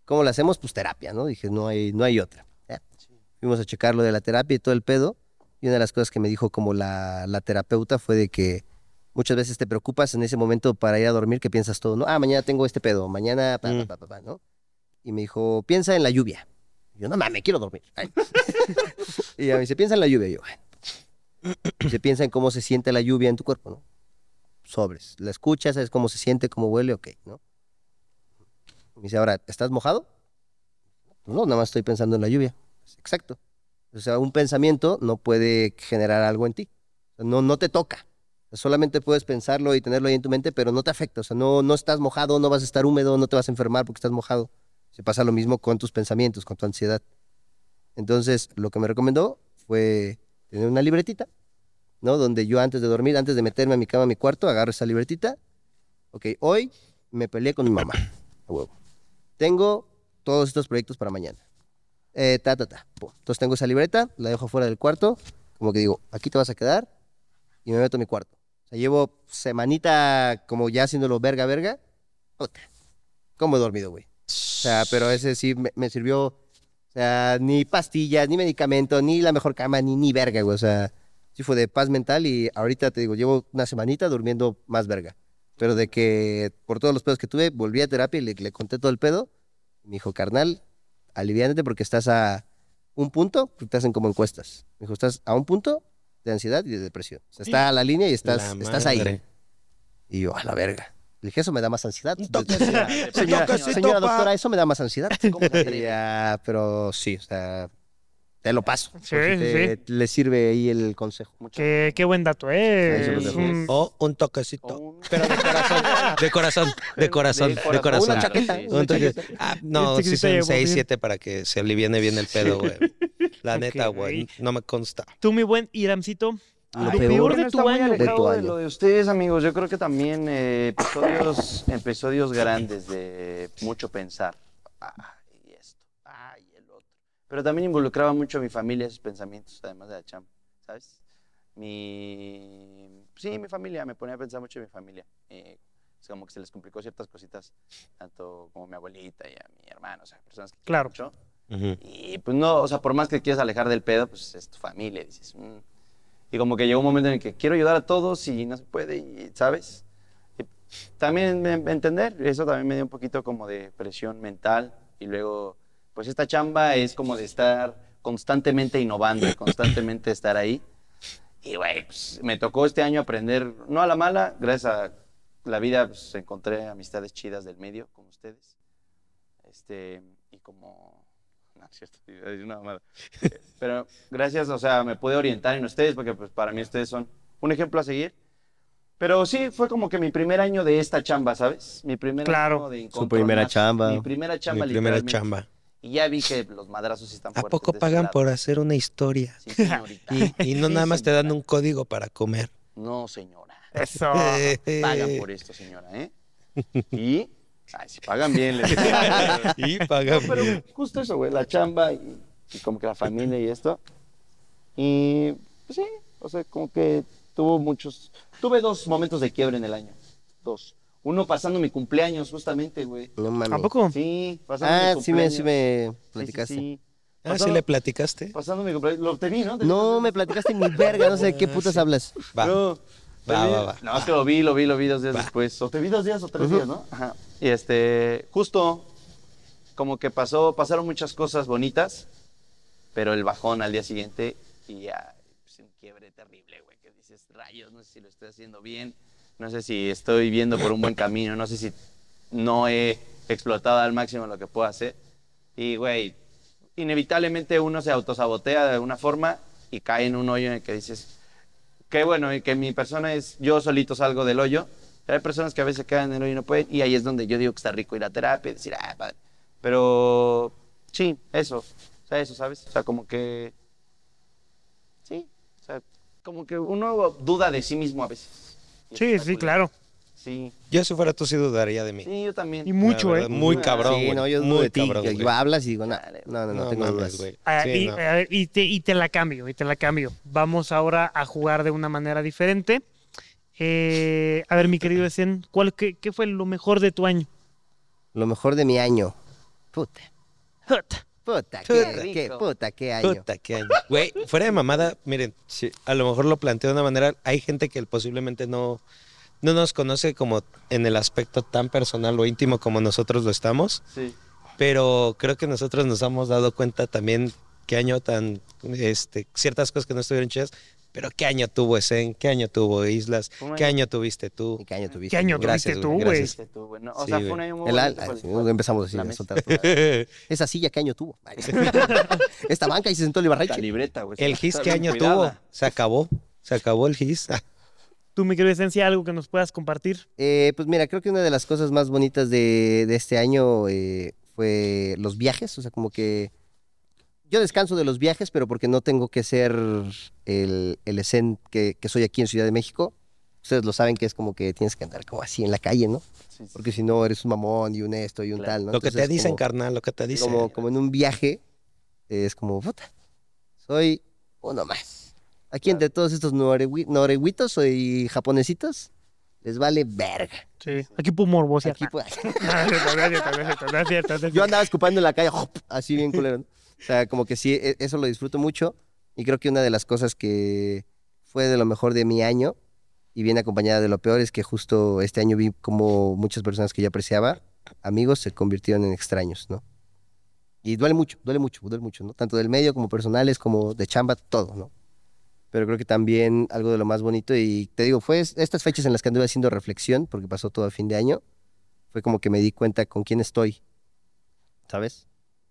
[SPEAKER 2] ¿cómo lo hacemos? Pues terapia, ¿no? Dije, no hay, no hay otra. Ya. Fuimos a checar lo de la terapia y todo el pedo. Y una de las cosas que me dijo como la, la terapeuta fue de que muchas veces te preocupas en ese momento para ir a dormir que piensas todo, ¿no? Ah, mañana tengo este pedo, mañana, pa, pa,
[SPEAKER 4] Mm.
[SPEAKER 2] pa, pa, pa, ¿no? Y me dijo, piensa en la lluvia. Y yo, no mames, quiero dormir. Ay. *laughs* y ella me dice, piensa en la lluvia. Y yo, bueno. Se piensa en cómo se siente la lluvia en tu cuerpo, ¿no? Sobres. La escuchas, sabes cómo se siente, cómo huele, ok, ¿no? Me dice, ahora, ¿estás mojado? No, nada más estoy pensando en la lluvia. Exacto. O sea, un pensamiento no puede generar algo en ti. No, no te toca. Solamente puedes pensarlo y tenerlo ahí en tu mente, pero no te afecta. O sea, no, no estás mojado, no vas a estar húmedo, no te vas a enfermar porque estás mojado. Se pasa lo mismo con tus pensamientos, con tu ansiedad. Entonces, lo que me recomendó fue tener una libretita, ¿no? Donde yo antes de dormir, antes de meterme a mi cama, a mi cuarto, agarro esa libretita. Ok, hoy me peleé con mi mamá. A huevo. Tengo todos estos proyectos para mañana. Eh, ta, ta, ta. Pum. Entonces tengo esa libreta, la dejo fuera del cuarto, como que digo, aquí te vas a quedar y me meto a mi cuarto. O sea, llevo semanita como ya haciéndolo verga, verga. Puta. ¿Cómo he dormido, güey? O sea, pero ese sí me, me sirvió. O sea, ni pastillas, ni medicamento, ni la mejor cama, ni, ni verga, güey. O sea, sí fue de paz mental y ahorita te digo, llevo una semanita durmiendo más verga. Pero de que por todos los pedos que tuve, volví a terapia y le, le conté todo el pedo. Me dijo, carnal, aliviándote porque estás a un punto, porque te hacen como encuestas. Me dijo, estás a un punto de ansiedad y de depresión. O sea, está a la línea y estás,
[SPEAKER 4] La
[SPEAKER 2] estás ahí.
[SPEAKER 4] madre.
[SPEAKER 2] Y yo, a la verga. Le dije, eso me da más ansiedad.
[SPEAKER 4] Un *laughs* toquecito,
[SPEAKER 2] Señora-
[SPEAKER 4] un
[SPEAKER 2] señora,
[SPEAKER 4] toquecito,
[SPEAKER 2] señora
[SPEAKER 4] pa.
[SPEAKER 2] doctora, eso me da más ansiedad.
[SPEAKER 3] ¿Cómo se
[SPEAKER 2] Y
[SPEAKER 3] atreve?
[SPEAKER 2] ya, pero sí, o sea, te lo paso. por
[SPEAKER 1] Sí,
[SPEAKER 2] si te- Le sirve ahí el consejo.
[SPEAKER 3] Mucho.
[SPEAKER 1] Qué, qué buen dato,
[SPEAKER 2] Ahí se
[SPEAKER 1] ¿eh?
[SPEAKER 2] los
[SPEAKER 1] Es
[SPEAKER 2] dejo.
[SPEAKER 1] un-
[SPEAKER 4] O un toquecito.
[SPEAKER 3] Un-
[SPEAKER 4] Pero de corazón, de corazón, de corazón, de corazón.
[SPEAKER 2] Una chaqueta,
[SPEAKER 3] Sí, sí,
[SPEAKER 4] Un
[SPEAKER 2] una
[SPEAKER 4] toque-
[SPEAKER 2] chaqueta.
[SPEAKER 4] Ah, no,
[SPEAKER 1] Este que
[SPEAKER 4] sí
[SPEAKER 1] se
[SPEAKER 4] son
[SPEAKER 1] llevó
[SPEAKER 4] 6,
[SPEAKER 1] bien.
[SPEAKER 4] 7 para que se aliviene bien el pedo, güey. La neta,
[SPEAKER 1] Ok.
[SPEAKER 4] güey, no me consta.
[SPEAKER 1] Tú, mi buen Iramcito,
[SPEAKER 3] Ah,
[SPEAKER 2] Lo
[SPEAKER 1] Ay,
[SPEAKER 2] peor
[SPEAKER 1] de
[SPEAKER 3] no
[SPEAKER 1] tu
[SPEAKER 3] está muy
[SPEAKER 1] año.
[SPEAKER 2] De tu
[SPEAKER 3] alejado de
[SPEAKER 2] año.
[SPEAKER 3] lo de ustedes, amigos. Yo creo que también eh, episodios, episodios grandes de mucho pensar. Ah, y esto, ah, y el otro. Pero también involucraba mucho a mi familia, sus pensamientos, además de la chamba, ¿sabes? Mi... Sí, mi familia, me ponía a pensar mucho en mi familia. Eh, es como que se les complicó ciertas cositas, tanto como a mi abuelita y a mi hermano, o sea, personas que... quiero
[SPEAKER 1] Claro.
[SPEAKER 3] mucho.
[SPEAKER 4] Ujú.
[SPEAKER 3] Y pues no, o sea, por más que quieras alejar del pedo, pues es tu familia, dices. mm. Y como que llegó un momento en el que quiero ayudar a todos y no se puede, y, ¿sabes? Y también me- me entender, eso también me dio un poquito como de presión mental. Y luego, pues esta chamba es como de estar constantemente innovando, y constantemente estar ahí. Y güey, pues, me tocó este año aprender, no a la mala, gracias a la vida pues, encontré amistades chidas del medio, como ustedes. Este, y como... No, es cierto, iba a decir una
[SPEAKER 4] *laughs*
[SPEAKER 3] mamada. Eh, Pero gracias, o sea, me pude orientar en ustedes, porque pues, para mí ustedes son un ejemplo a seguir. Pero sí, fue como que mi primer año de esta chamba, ¿sabes? Mi primer
[SPEAKER 1] Claro.
[SPEAKER 3] año de
[SPEAKER 2] Su primera
[SPEAKER 3] encontronazo.
[SPEAKER 2] chamba.
[SPEAKER 3] Mi primera chamba,
[SPEAKER 4] Mi primera
[SPEAKER 3] literalmente.
[SPEAKER 4] chamba.
[SPEAKER 3] Y ya vi que los madrazos sí están
[SPEAKER 4] ¿A
[SPEAKER 3] fuertes
[SPEAKER 4] poco
[SPEAKER 3] de este
[SPEAKER 4] pagan
[SPEAKER 3] lado.
[SPEAKER 4] por hacer una historia?
[SPEAKER 3] Sí, señorita.
[SPEAKER 4] Y, *laughs* y no
[SPEAKER 3] *laughs* Sí,
[SPEAKER 4] nada más te dan
[SPEAKER 3] señora.
[SPEAKER 4] un código para comer.
[SPEAKER 3] No, señora.
[SPEAKER 1] Eso.
[SPEAKER 4] *laughs* Eh,
[SPEAKER 3] Pagan por esto, señora, ¿eh? Y. Ay, si pagan bien, *laughs* les digo.
[SPEAKER 4] Y pagan.
[SPEAKER 3] Pero justo eso, güey, la chamba y, y como que la familia y esto. Y pues sí, o sea, como que tuvo muchos. Tuve dos momentos de quiebre en el año. Dos. Uno pasando mi cumpleaños, justamente, güey.
[SPEAKER 2] No
[SPEAKER 1] ¿A
[SPEAKER 2] mames.
[SPEAKER 1] poco?
[SPEAKER 3] Sí, pasando mi
[SPEAKER 2] Oh. Ah,
[SPEAKER 3] cumpleaños.
[SPEAKER 2] sí me, sí me
[SPEAKER 3] Sí, sí,
[SPEAKER 2] platicaste.
[SPEAKER 3] sí.
[SPEAKER 4] Ah, ¿sí le platicaste?
[SPEAKER 3] Pasando mi cumpleaños. Lo obtení, ¿no?
[SPEAKER 2] No, me platicaste ni verga, no sé de qué putas hablas.
[SPEAKER 4] Va.
[SPEAKER 3] Yo,
[SPEAKER 4] Va,
[SPEAKER 3] te vi-
[SPEAKER 4] va, va.
[SPEAKER 3] No, es que lo vi, lo vi, lo vi dos días después. O te vi dos días o tres días, ¿no? Ajá. Y este, justo, como que pasó, pasaron muchas cosas bonitas, pero el bajón al día siguiente y ya, pues, un quiebre terrible, güey, que dices, rayos, no sé si lo estoy haciendo bien, no sé si estoy viendo por un buen camino, no sé si no he explotado al máximo lo que puedo hacer. Y, güey, inevitablemente uno se autosabotea de alguna forma y cae en un hoyo en el que dices, que bueno, y que mi persona es, yo solito salgo del hoyo. Hay personas que a veces quedan en el hoyo y no pueden, y ahí es donde yo digo que está rico ir a terapia y decir, ah, padre. Pero sí, eso, o sea, eso, ¿sabes? O sea, como que. Sí, o sea, como que uno duda de sí mismo a veces. Y
[SPEAKER 1] Sí,
[SPEAKER 3] está
[SPEAKER 1] sí,
[SPEAKER 3] cool.
[SPEAKER 1] claro.
[SPEAKER 3] Sí,
[SPEAKER 4] Yo si fuera tú sí dudaría de mí.
[SPEAKER 3] sí, yo también.
[SPEAKER 1] Y mucho,
[SPEAKER 4] La verdad,
[SPEAKER 1] ¿eh?
[SPEAKER 4] Muy cabrón,
[SPEAKER 2] Sí,
[SPEAKER 4] güey.
[SPEAKER 2] no, yo dudo
[SPEAKER 4] muy
[SPEAKER 2] de ti.
[SPEAKER 4] cabrón,
[SPEAKER 2] Yo-
[SPEAKER 4] güey.
[SPEAKER 2] yo hablas y digo, no, no, no, no, tengo
[SPEAKER 4] mames,
[SPEAKER 2] dudas.
[SPEAKER 4] güey.
[SPEAKER 1] Ah,
[SPEAKER 4] Sí,
[SPEAKER 1] y,
[SPEAKER 4] no.
[SPEAKER 1] a ver, y te, y te la cambio, y te la cambio. Vamos ahora a jugar de una manera diferente. Eh, a ver, mi querido Esen, ¿cuál, qué, qué fue lo mejor de tu año?
[SPEAKER 2] Lo mejor de mi año. Puta.
[SPEAKER 1] Hut.
[SPEAKER 2] Puta,
[SPEAKER 4] Puta.
[SPEAKER 2] qué, qué puta, qué año.
[SPEAKER 4] Puta, qué año. Güey, fuera de mamada, miren, si a lo mejor lo planteo de una manera, hay gente que posiblemente no, no nos conoce como en el aspecto tan personal o íntimo como nosotros lo estamos,
[SPEAKER 3] Sí.
[SPEAKER 4] pero creo que nosotros nos hemos dado cuenta también qué año tan, este, ciertas cosas que no estuvieron chidas, pero qué año tuvo Esen, qué año tuvo Islas,
[SPEAKER 3] Fue un
[SPEAKER 4] qué
[SPEAKER 3] año.
[SPEAKER 4] año tuviste tú.
[SPEAKER 2] ¿Y qué año tuviste?
[SPEAKER 1] ¿Qué año
[SPEAKER 2] güey?
[SPEAKER 4] Gracias,
[SPEAKER 1] tuviste tú,
[SPEAKER 4] güey,
[SPEAKER 1] güey?
[SPEAKER 4] gracias.
[SPEAKER 3] Que tú, bueno, O
[SPEAKER 4] Sí,
[SPEAKER 3] sea,
[SPEAKER 4] güey.
[SPEAKER 3] fue un año muy
[SPEAKER 2] El
[SPEAKER 3] bonito
[SPEAKER 2] al-
[SPEAKER 3] por-
[SPEAKER 2] sí,
[SPEAKER 3] por-
[SPEAKER 2] empezamos así,
[SPEAKER 3] la
[SPEAKER 2] a
[SPEAKER 3] mesa.
[SPEAKER 2] soltar. Esa silla, ¿qué año tuvo?
[SPEAKER 3] *laughs*
[SPEAKER 2] Esta banca y se sentó el
[SPEAKER 3] La
[SPEAKER 2] barrache.
[SPEAKER 3] libreta, güey.
[SPEAKER 4] *laughs* El GIS,
[SPEAKER 3] Está
[SPEAKER 4] qué
[SPEAKER 3] bien
[SPEAKER 4] año tuvo.
[SPEAKER 3] cuidada.
[SPEAKER 4] Se acabó. Se acabó el GIS. *laughs*
[SPEAKER 1] Tú, mi querido Esen, si hay algo que nos puedas compartir.
[SPEAKER 2] Eh, pues mira, creo que una de las cosas más bonitas de, de este año eh, fue los viajes. O sea, como que yo descanso de los viajes, pero porque no tengo que ser el, el escen que, que soy aquí en Ciudad de México. Ustedes lo saben que es como que tienes que andar como así en la calle, ¿no?
[SPEAKER 3] Sí, sí.
[SPEAKER 2] Porque si no, eres un mamón y un esto y un
[SPEAKER 3] Claro.
[SPEAKER 2] tal, ¿no?
[SPEAKER 4] Lo que te
[SPEAKER 2] Entonces,
[SPEAKER 4] dicen,
[SPEAKER 2] como-
[SPEAKER 4] carnal, lo que te dicen.
[SPEAKER 2] como, como en un viaje, eh, es como, puta, soy uno más. Aquí entre todos estos noregui- noreguitos soy japonesitos, les vale verga.
[SPEAKER 1] Sí. Aquí puedo morbosear.
[SPEAKER 2] Aquí, pues,
[SPEAKER 1] *laughs* No, no, no, no es cierto, no es cierto, no es cierto, no es cierto.
[SPEAKER 2] yo andaba escupando en la calle, ¡hop! así bien culero. ¿no? O sea, como que sí, e- eso lo disfruto mucho. Y creo que una de las cosas que fue de lo mejor de mi año y viene acompañada de lo peor es que justo este año vi como muchas personas que yo apreciaba, amigos, se convirtieron en extraños, ¿no? Y duele mucho, duele mucho, duele mucho, ¿no? Tanto del medio como personales, como de chamba, todo, ¿no? Pero creo que también algo de lo más bonito, y te digo, fue es- estas fechas en las que anduve haciendo reflexión, porque pasó todo a fin de año, fue como que me di cuenta con quién estoy, ¿sabes?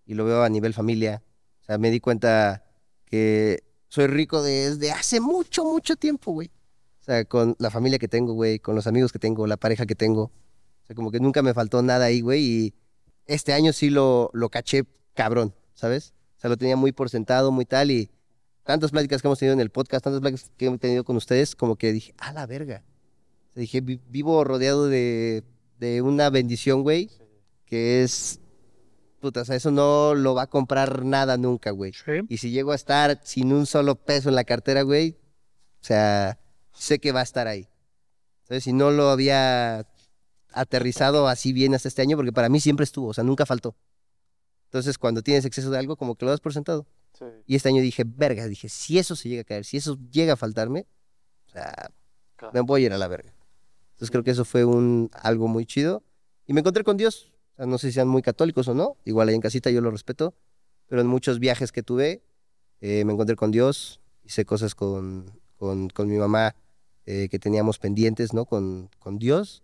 [SPEAKER 2] Y lo veo a nivel familia. O sea, me di cuenta que soy rico desde hace mucho, mucho tiempo, güey. O sea, con la familia que tengo, güey, con los amigos que tengo, la pareja que tengo. O sea, como que nunca me faltó nada ahí, güey. Y este año sí lo, lo caché cabrón, ¿sabes? O sea, lo tenía muy por sentado, muy tal. Y tantas pláticas que hemos tenido en el podcast, tantas pláticas que he tenido con ustedes, como que dije, a la verga. O sea, dije, "Vi- vivo rodeado de, de una bendición, güey, que es. Puta, o sea, eso no lo va a comprar nada nunca, güey.
[SPEAKER 1] Sí.
[SPEAKER 2] Y si llego a estar sin un solo peso en la cartera, güey, o sea, sé que va a estar ahí. Entonces, si no lo había aterrizado así bien hasta este año, porque para mí siempre estuvo, o sea, nunca faltó. Entonces, cuando tienes exceso de algo, como que lo das por sentado. Y este año dije, verga, dije, si eso se llega a caer, si eso llega a faltarme, o sea,
[SPEAKER 3] Claro.
[SPEAKER 2] me voy a ir a la verga. Entonces, creo que eso fue un, algo muy chido. Y me encontré con Dios. O sea, no sé si sean muy católicos o no, igual ahí en casita yo lo respeto, pero en muchos viajes que tuve, eh, me encontré con Dios, hice cosas con, con, con mi mamá eh, que teníamos pendientes, ¿no? Con, con Dios.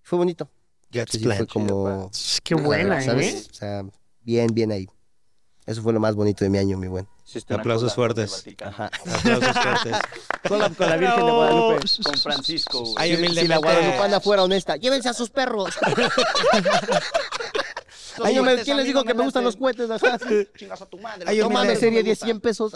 [SPEAKER 2] Fue bonito. Sí, sí, fue como...
[SPEAKER 1] pues Qué buena, ¿eh?
[SPEAKER 2] ¿sabes? O sea, bien, bien ahí. Eso fue lo más bonito de mi año, mi buen.
[SPEAKER 3] Hiciste una
[SPEAKER 4] Aplausos
[SPEAKER 3] collab
[SPEAKER 4] fuertes.
[SPEAKER 3] con el Vaticano.
[SPEAKER 4] *laughs*
[SPEAKER 2] *laughs*
[SPEAKER 4] Aplausos fuertes.
[SPEAKER 2] con la
[SPEAKER 1] Virgen de Guadalupe.
[SPEAKER 3] Con Francisco, güey.
[SPEAKER 4] Ay, humildemente.
[SPEAKER 2] Si la guadalupana fuera honesta, llévense a sus perros. *laughs* Ay, yo me- ¿Quién les dijo que me gustan los cohetes? Ajá.
[SPEAKER 4] Ay,
[SPEAKER 2] No mames,
[SPEAKER 4] humildemente,
[SPEAKER 2] serie de 100 pesos.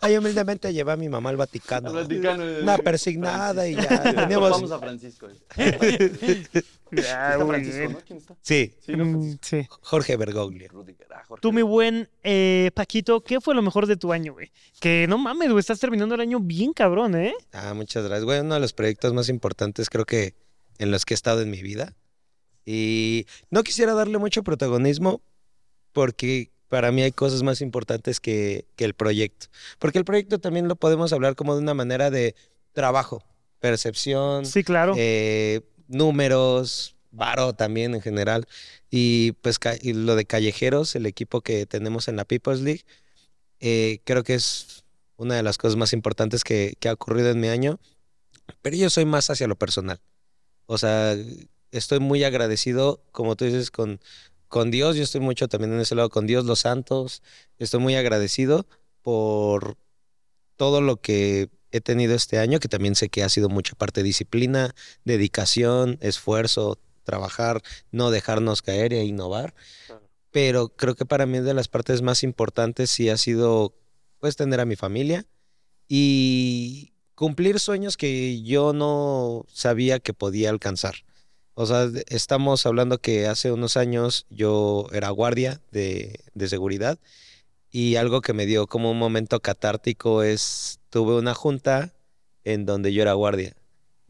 [SPEAKER 4] ay, humildemente llevé a mi mamá al Vaticano.
[SPEAKER 3] Al Vaticano, eh.
[SPEAKER 4] Una persignada y ya.
[SPEAKER 3] Vamos
[SPEAKER 4] Teníamos...
[SPEAKER 3] a
[SPEAKER 2] *laughs*
[SPEAKER 3] Francisco. güey. Está
[SPEAKER 1] muy
[SPEAKER 3] Francisco,
[SPEAKER 1] bien.
[SPEAKER 3] ¿no? ¿Quién está?
[SPEAKER 4] Sí,
[SPEAKER 3] Sí, no, pues, Francisco.
[SPEAKER 1] Mm, sí.
[SPEAKER 4] Jorge Bergoglio.
[SPEAKER 3] Rudiger, ah, Jorge.
[SPEAKER 1] Tú, mi buen eh, Paquito, ¿qué fue lo mejor de tu año, güey? Que no mames, güey, estás terminando el año bien cabrón, ¿eh?
[SPEAKER 4] Ah, muchas gracias. Güey, uno de los proyectos más importantes creo que en los que he estado en mi vida. Y no quisiera darle mucho protagonismo porque para mí hay cosas más importantes que, que el proyecto. Porque el proyecto también lo podemos hablar como de una manera de trabajo, percepción,
[SPEAKER 1] Sí, claro.
[SPEAKER 4] eh, números, varo también en general. Y pues ca- y lo de callejeros, el equipo que tenemos en la People's League, eh, creo que es una de las cosas más importantes que, que ha ocurrido en mi año. Pero yo soy más hacia lo personal. O sea, estoy muy agradecido, como tú dices, con, con Dios. Yo estoy mucho también en ese lado con Dios, los santos. Estoy muy agradecido por todo lo que he tenido este año, que también sé que ha sido mucha parte de disciplina, dedicación, esfuerzo, trabajar, no dejarnos caer e innovar. Pero creo que para mí de las partes más importantes sí ha sido pues tener a mi familia y cumplir sueños que yo no sabía que podía alcanzar. O sea, de- estamos hablando que hace unos años yo era guardia de, de seguridad y algo que me dio como un momento catártico es, tuve una junta en donde yo era guardia.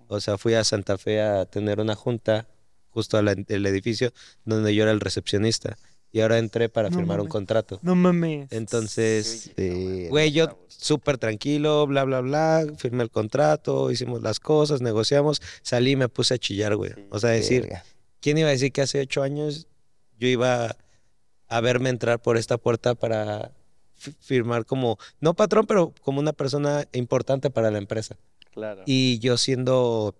[SPEAKER 4] O sea, fui a Santa Fe a tener una junta justo al el edificio donde yo era el recepcionista y ahora entré para
[SPEAKER 1] No
[SPEAKER 4] firmar un
[SPEAKER 1] mames.
[SPEAKER 4] contrato.
[SPEAKER 1] No mames.
[SPEAKER 4] Entonces,
[SPEAKER 3] este,
[SPEAKER 2] *laughs* Sí.
[SPEAKER 4] Güey, yo súper tranquilo, bla, bla, bla, firmé el contrato, hicimos las cosas, negociamos, salí y me puse a chillar, güey. O sea, decir,
[SPEAKER 2] Verga.
[SPEAKER 4] ¿quién iba a decir que hace ocho años yo iba a verme entrar por esta puerta para fi- firmar como, no patrón, pero como una persona importante para la empresa?
[SPEAKER 3] Claro.
[SPEAKER 4] Y yo siendo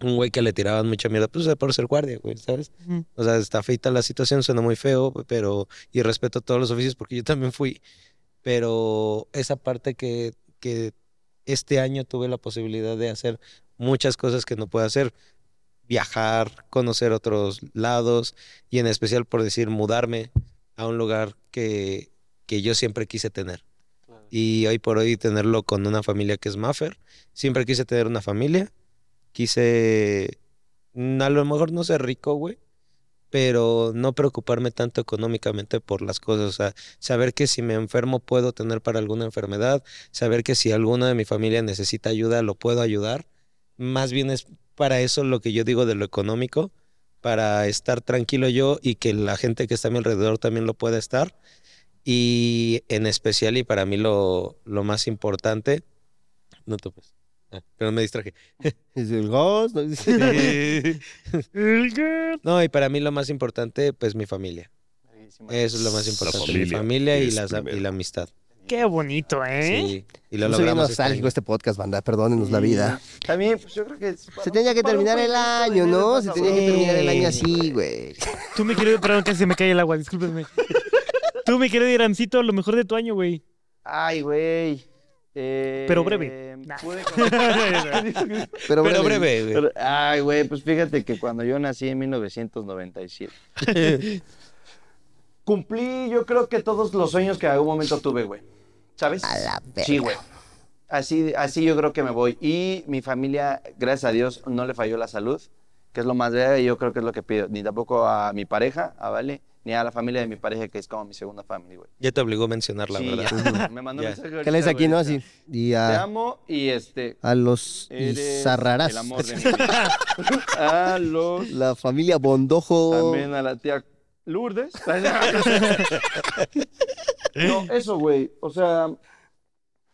[SPEAKER 4] un güey que le tiraban mucha mierda, pues por ser guardia, güey, ¿sabes?
[SPEAKER 1] Ujú.
[SPEAKER 4] O sea, está feita la situación, suena muy feo, pero y respeto todos los oficios porque yo también fui, pero esa parte que, que este año tuve la posibilidad de hacer muchas cosas que no puedo hacer, viajar, conocer otros lados y en especial por decir mudarme a un lugar que, que yo siempre quise tener. Y hoy por hoy tenerlo con una familia que es Maffer, siempre quise tener una familia, quise mm, a lo mejor no ser rico, güey, pero no preocuparme tanto económicamente por las cosas. O sea, saber que si me enfermo puedo tener para alguna enfermedad, saber que si alguna de mi familia necesita ayuda, lo puedo ayudar. Más bien es para eso lo que yo digo de lo económico, para estar tranquilo yo y que la gente que está a mi alrededor también lo pueda estar. Y en especial, y para mí lo, lo más importante, no topes. Ah, pero me distraje.
[SPEAKER 2] Es el gas, *laughs* ¿no?
[SPEAKER 1] El girl.
[SPEAKER 4] *laughs* No, y para mí lo más importante, pues mi familia.
[SPEAKER 3] Verguísima.
[SPEAKER 4] Eso es lo más importante. mi
[SPEAKER 6] familia
[SPEAKER 4] familia y
[SPEAKER 6] es
[SPEAKER 4] la,
[SPEAKER 6] primero.
[SPEAKER 4] y la amistad.
[SPEAKER 1] Qué bonito, ¿eh?
[SPEAKER 4] Sí. Y lo
[SPEAKER 2] Yo soy bien
[SPEAKER 4] logramos. este
[SPEAKER 2] nostálgico
[SPEAKER 4] año.
[SPEAKER 2] este podcast, banda. Perdónenos la vida.
[SPEAKER 3] También, pues yo creo que.
[SPEAKER 2] Se tenía que terminar el año, ¿no? Se tenía que terminar el año así, güey.
[SPEAKER 1] Tú, mi querido, perdón, casi se me cae el agua, discúlpenme. Tú, mi querido Irancito, lo mejor de tu año, güey.
[SPEAKER 3] Ay, güey.
[SPEAKER 1] Pero breve.
[SPEAKER 3] Eh,
[SPEAKER 1] Nah.
[SPEAKER 3] *laughs* pude
[SPEAKER 1] *laughs*
[SPEAKER 3] conocer-
[SPEAKER 2] Pero, breve.
[SPEAKER 4] Pero breve, güey.
[SPEAKER 3] Pero, Ay, güey, pues fíjate que cuando yo nací en 1997. Cumplí, yo creo que todos los sueños que en algún momento tuve, güey. ¿Sabes?
[SPEAKER 2] A la
[SPEAKER 3] Sí,
[SPEAKER 2] verga.
[SPEAKER 3] güey. Así, así yo creo que me voy. Y mi familia, gracias a Dios, no le falló la salud, que es lo más grave y yo creo que es lo que pido. Ni tampoco a mi pareja, a Vale, ni a la familia de mi pareja, que es como mi segunda familia, güey.
[SPEAKER 4] Ya te obligó a mencionar la
[SPEAKER 3] Sí,
[SPEAKER 4] verdad.
[SPEAKER 3] ya.
[SPEAKER 2] *laughs*
[SPEAKER 3] Me mandó un
[SPEAKER 4] Ya.
[SPEAKER 3] mensaje
[SPEAKER 2] ¿Qué lees
[SPEAKER 3] ahorita,
[SPEAKER 2] aquí, no?
[SPEAKER 3] güey,
[SPEAKER 2] Así. Y
[SPEAKER 3] Te
[SPEAKER 2] a,
[SPEAKER 3] amo y este.
[SPEAKER 2] a los
[SPEAKER 3] eres
[SPEAKER 2] Izarrarás.
[SPEAKER 3] El amor de mi vida. A los.
[SPEAKER 2] *laughs* La familia Bondojo.
[SPEAKER 3] También a la tía Lourdes. no, eso, güey. O sea,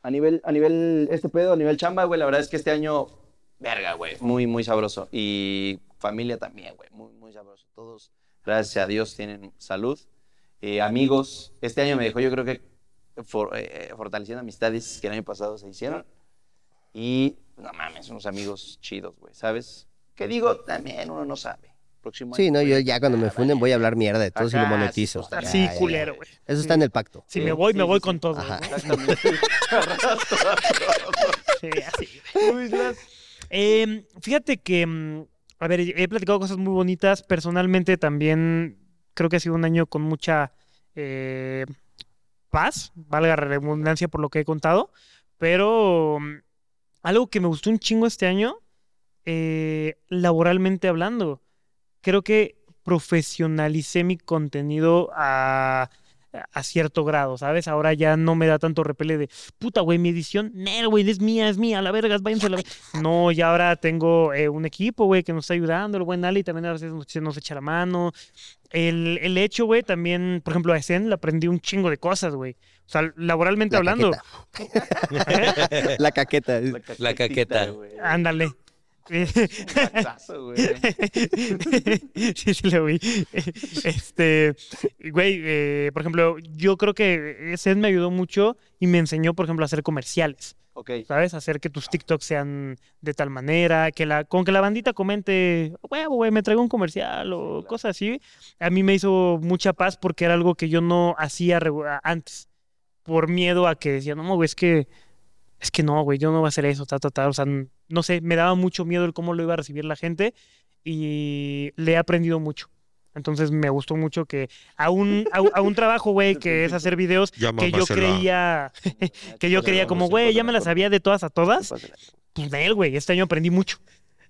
[SPEAKER 3] a nivel, a nivel, este pedo, a nivel chamba, güey, la verdad es que este año, verga, güey. Muy, muy sabroso. Y familia también, güey. Muy, muy sabroso. Todos, gracias a Dios, tienen salud. Eh, amigos, este año me dejó, yo creo que for- eh, eh, fortaleciendo amistades que el año pasado se hicieron. Y, no mames, unos amigos chidos, güey, ¿sabes? Que digo, también uno no sabe. Próximo
[SPEAKER 2] Sí,
[SPEAKER 3] año,
[SPEAKER 2] no,
[SPEAKER 3] güey,
[SPEAKER 2] yo ya cuando me funden voy a hablar mierda de todo si lo
[SPEAKER 3] Ajá,
[SPEAKER 2] monetizo.
[SPEAKER 3] sí, pues,
[SPEAKER 1] *laughs*
[SPEAKER 2] Ya,
[SPEAKER 1] Sí,
[SPEAKER 2] ya, ya.
[SPEAKER 1] culero, güey.
[SPEAKER 2] Eso está en el pacto.
[SPEAKER 1] Si me voy,
[SPEAKER 3] Sí,
[SPEAKER 1] me
[SPEAKER 3] sí,
[SPEAKER 1] voy
[SPEAKER 3] sí.
[SPEAKER 1] con todo.
[SPEAKER 2] Ajá.
[SPEAKER 1] güey.
[SPEAKER 3] Exactamente.
[SPEAKER 1] Sí, así, güey. Eh, fíjate que, mm, a ver, he platicado cosas muy bonitas. Personalmente también creo que ha sido un año con mucha eh, paz, valga la redundancia por lo que he contado. Pero mm, algo que me gustó un chingo este año, eh, laboralmente hablando, creo que profesionalicé mi contenido a, a cierto grado, ¿sabes? Ahora ya no me da tanto repele de, puta, güey, mi edición, nel, güey, es mía, es mía, a la verga, váyanse a la verga". No, ya ahora tengo eh, un equipo, güey, que nos está ayudando, el buen Ali también a veces nos, se nos echa la mano. El, el hecho, güey, también, por ejemplo, a Esen le aprendí un chingo de cosas, güey. O sea, laboralmente
[SPEAKER 2] La
[SPEAKER 1] hablando.
[SPEAKER 2] La caqueta.
[SPEAKER 4] La caqueta.
[SPEAKER 3] güey.
[SPEAKER 1] Ándale. *laughs*
[SPEAKER 3] Un patazo, güey.
[SPEAKER 1] sí, sí, lo vi. Este, güey, eh, por ejemplo, yo creo que Seth me ayudó mucho y me enseñó, por ejemplo, a hacer comerciales,
[SPEAKER 3] Ok.
[SPEAKER 1] ¿sabes? Hacer que tus TikToks sean de tal manera, que la, con que la bandita comente, huevo, güey, me traigo un comercial o
[SPEAKER 3] claro.
[SPEAKER 1] cosas así. A mí me hizo mucha paz porque era algo que yo no hacía regu- a- antes, por miedo a que decía, no, güey, es que, es que no, güey, yo no voy a hacer eso, ta, ta, ta. O sea, n- no sé, me daba mucho miedo el cómo lo iba a recibir la gente y le he aprendido mucho. Entonces me gustó mucho que a un, a, un- a un trabajo, güey, que es hacer videos que yo creía, *laughs* que
[SPEAKER 3] Pues,
[SPEAKER 1] yo creía como, güey, ya me las sabía de todas a todas, pues de él, güey, este año aprendí mucho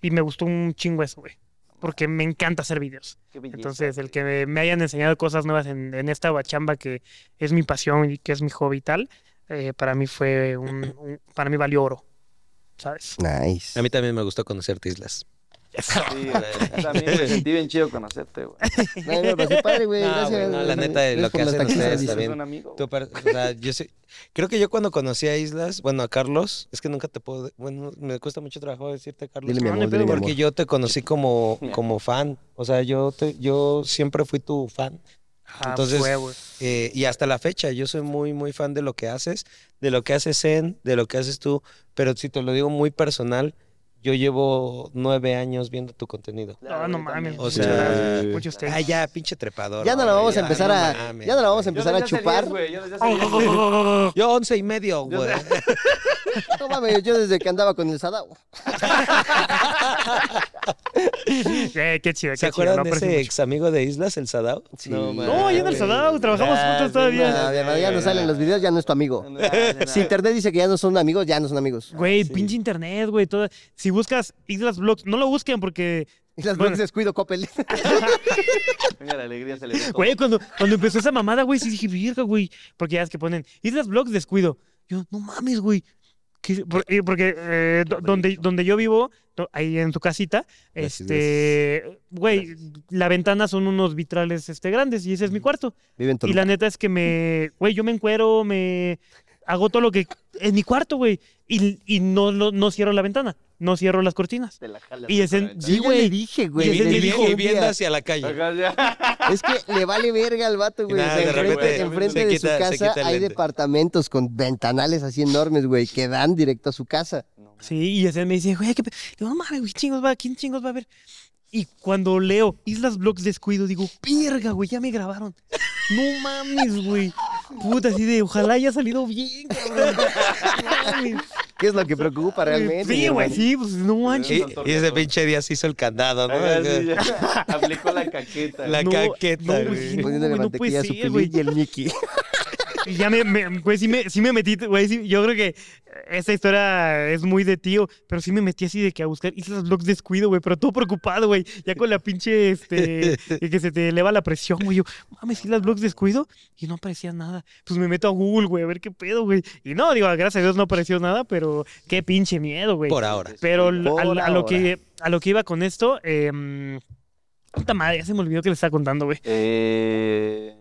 [SPEAKER 1] y me gustó un chingo eso, güey, porque me encanta hacer videos.
[SPEAKER 3] Qué belleza,
[SPEAKER 1] Entonces, el
[SPEAKER 3] güey.
[SPEAKER 1] que me- me hayan enseñado cosas nuevas en, en esta bachamba que es mi pasión y que es mi hobby y tal, eh, para mí fue un, un- para mí valió oro, ¿sabes?
[SPEAKER 2] Nice.
[SPEAKER 4] A mí también me gustó conocerte, Islas.
[SPEAKER 3] Sí, güey. También me sentí bien chido conocerte, güey.
[SPEAKER 2] No, me pasó pues, padre, güey.
[SPEAKER 4] No,
[SPEAKER 2] Gracias.
[SPEAKER 4] güey, no, la
[SPEAKER 2] güey.
[SPEAKER 4] neta,
[SPEAKER 2] Gracias
[SPEAKER 4] lo que
[SPEAKER 2] por los
[SPEAKER 4] hacen
[SPEAKER 2] taxis,
[SPEAKER 4] ustedes
[SPEAKER 2] dice.
[SPEAKER 3] ¿Eres
[SPEAKER 4] también.
[SPEAKER 3] un amigo?
[SPEAKER 4] Tú
[SPEAKER 3] güey?
[SPEAKER 4] apar- o sea, yo sé- creo que yo cuando conocí a Islas, bueno, a Carlos, es que nunca te puedo, de- bueno, me cuesta mucho trabajo decirte Carlos.
[SPEAKER 2] Dile mi
[SPEAKER 1] No, no
[SPEAKER 2] amor,
[SPEAKER 1] hay
[SPEAKER 2] dile mi amor.
[SPEAKER 4] porque yo te conocí como, como fan, o sea, yo, te, yo siempre fui tu fan.
[SPEAKER 1] Ah,
[SPEAKER 4] Entonces,
[SPEAKER 1] fue, güey.
[SPEAKER 4] eh, y hasta la fecha, yo soy muy, muy fan de lo que haces, de lo que haces Zen, de lo que haces tú, pero si te lo digo muy personal, yo llevo nueve años viendo tu contenido.
[SPEAKER 1] No, no
[SPEAKER 3] yo
[SPEAKER 1] mames.
[SPEAKER 3] también.
[SPEAKER 4] O
[SPEAKER 1] muchas
[SPEAKER 4] sea,
[SPEAKER 1] gracias, muchos thanks.
[SPEAKER 4] Ah, ya, pinche trepador.
[SPEAKER 2] Ya no la
[SPEAKER 4] güey,
[SPEAKER 2] vamos a empezar
[SPEAKER 4] no
[SPEAKER 2] a.
[SPEAKER 4] mames,
[SPEAKER 2] Ya no la vamos a
[SPEAKER 3] Yo
[SPEAKER 2] empezar a
[SPEAKER 3] desde hace
[SPEAKER 2] chupar.
[SPEAKER 3] 10, güey, yo desde hace
[SPEAKER 1] Oh,
[SPEAKER 3] 10,
[SPEAKER 1] oh, oh, oh, oh, oh.
[SPEAKER 4] Yo once y medio,
[SPEAKER 3] Yo
[SPEAKER 4] güey.
[SPEAKER 2] No mames, yo desde que andaba con el Sadao.
[SPEAKER 1] *laughs* Eh, qué chido,
[SPEAKER 4] ¿Se
[SPEAKER 1] qué chido.
[SPEAKER 4] acuerdan
[SPEAKER 1] lo
[SPEAKER 4] de
[SPEAKER 1] aprecio
[SPEAKER 4] ese
[SPEAKER 1] mucho.
[SPEAKER 4] ex amigo de Islas, el Sadao?
[SPEAKER 2] Sí.
[SPEAKER 1] No, ahí en el
[SPEAKER 4] güey. Ah,
[SPEAKER 1] Sadao, trabajamos juntos todavía.
[SPEAKER 2] Ya, ya, ya no salen los videos, ya no es tu amigo.
[SPEAKER 3] *laughs* güey.
[SPEAKER 2] Si internet dice que ya no son amigos, ya no son amigos.
[SPEAKER 1] Güey, pinche internet, güey. todo- Si buscas Islas Blogs, no lo busquen porque,
[SPEAKER 2] Y las
[SPEAKER 1] Bueno.
[SPEAKER 2] blogs descuido, Coppel. *laughs*
[SPEAKER 3] Venga, la alegría se le ve todo.
[SPEAKER 1] güey, cuando, cuando empezó esa mamada, güey, sí dije, virga, güey. Porque ya es que ponen Islas Blogs descuido. Yo, no mames, güey. ¿Qué- por- eh, Porque eh, do- donde, donde yo vivo, do- ahí en tu casita,
[SPEAKER 2] Gracias,
[SPEAKER 1] este, güey, la ventana son unos vitrales este, grandes y ese es mi cuarto.
[SPEAKER 2] Viven
[SPEAKER 1] Y la neta es que me, güey, yo me encuero, me hago todo lo que en mi cuarto, güey, y, y no, no, no cierro la ventana, no cierro las cortinas.
[SPEAKER 3] Te la jalas
[SPEAKER 1] Y
[SPEAKER 3] por
[SPEAKER 1] es
[SPEAKER 3] la
[SPEAKER 1] en-
[SPEAKER 3] ventana.
[SPEAKER 1] sí,
[SPEAKER 2] Yo ya
[SPEAKER 1] güey.
[SPEAKER 2] le dije, güey.
[SPEAKER 1] Y
[SPEAKER 4] Y,
[SPEAKER 1] ese
[SPEAKER 2] le
[SPEAKER 1] es mi
[SPEAKER 2] dije
[SPEAKER 1] viejo.
[SPEAKER 2] un
[SPEAKER 4] y viendo
[SPEAKER 2] día.
[SPEAKER 4] hacia la calle.
[SPEAKER 3] Ajá,
[SPEAKER 2] *laughs*
[SPEAKER 3] ya.
[SPEAKER 2] Es que le vale verga al vato, güey.
[SPEAKER 4] Y
[SPEAKER 2] O sea,
[SPEAKER 4] nada, de
[SPEAKER 2] enfrente,
[SPEAKER 4] repente
[SPEAKER 2] enfrente
[SPEAKER 4] se
[SPEAKER 2] de
[SPEAKER 4] quita- se
[SPEAKER 2] su casa
[SPEAKER 4] quita el
[SPEAKER 2] hay
[SPEAKER 4] lente.
[SPEAKER 2] departamentos con ventanales así enormes, güey, que dan directo a su casa.
[SPEAKER 1] Sí, y ese me dice, güey, ¿qué pe-?" Le digo, no mames, güey, chingos va, ¿quién chingos va a ver? Y cuando leo Islas Blogs Descuido, digo, verga, güey, ya me grabaron. No mames, güey. Puta, así de, ojalá haya salido bien, cabrón. No mames.
[SPEAKER 2] ¿Qué es lo que preocupa realmente? mi
[SPEAKER 1] Sí, güey,
[SPEAKER 2] hermano?
[SPEAKER 1] sí, pues no manches.
[SPEAKER 4] Y, y ese pinche día se hizo el candado, ¿no?
[SPEAKER 3] Ajá, sí, ya. Aplicó la caqueta.
[SPEAKER 4] La
[SPEAKER 1] No,
[SPEAKER 4] caqueta,
[SPEAKER 1] no,
[SPEAKER 4] güey.
[SPEAKER 1] güey.
[SPEAKER 2] Poniéndole
[SPEAKER 1] güey, no puede
[SPEAKER 2] mantequilla a su
[SPEAKER 1] ser,
[SPEAKER 2] pilín
[SPEAKER 1] güey.
[SPEAKER 2] y el Mickey.
[SPEAKER 1] Y ya me, me- güey, sí me, sí me metí, güey, sí, yo creo que esa historia es muy de tío, pero sí me metí así de que a buscar hice los blogs de descuido, güey, pero todo preocupado, güey, ya con la pinche, este, de que se te eleva la presión, güey, yo, mames, hice las blogs de descuido y no aparecía nada. Pues me meto a Google, güey, a ver qué pedo, güey. Y no, digo, gracias a Dios no apareció nada, pero qué pinche miedo, güey.
[SPEAKER 4] Por ahora.
[SPEAKER 1] Pero
[SPEAKER 2] Sí,
[SPEAKER 1] al- al- a, lo
[SPEAKER 2] por
[SPEAKER 1] que, a lo que iba con esto, eh, puta madre, ya se me olvidó que le estaba contando, güey.
[SPEAKER 3] Eh,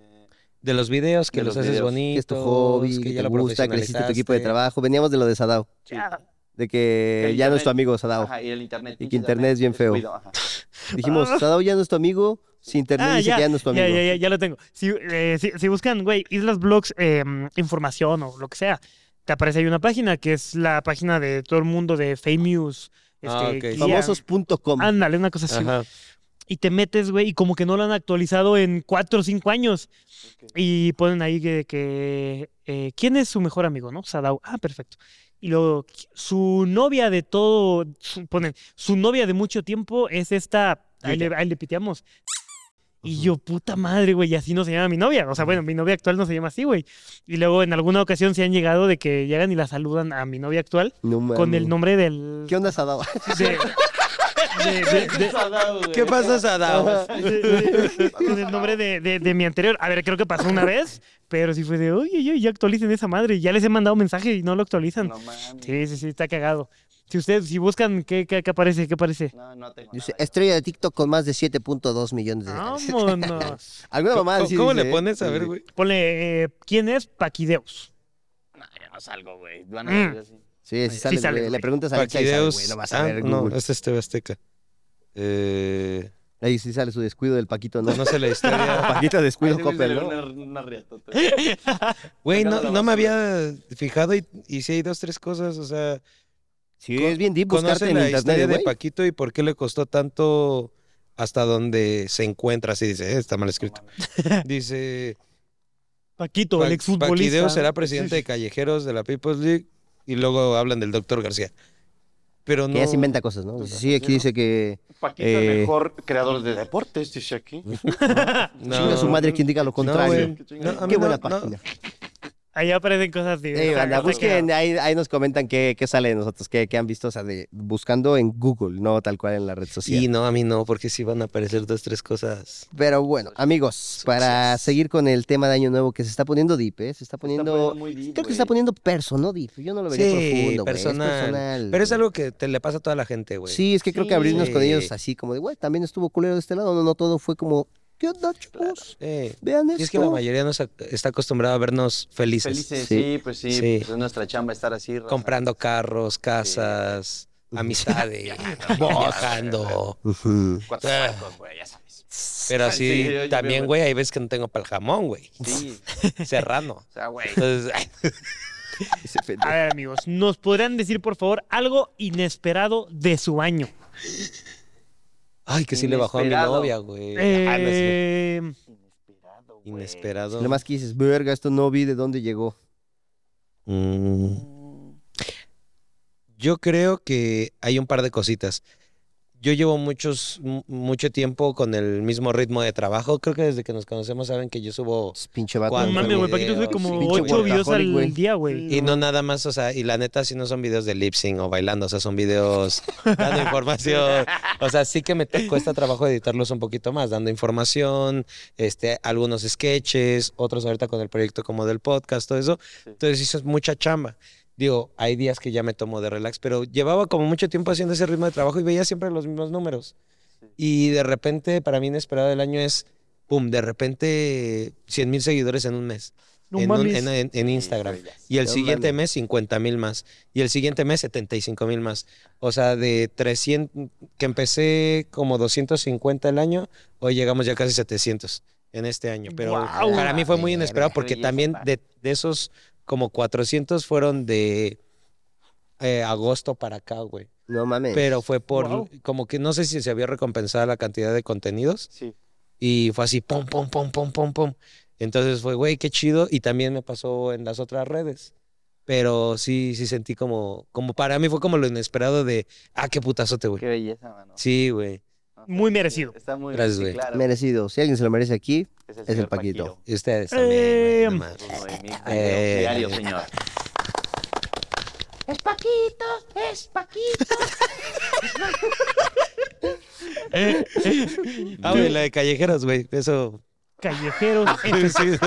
[SPEAKER 4] De los videos que
[SPEAKER 3] De
[SPEAKER 4] los,
[SPEAKER 3] los
[SPEAKER 4] haces
[SPEAKER 3] videos.
[SPEAKER 4] bonitos.
[SPEAKER 2] que es tu hobby, que,
[SPEAKER 4] ya
[SPEAKER 2] te
[SPEAKER 4] lo
[SPEAKER 2] gusta, que le hiciste tu equipo de
[SPEAKER 4] profesionalizaste.
[SPEAKER 2] trabajo. Veníamos de lo de Sadao,
[SPEAKER 3] sí.
[SPEAKER 2] de que
[SPEAKER 3] Que el
[SPEAKER 2] ya no
[SPEAKER 3] internet-
[SPEAKER 2] es tu amigo Sadao.
[SPEAKER 3] Ajá, y el internet.
[SPEAKER 2] Y que
[SPEAKER 3] pinche
[SPEAKER 2] internet es bien feo.
[SPEAKER 3] descuido, ajá.
[SPEAKER 2] Dijimos,
[SPEAKER 1] Ah.
[SPEAKER 2] Sadao ya no es tu amigo, si internet
[SPEAKER 1] Ah,
[SPEAKER 2] dice
[SPEAKER 1] ya,
[SPEAKER 2] que ya no es tu amigo.
[SPEAKER 1] Ya, ya, ya, ya lo tengo. Si, eh, si, si buscan, güey, Islas Blogs, eh, información o lo que sea, te aparece ahí una página que es la página de todo el mundo de Famous. Este,
[SPEAKER 4] Ah, ok.
[SPEAKER 1] guía.
[SPEAKER 2] Famosos.com.
[SPEAKER 1] Ándale, una cosa así.
[SPEAKER 4] Ajá.
[SPEAKER 1] Y te metes, güey, y como que no lo han actualizado en cuatro o cinco años. Y ponen ahí que, que, eh, ¿quién es su mejor amigo, no? Sadao. Ah, perfecto. Y luego, qui- su novia de todo, su- ponen, su novia de mucho tiempo es esta, ahí le, ahí le piteamos. Y yo, puta madre, güey, y así no se llama mi novia. O sea, bueno, mi novia actual no se llama así, güey. Y luego en alguna ocasión se han llegado de que llegan y la saludan a mi novia actual
[SPEAKER 2] No
[SPEAKER 1] con el
[SPEAKER 2] mames.
[SPEAKER 1] nombre del...
[SPEAKER 2] ¿Qué onda Sadao? *laughs*
[SPEAKER 1] de- de- de- de-
[SPEAKER 4] ¿Qué pasa, Sadao?
[SPEAKER 1] con el nombre de, de- de mi anterior. A ver, creo que pasó una vez, pero sí fue de, oye, oye, ya actualicen esa madre. Ya les he mandado mensaje y no lo actualizan.
[SPEAKER 3] No mames.
[SPEAKER 1] Sí, sí, sí, está cagado. Si ustedes, si buscan, ¿qué, qué, qué aparece? ¿Qué aparece?
[SPEAKER 3] No, no tengo.
[SPEAKER 2] Dice,
[SPEAKER 3] nada.
[SPEAKER 2] estrella de TikTok con más de 7.2 millones de likes.
[SPEAKER 1] Vámonos.
[SPEAKER 2] ¿Alguna
[SPEAKER 4] ¿Cómo,
[SPEAKER 2] mamá
[SPEAKER 4] cómo le pones? A ver, güey.
[SPEAKER 1] *laughs* Ponle, eh, ¿quién es Paquideus?
[SPEAKER 3] No, yo no salgo, güey. Van a decir
[SPEAKER 1] Mm.
[SPEAKER 3] así.
[SPEAKER 2] Sí, sí,
[SPEAKER 1] sale,
[SPEAKER 2] sale, güey. Le
[SPEAKER 1] güey.
[SPEAKER 2] preguntas a Alexa y sale,
[SPEAKER 4] Paquideus.
[SPEAKER 2] güey, no vas a
[SPEAKER 4] Ah,
[SPEAKER 2] ver
[SPEAKER 4] no,
[SPEAKER 2] Google.
[SPEAKER 4] es este Azteca. Eh,
[SPEAKER 2] Ahí sí sale su descuido del Paquito, ¿no? *laughs*
[SPEAKER 4] no sé la historia.
[SPEAKER 2] Paquito
[SPEAKER 3] Ay,
[SPEAKER 2] descuido
[SPEAKER 3] ese güey se
[SPEAKER 2] Coppel,
[SPEAKER 3] le
[SPEAKER 2] ¿no?
[SPEAKER 3] ve Una, una riatota.
[SPEAKER 4] Güey,
[SPEAKER 3] Sacando
[SPEAKER 4] no,
[SPEAKER 3] la
[SPEAKER 4] no me
[SPEAKER 3] basura.
[SPEAKER 4] había fijado y, y sí hay dos, tres cosas. O sea,
[SPEAKER 2] Sí,
[SPEAKER 4] Con-
[SPEAKER 2] es bien deep buscarte
[SPEAKER 4] ¿conocen
[SPEAKER 2] en
[SPEAKER 4] la historia
[SPEAKER 2] internet, güey.
[SPEAKER 4] de Paquito y por qué le costó tanto hasta donde se encuentra? Así dice, eh, está
[SPEAKER 2] *laughs*
[SPEAKER 4] mal escrito. Dice,
[SPEAKER 1] Paquito,
[SPEAKER 4] Pa-
[SPEAKER 1] el exfutbolista.
[SPEAKER 4] Paquideo será presidente de Callejeros de la People's League y luego hablan del doctor García. Pero no...
[SPEAKER 2] Que ya se inventa cosas, ¿no?
[SPEAKER 3] Pues,
[SPEAKER 2] Sí, aquí dice que
[SPEAKER 3] Paquito,
[SPEAKER 2] Eh.
[SPEAKER 3] el mejor creador de deportes,
[SPEAKER 2] *laughs*
[SPEAKER 3] dice aquí.
[SPEAKER 4] no.
[SPEAKER 2] chinga su madre quien diga lo contrario.
[SPEAKER 4] güey. No, a mí
[SPEAKER 2] Qué buena
[SPEAKER 4] no, no.
[SPEAKER 2] página.
[SPEAKER 1] Ahí aparecen cosas así.
[SPEAKER 2] Eh,
[SPEAKER 1] o sea,
[SPEAKER 2] banda,
[SPEAKER 1] no sé
[SPEAKER 2] busquen,
[SPEAKER 1] qué.
[SPEAKER 2] ahí, ahí nos comentan qué, qué sale de nosotros, qué, qué han visto, o sea, de- buscando en Google, no tal cual en la red social.
[SPEAKER 4] Y no, a mí no, porque sí van a aparecer dos, tres cosas.
[SPEAKER 2] Pero bueno, amigos, para seguir con el tema de Año Nuevo que se está poniendo deep, ¿eh? Se está poniendo...
[SPEAKER 3] muy
[SPEAKER 2] creo
[SPEAKER 3] deep,
[SPEAKER 2] que
[SPEAKER 3] güey.
[SPEAKER 2] se está poniendo perso, ¿no? Deep. Yo no lo vería profundo, güey. Es personal.
[SPEAKER 4] Pero es
[SPEAKER 2] güey.
[SPEAKER 4] algo que te le pasa a toda la gente, güey.
[SPEAKER 2] Sí, es que creo que abrirnos con
[SPEAKER 4] Sí.
[SPEAKER 2] ellos así, como de, güey, también estuvo culero de este lado. No, no, todo fue como, ¿qué onda, chicos?
[SPEAKER 4] Eh,
[SPEAKER 2] Vean esto.
[SPEAKER 4] y es que la mayoría nos ac- está acostumbrada a vernos felices.
[SPEAKER 3] Felices,
[SPEAKER 2] Sí.
[SPEAKER 3] sí, pues sí,
[SPEAKER 4] Sí.
[SPEAKER 3] Pues es nuestra chamba estar así. raza.
[SPEAKER 4] Comprando carros, casas,
[SPEAKER 2] *laughs*
[SPEAKER 4] amistades, *laughs* bojando.
[SPEAKER 2] Ujú.
[SPEAKER 3] Cuatro
[SPEAKER 4] *laughs*
[SPEAKER 3] sacos, güey, ya sabes.
[SPEAKER 4] Pero
[SPEAKER 3] Sí,
[SPEAKER 4] así,
[SPEAKER 3] yo- yo
[SPEAKER 4] también,
[SPEAKER 3] veo-
[SPEAKER 4] güey, hay veces que no tengo para el
[SPEAKER 2] *laughs*
[SPEAKER 4] jamón, güey.
[SPEAKER 3] Sí,
[SPEAKER 4] Serrano.
[SPEAKER 3] o sea,
[SPEAKER 4] *laughs*
[SPEAKER 3] güey.
[SPEAKER 4] Entonces, Ah,
[SPEAKER 1] A ver, amigos, ¿nos podrían decir, por favor, algo inesperado de su año?
[SPEAKER 4] ay, que sí le bajó a mi
[SPEAKER 3] Inesperado.
[SPEAKER 4] novia, güey. Ah, no es cierto.
[SPEAKER 1] Eh,
[SPEAKER 3] Inesperado, güey.
[SPEAKER 4] Inesperado.
[SPEAKER 2] Nomás que dices, verga, esto no vi de dónde llegó.
[SPEAKER 4] Mm. Yo creo que hay un par de cositas. Yo llevo muchos, mu- mucho tiempo con el mismo ritmo de trabajo. Creo que desde que nos conocemos saben que yo subo
[SPEAKER 2] Es pinche vato.
[SPEAKER 1] No
[SPEAKER 4] ¿Cuánto,
[SPEAKER 1] mames, güey,
[SPEAKER 4] videos,
[SPEAKER 1] Paquito sube como
[SPEAKER 2] pinche
[SPEAKER 1] ocho videos
[SPEAKER 2] workaholic,
[SPEAKER 1] al
[SPEAKER 2] güey.
[SPEAKER 1] día, güey.
[SPEAKER 4] Y no nada más, o sea, y la neta sí no son videos de lip sync o bailando, o sea, son videos dando información. O sea, sí que me te- cuesta trabajo editarlos un poquito más, dando información, este, algunos sketches, otros ahorita con el proyecto como del podcast, todo eso.
[SPEAKER 3] Sí.
[SPEAKER 4] Entonces eso es mucha chamba. Digo, hay días que ya me tomo de relax, pero llevaba como mucho tiempo haciendo ese ritmo de trabajo y veía siempre los mismos números. Y de repente, para mí inesperado del año es, pum, de repente 100 mil seguidores en un mes.
[SPEAKER 1] No
[SPEAKER 4] en, un-
[SPEAKER 1] mames.
[SPEAKER 4] en- en- en Instagram.
[SPEAKER 3] Sí, güey, ya sé.
[SPEAKER 4] Y el
[SPEAKER 2] No
[SPEAKER 4] siguiente
[SPEAKER 2] mames.
[SPEAKER 4] mes 50 mil más. Y el siguiente mes 75 mil más. O sea, de 300, que empecé como 250 el año, hoy llegamos ya casi 700 en este año. Pero
[SPEAKER 1] Guau.
[SPEAKER 4] para mí fue muy
[SPEAKER 2] Verga.
[SPEAKER 4] inesperado porque
[SPEAKER 3] Oye,
[SPEAKER 4] también
[SPEAKER 3] papá.
[SPEAKER 4] de, de esos como 400 fueron de eh, agosto para acá, güey.
[SPEAKER 2] No mames.
[SPEAKER 4] Pero fue por,
[SPEAKER 1] Guau.
[SPEAKER 4] como que no sé si se había recompensado la cantidad de contenidos.
[SPEAKER 3] Sí.
[SPEAKER 4] Y fue así, pum, pum, pum, pum, pum, pum. Entonces fue, güey, qué chido. Y también me pasó en las otras redes. Pero sí, sí sentí como, como para mí fue como lo inesperado de, ah, qué putazote,
[SPEAKER 3] Qué
[SPEAKER 4] güey.
[SPEAKER 3] belleza, mano.
[SPEAKER 4] Sí, güey.
[SPEAKER 1] muy merecido.
[SPEAKER 3] Está muy
[SPEAKER 4] Gracias,
[SPEAKER 3] sí,
[SPEAKER 4] güey.
[SPEAKER 3] claro.
[SPEAKER 2] Merecido. Si alguien se lo merece aquí, es el
[SPEAKER 3] señor
[SPEAKER 2] Paquito.
[SPEAKER 4] Y ustedes también. güey, no
[SPEAKER 1] Eh,
[SPEAKER 4] mames.
[SPEAKER 3] Uno de mis
[SPEAKER 4] *laughs* Eh.
[SPEAKER 3] diario, señor.
[SPEAKER 2] *laughs*
[SPEAKER 4] Ah, güey, la de callejeros, güey. Eso.
[SPEAKER 1] Callejeros.
[SPEAKER 4] Sí.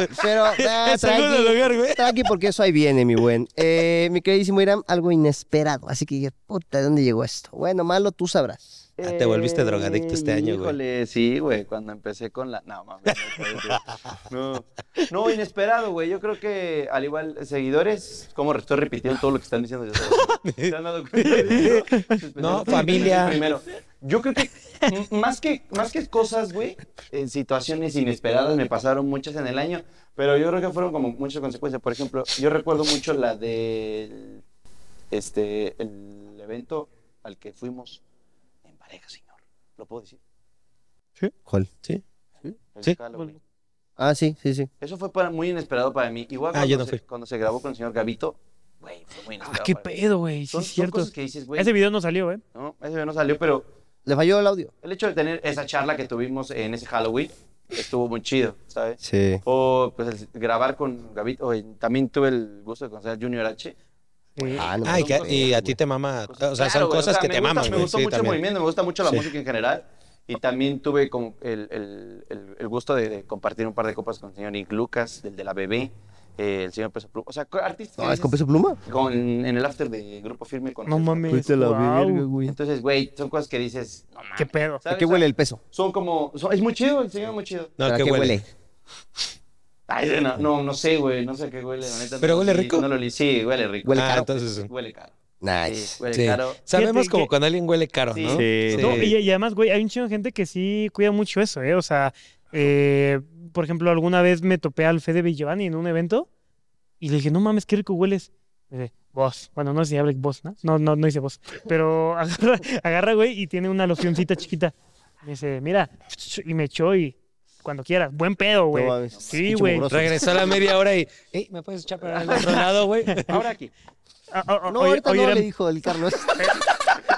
[SPEAKER 4] *laughs*
[SPEAKER 2] Pero, ah,
[SPEAKER 4] Segundo
[SPEAKER 2] tranqui,
[SPEAKER 4] lugar, güey.
[SPEAKER 2] tranqui, porque eso ahí viene, mi
[SPEAKER 4] *laughs*
[SPEAKER 2] buen. Eh, mi queridísimo Irán, algo inesperado. Así que dije, puta, ¿de dónde llegó esto? Bueno, malo, tú sabrás.
[SPEAKER 4] Ah, te volviste drogadicto este año, güey.
[SPEAKER 3] Eh, Híjole, sí, güey, cuando empecé con la... No, mames. no puede ser.
[SPEAKER 4] *laughs*
[SPEAKER 3] No, no, inesperado, güey. Yo creo que, al igual, seguidores, como estoy repitiendo todo lo que están diciendo. ya sabes. ¿Se han dado
[SPEAKER 4] *laughs*
[SPEAKER 3] cuenta de eso?
[SPEAKER 4] No, familia.
[SPEAKER 3] Primero, yo creo que m- más que, más que cosas, güey, en situaciones inesperadas me pasaron muchas en el año, pero yo creo que fueron como muchas consecuencias. Por ejemplo, yo recuerdo mucho la del este, el evento al que fuimos en pareja, señor. ¿Lo puedo decir?
[SPEAKER 2] ¿Cuál?
[SPEAKER 3] El
[SPEAKER 4] Sí.
[SPEAKER 3] Halloween.
[SPEAKER 2] Ah, sí, sí, sí.
[SPEAKER 3] Eso fue para, muy inesperado para mí. Igual
[SPEAKER 4] Ah,
[SPEAKER 3] cuando,
[SPEAKER 4] yo no
[SPEAKER 3] se,
[SPEAKER 4] fui.
[SPEAKER 3] cuando se grabó con el señor Gavito, güey, fue muy inesperado.
[SPEAKER 1] Ah, qué
[SPEAKER 3] para mí.
[SPEAKER 1] pedo, güey. Sí,
[SPEAKER 3] Son,
[SPEAKER 1] es
[SPEAKER 3] son
[SPEAKER 1] cierto.
[SPEAKER 3] cosas que dices, güey.
[SPEAKER 1] Ese video no salió, ¿eh?
[SPEAKER 3] No, ese video no salió, pero
[SPEAKER 2] Le falló el audio.
[SPEAKER 3] el hecho de tener esa charla que tuvimos en ese Halloween estuvo muy chido, ¿sabes?
[SPEAKER 2] Sí.
[SPEAKER 3] O pues el- grabar con Gavito. o, eh, también tuve el gusto de conocer a Junior H.
[SPEAKER 1] Eh,
[SPEAKER 2] no,
[SPEAKER 4] Ah, y,
[SPEAKER 2] no,
[SPEAKER 4] que-
[SPEAKER 2] no,
[SPEAKER 4] y
[SPEAKER 2] no,
[SPEAKER 4] a ti te mama. O
[SPEAKER 3] Claro,
[SPEAKER 4] sea, son
[SPEAKER 3] güey, o
[SPEAKER 4] cosas
[SPEAKER 3] sea,
[SPEAKER 4] que
[SPEAKER 3] me
[SPEAKER 4] te
[SPEAKER 3] gusta-
[SPEAKER 4] maman,
[SPEAKER 3] Me
[SPEAKER 4] güey.
[SPEAKER 3] gustó
[SPEAKER 4] Sí,
[SPEAKER 3] mucho el
[SPEAKER 4] también.
[SPEAKER 3] movimiento, me gusta mucho la
[SPEAKER 4] Sí.
[SPEAKER 3] música en general. Y también tuve como el, el- el- el gusto de, de compartir un par de copas con el señor Nick Lucas, el de la bebé, eh, el señor Peso Pluma. O sea, co- artistas. que
[SPEAKER 2] No, es con peso
[SPEAKER 3] dices-
[SPEAKER 2] pluma.
[SPEAKER 3] con- en el after de Grupo Firme. Con
[SPEAKER 1] no mames.
[SPEAKER 2] Fuiste a la
[SPEAKER 1] Guau.
[SPEAKER 2] verga, güey.
[SPEAKER 3] Entonces, güey, son cosas que dices, no mames.
[SPEAKER 1] Qué pedo.
[SPEAKER 2] ¿A
[SPEAKER 3] ¿sabes?
[SPEAKER 2] qué huele el peso?
[SPEAKER 3] Son como, son- es muy chido, el señor es muy chido.
[SPEAKER 4] No,
[SPEAKER 2] ¿A
[SPEAKER 4] que
[SPEAKER 2] qué
[SPEAKER 4] huele.
[SPEAKER 3] Ay, no, no, no sé, güey, no sé a qué huele, la neta.
[SPEAKER 4] ¿Pero
[SPEAKER 3] no
[SPEAKER 4] huele
[SPEAKER 3] lo li-
[SPEAKER 4] rico?
[SPEAKER 3] No lo li- sí, huele rico.
[SPEAKER 2] Huele
[SPEAKER 4] ah,
[SPEAKER 2] caro.
[SPEAKER 4] entonces.
[SPEAKER 3] Huele caro. Sí,
[SPEAKER 2] Nice.
[SPEAKER 3] huele
[SPEAKER 4] sí.
[SPEAKER 3] caro.
[SPEAKER 4] Sabemos
[SPEAKER 1] Fíjate
[SPEAKER 4] como
[SPEAKER 1] que-
[SPEAKER 4] cuando alguien huele caro,
[SPEAKER 3] Sí.
[SPEAKER 4] ¿no?
[SPEAKER 2] Sí.
[SPEAKER 1] No, y, y además, güey, hay un chingo de gente que sí cuida mucho eso, ¿eh? O sea, eh, por ejemplo, alguna vez me topé al Fede Villovanni en un evento y le dije, no mames, qué rico hueles. Me dice, vos. Bueno, no sé si hable vos, ¿no? No, no, no dice vos. Pero *laughs* agarra, agarra, güey, y tiene una locioncita chiquita. Me dice, mira, y me echó y cuando quieras. Buen pedo, güey.
[SPEAKER 2] mames,
[SPEAKER 1] sí,
[SPEAKER 2] pinche
[SPEAKER 1] güey.
[SPEAKER 2] mugroso.
[SPEAKER 4] Regresó a la media hora y. "Ey, ¿Me puedes echar para el *laughs* otro lado, güey?
[SPEAKER 3] Ahora aquí.
[SPEAKER 1] Ah, ah, ah,
[SPEAKER 2] No,
[SPEAKER 1] oye-
[SPEAKER 2] ahorita
[SPEAKER 1] oye, Eh,
[SPEAKER 2] no
[SPEAKER 1] Irán,
[SPEAKER 2] le dijo el
[SPEAKER 1] *laughs*
[SPEAKER 2] Carlos.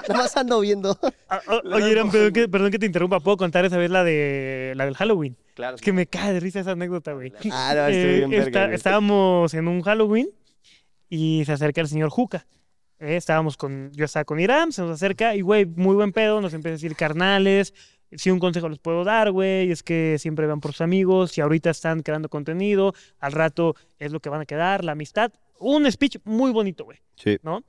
[SPEAKER 2] Nada más ando viendo.
[SPEAKER 1] ah, ah, oye, Irán, perdón que, perdón que te interrumpa. ¿Puedo contar esa vez la, de, la del Halloween?
[SPEAKER 3] Claro.
[SPEAKER 1] Es que me cae de risa esa anécdota, güey.
[SPEAKER 2] *laughs* Ah, no,
[SPEAKER 1] Eh,
[SPEAKER 2] estoy bien
[SPEAKER 1] está-
[SPEAKER 2] verga. güey.
[SPEAKER 1] estábamos en un Halloween y se acerca el señor Juca. Eh, estábamos con, yo estaba con Iram, se nos acerca y, güey, muy buen pedo, nos empieza a decir carnales. Si un consejo les puedo dar, güey, es que siempre van por sus amigos, si ahorita están creando contenido, al rato es lo que van a quedar, la amistad. Un speech muy bonito, güey.
[SPEAKER 2] Sí.
[SPEAKER 1] ¿No?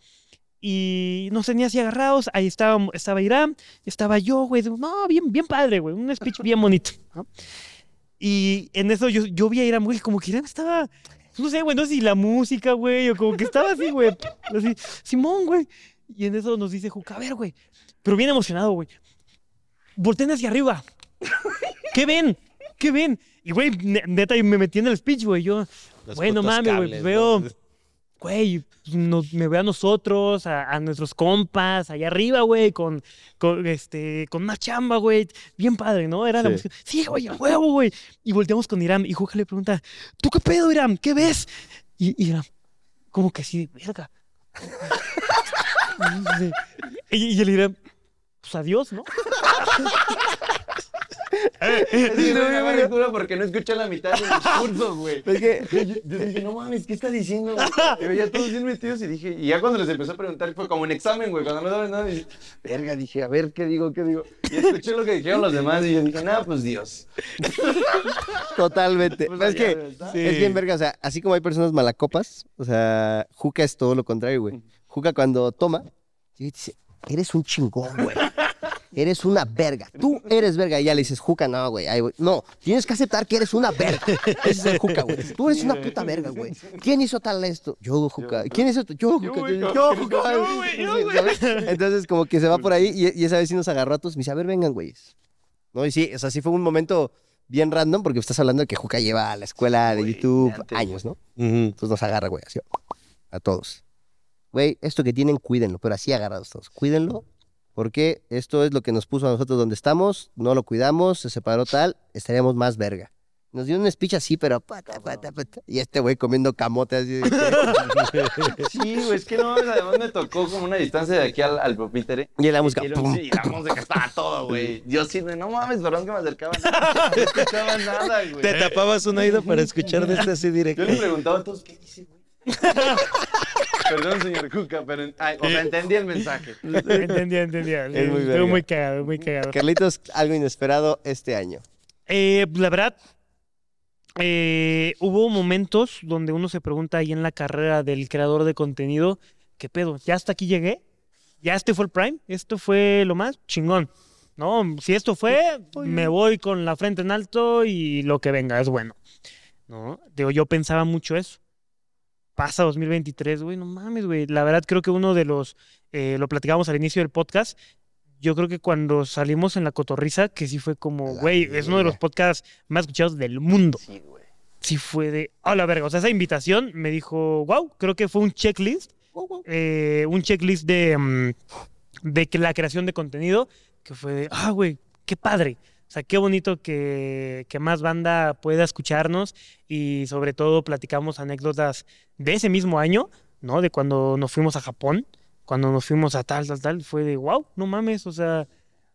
[SPEAKER 1] Y nos tenía así agarrados, ahí estaba, estaba Iram, estaba yo, güey, de- no, bien, bien padre, güey, un speech bien bonito, ¿no? Y en eso yo, yo vi a Iram, güey, como que Iram estaba, no sé, güey, no sé si la música, güey, o como que estaba así, güey, así, Simón, güey. Y en eso nos dice Juca, a ver, güey, pero bien emocionado, güey. Volten hacia arriba. *laughs* ¿Qué ven? ¿Qué ven? Y, güey, ne- neta, y me metí en el speech, güey, yo,
[SPEAKER 4] Los
[SPEAKER 1] bueno,
[SPEAKER 4] putos
[SPEAKER 1] mami, güey,
[SPEAKER 4] cables,
[SPEAKER 1] veo,
[SPEAKER 4] ¿no?
[SPEAKER 1] güey, nos- me veo a nosotros, a, a nuestros compas, allá arriba, güey, con, con, este, con una chamba, güey, bien padre, ¿no? Era la
[SPEAKER 2] Sí.
[SPEAKER 1] música, sí, güey, a huevo, güey. Y volteamos con Iram y Juja le pregunta, ¿tú qué pedo, Iram? ¿Qué ves? Y y Iram, como que así, de verga. *laughs* y, y el Iram, pues adiós, ¿no?
[SPEAKER 3] Sí, güey, me agarré culo porque no escuché la mitad del discurso, güey.
[SPEAKER 2] Es que
[SPEAKER 3] Yo, yo dije, no mames, ¿qué está diciendo? güey? Te veía todos bien metidos y dije, y ya cuando les empezó a preguntar, fue como un examen, güey, cuando no saben nada, dije, verga, dije, a ver, ¿qué digo, qué digo? Y escuché lo que dijeron los demás y yo dije, nada, pues Dios.
[SPEAKER 2] Totalmente.
[SPEAKER 3] Pues
[SPEAKER 2] Pero es
[SPEAKER 3] allá,
[SPEAKER 2] que
[SPEAKER 3] ¿verdad?
[SPEAKER 2] es bien verga. O sea, así como hay personas malacopas, o sea, Juca es todo lo contrario, güey. Juca cuando toma, llega y te dice, eres un chingón, güey. Eres una verga. Tú eres verga. Y ya le dices, Juca, no, güey. ay, güey. No, tienes que aceptar que eres una verga. Ese es el Juca, güey. Tú eres una puta verga, güey. ¿Quién hizo tal esto? Yo, Juca. ¿Quién hizo esto? Yo, Juca.
[SPEAKER 3] güey,
[SPEAKER 2] Yo,
[SPEAKER 3] yo,
[SPEAKER 2] Juca. güey. ¿Sabes? Entonces, como que se va por ahí y, y esa vez sí nos agarró a todos. Me dice, a ver, vengan, güeyes. ¿no? Y sí, o sea, sí fue un momento bien random porque estás hablando de que Juca lleva a la escuela de
[SPEAKER 3] güey,
[SPEAKER 2] YouTube
[SPEAKER 3] de antes,
[SPEAKER 2] años, ¿no?
[SPEAKER 4] Ujú.
[SPEAKER 2] Entonces nos agarra, güey, así a todos. Güey, esto que tienen, cuídenlo, pero así agarrados todos. Cuídenlo porque esto es lo que nos puso a nosotros donde estamos, no lo cuidamos, se separó tal, estaríamos más verga. Nos dio un speech así, pero pata, pata, pata. Y este güey comiendo camote así.
[SPEAKER 3] *laughs* Sí, güey, es que no, además me tocó como una distancia de aquí al, al pupitre.
[SPEAKER 2] Y la música.
[SPEAKER 3] Y la-
[SPEAKER 2] pum.
[SPEAKER 3] sí, la música estaba todo, güey. Yo sí, de, no mames, perdón que me acercaba. No, no escuchaba nada, güey.
[SPEAKER 4] Te tapabas un oído para escuchar de este así directo.
[SPEAKER 3] Yo *laughs* le preguntaba a todos, ¿qué dice, güey? Perdón, señor Cuca, pero en- ay, o sea, entendí el mensaje.
[SPEAKER 1] Entendía, entendía.
[SPEAKER 2] Es muy
[SPEAKER 1] Estuvo
[SPEAKER 2] verga.
[SPEAKER 1] muy cagado, muy cagado.
[SPEAKER 2] Carlitos, algo inesperado este año.
[SPEAKER 1] Eh, la verdad, eh, hubo momentos donde uno se pregunta ahí en la carrera del creador de contenido, ¿qué pedo? ¿Ya hasta aquí llegué? ¿Ya este fue el prime? ¿Esto fue lo más chingón? No, si esto fue, me voy con la frente en alto y lo que venga es bueno. No, digo, yo pensaba mucho eso. Pasa 2023, güey, no mames, güey. La verdad creo que uno de los, eh, lo platicábamos al inicio del podcast, yo creo que cuando salimos en la cotorriza, que sí fue como,
[SPEAKER 2] la
[SPEAKER 1] güey, es uno de los
[SPEAKER 2] verga.
[SPEAKER 1] podcasts más escuchados del mundo.
[SPEAKER 3] Sí, güey.
[SPEAKER 1] Sí fue de, a la verga. O sea, esa invitación me dijo, wow, creo que fue un checklist, eh, un checklist de, mm, de que la creación de contenido, que fue de, ah, güey, qué padre. O sea, qué bonito que, que más banda pueda escucharnos y sobre todo platicamos anécdotas de ese mismo año, ¿no? De cuando nos fuimos a Japón, cuando nos fuimos a tal, tal, tal, fue de, wow, no mames, o sea,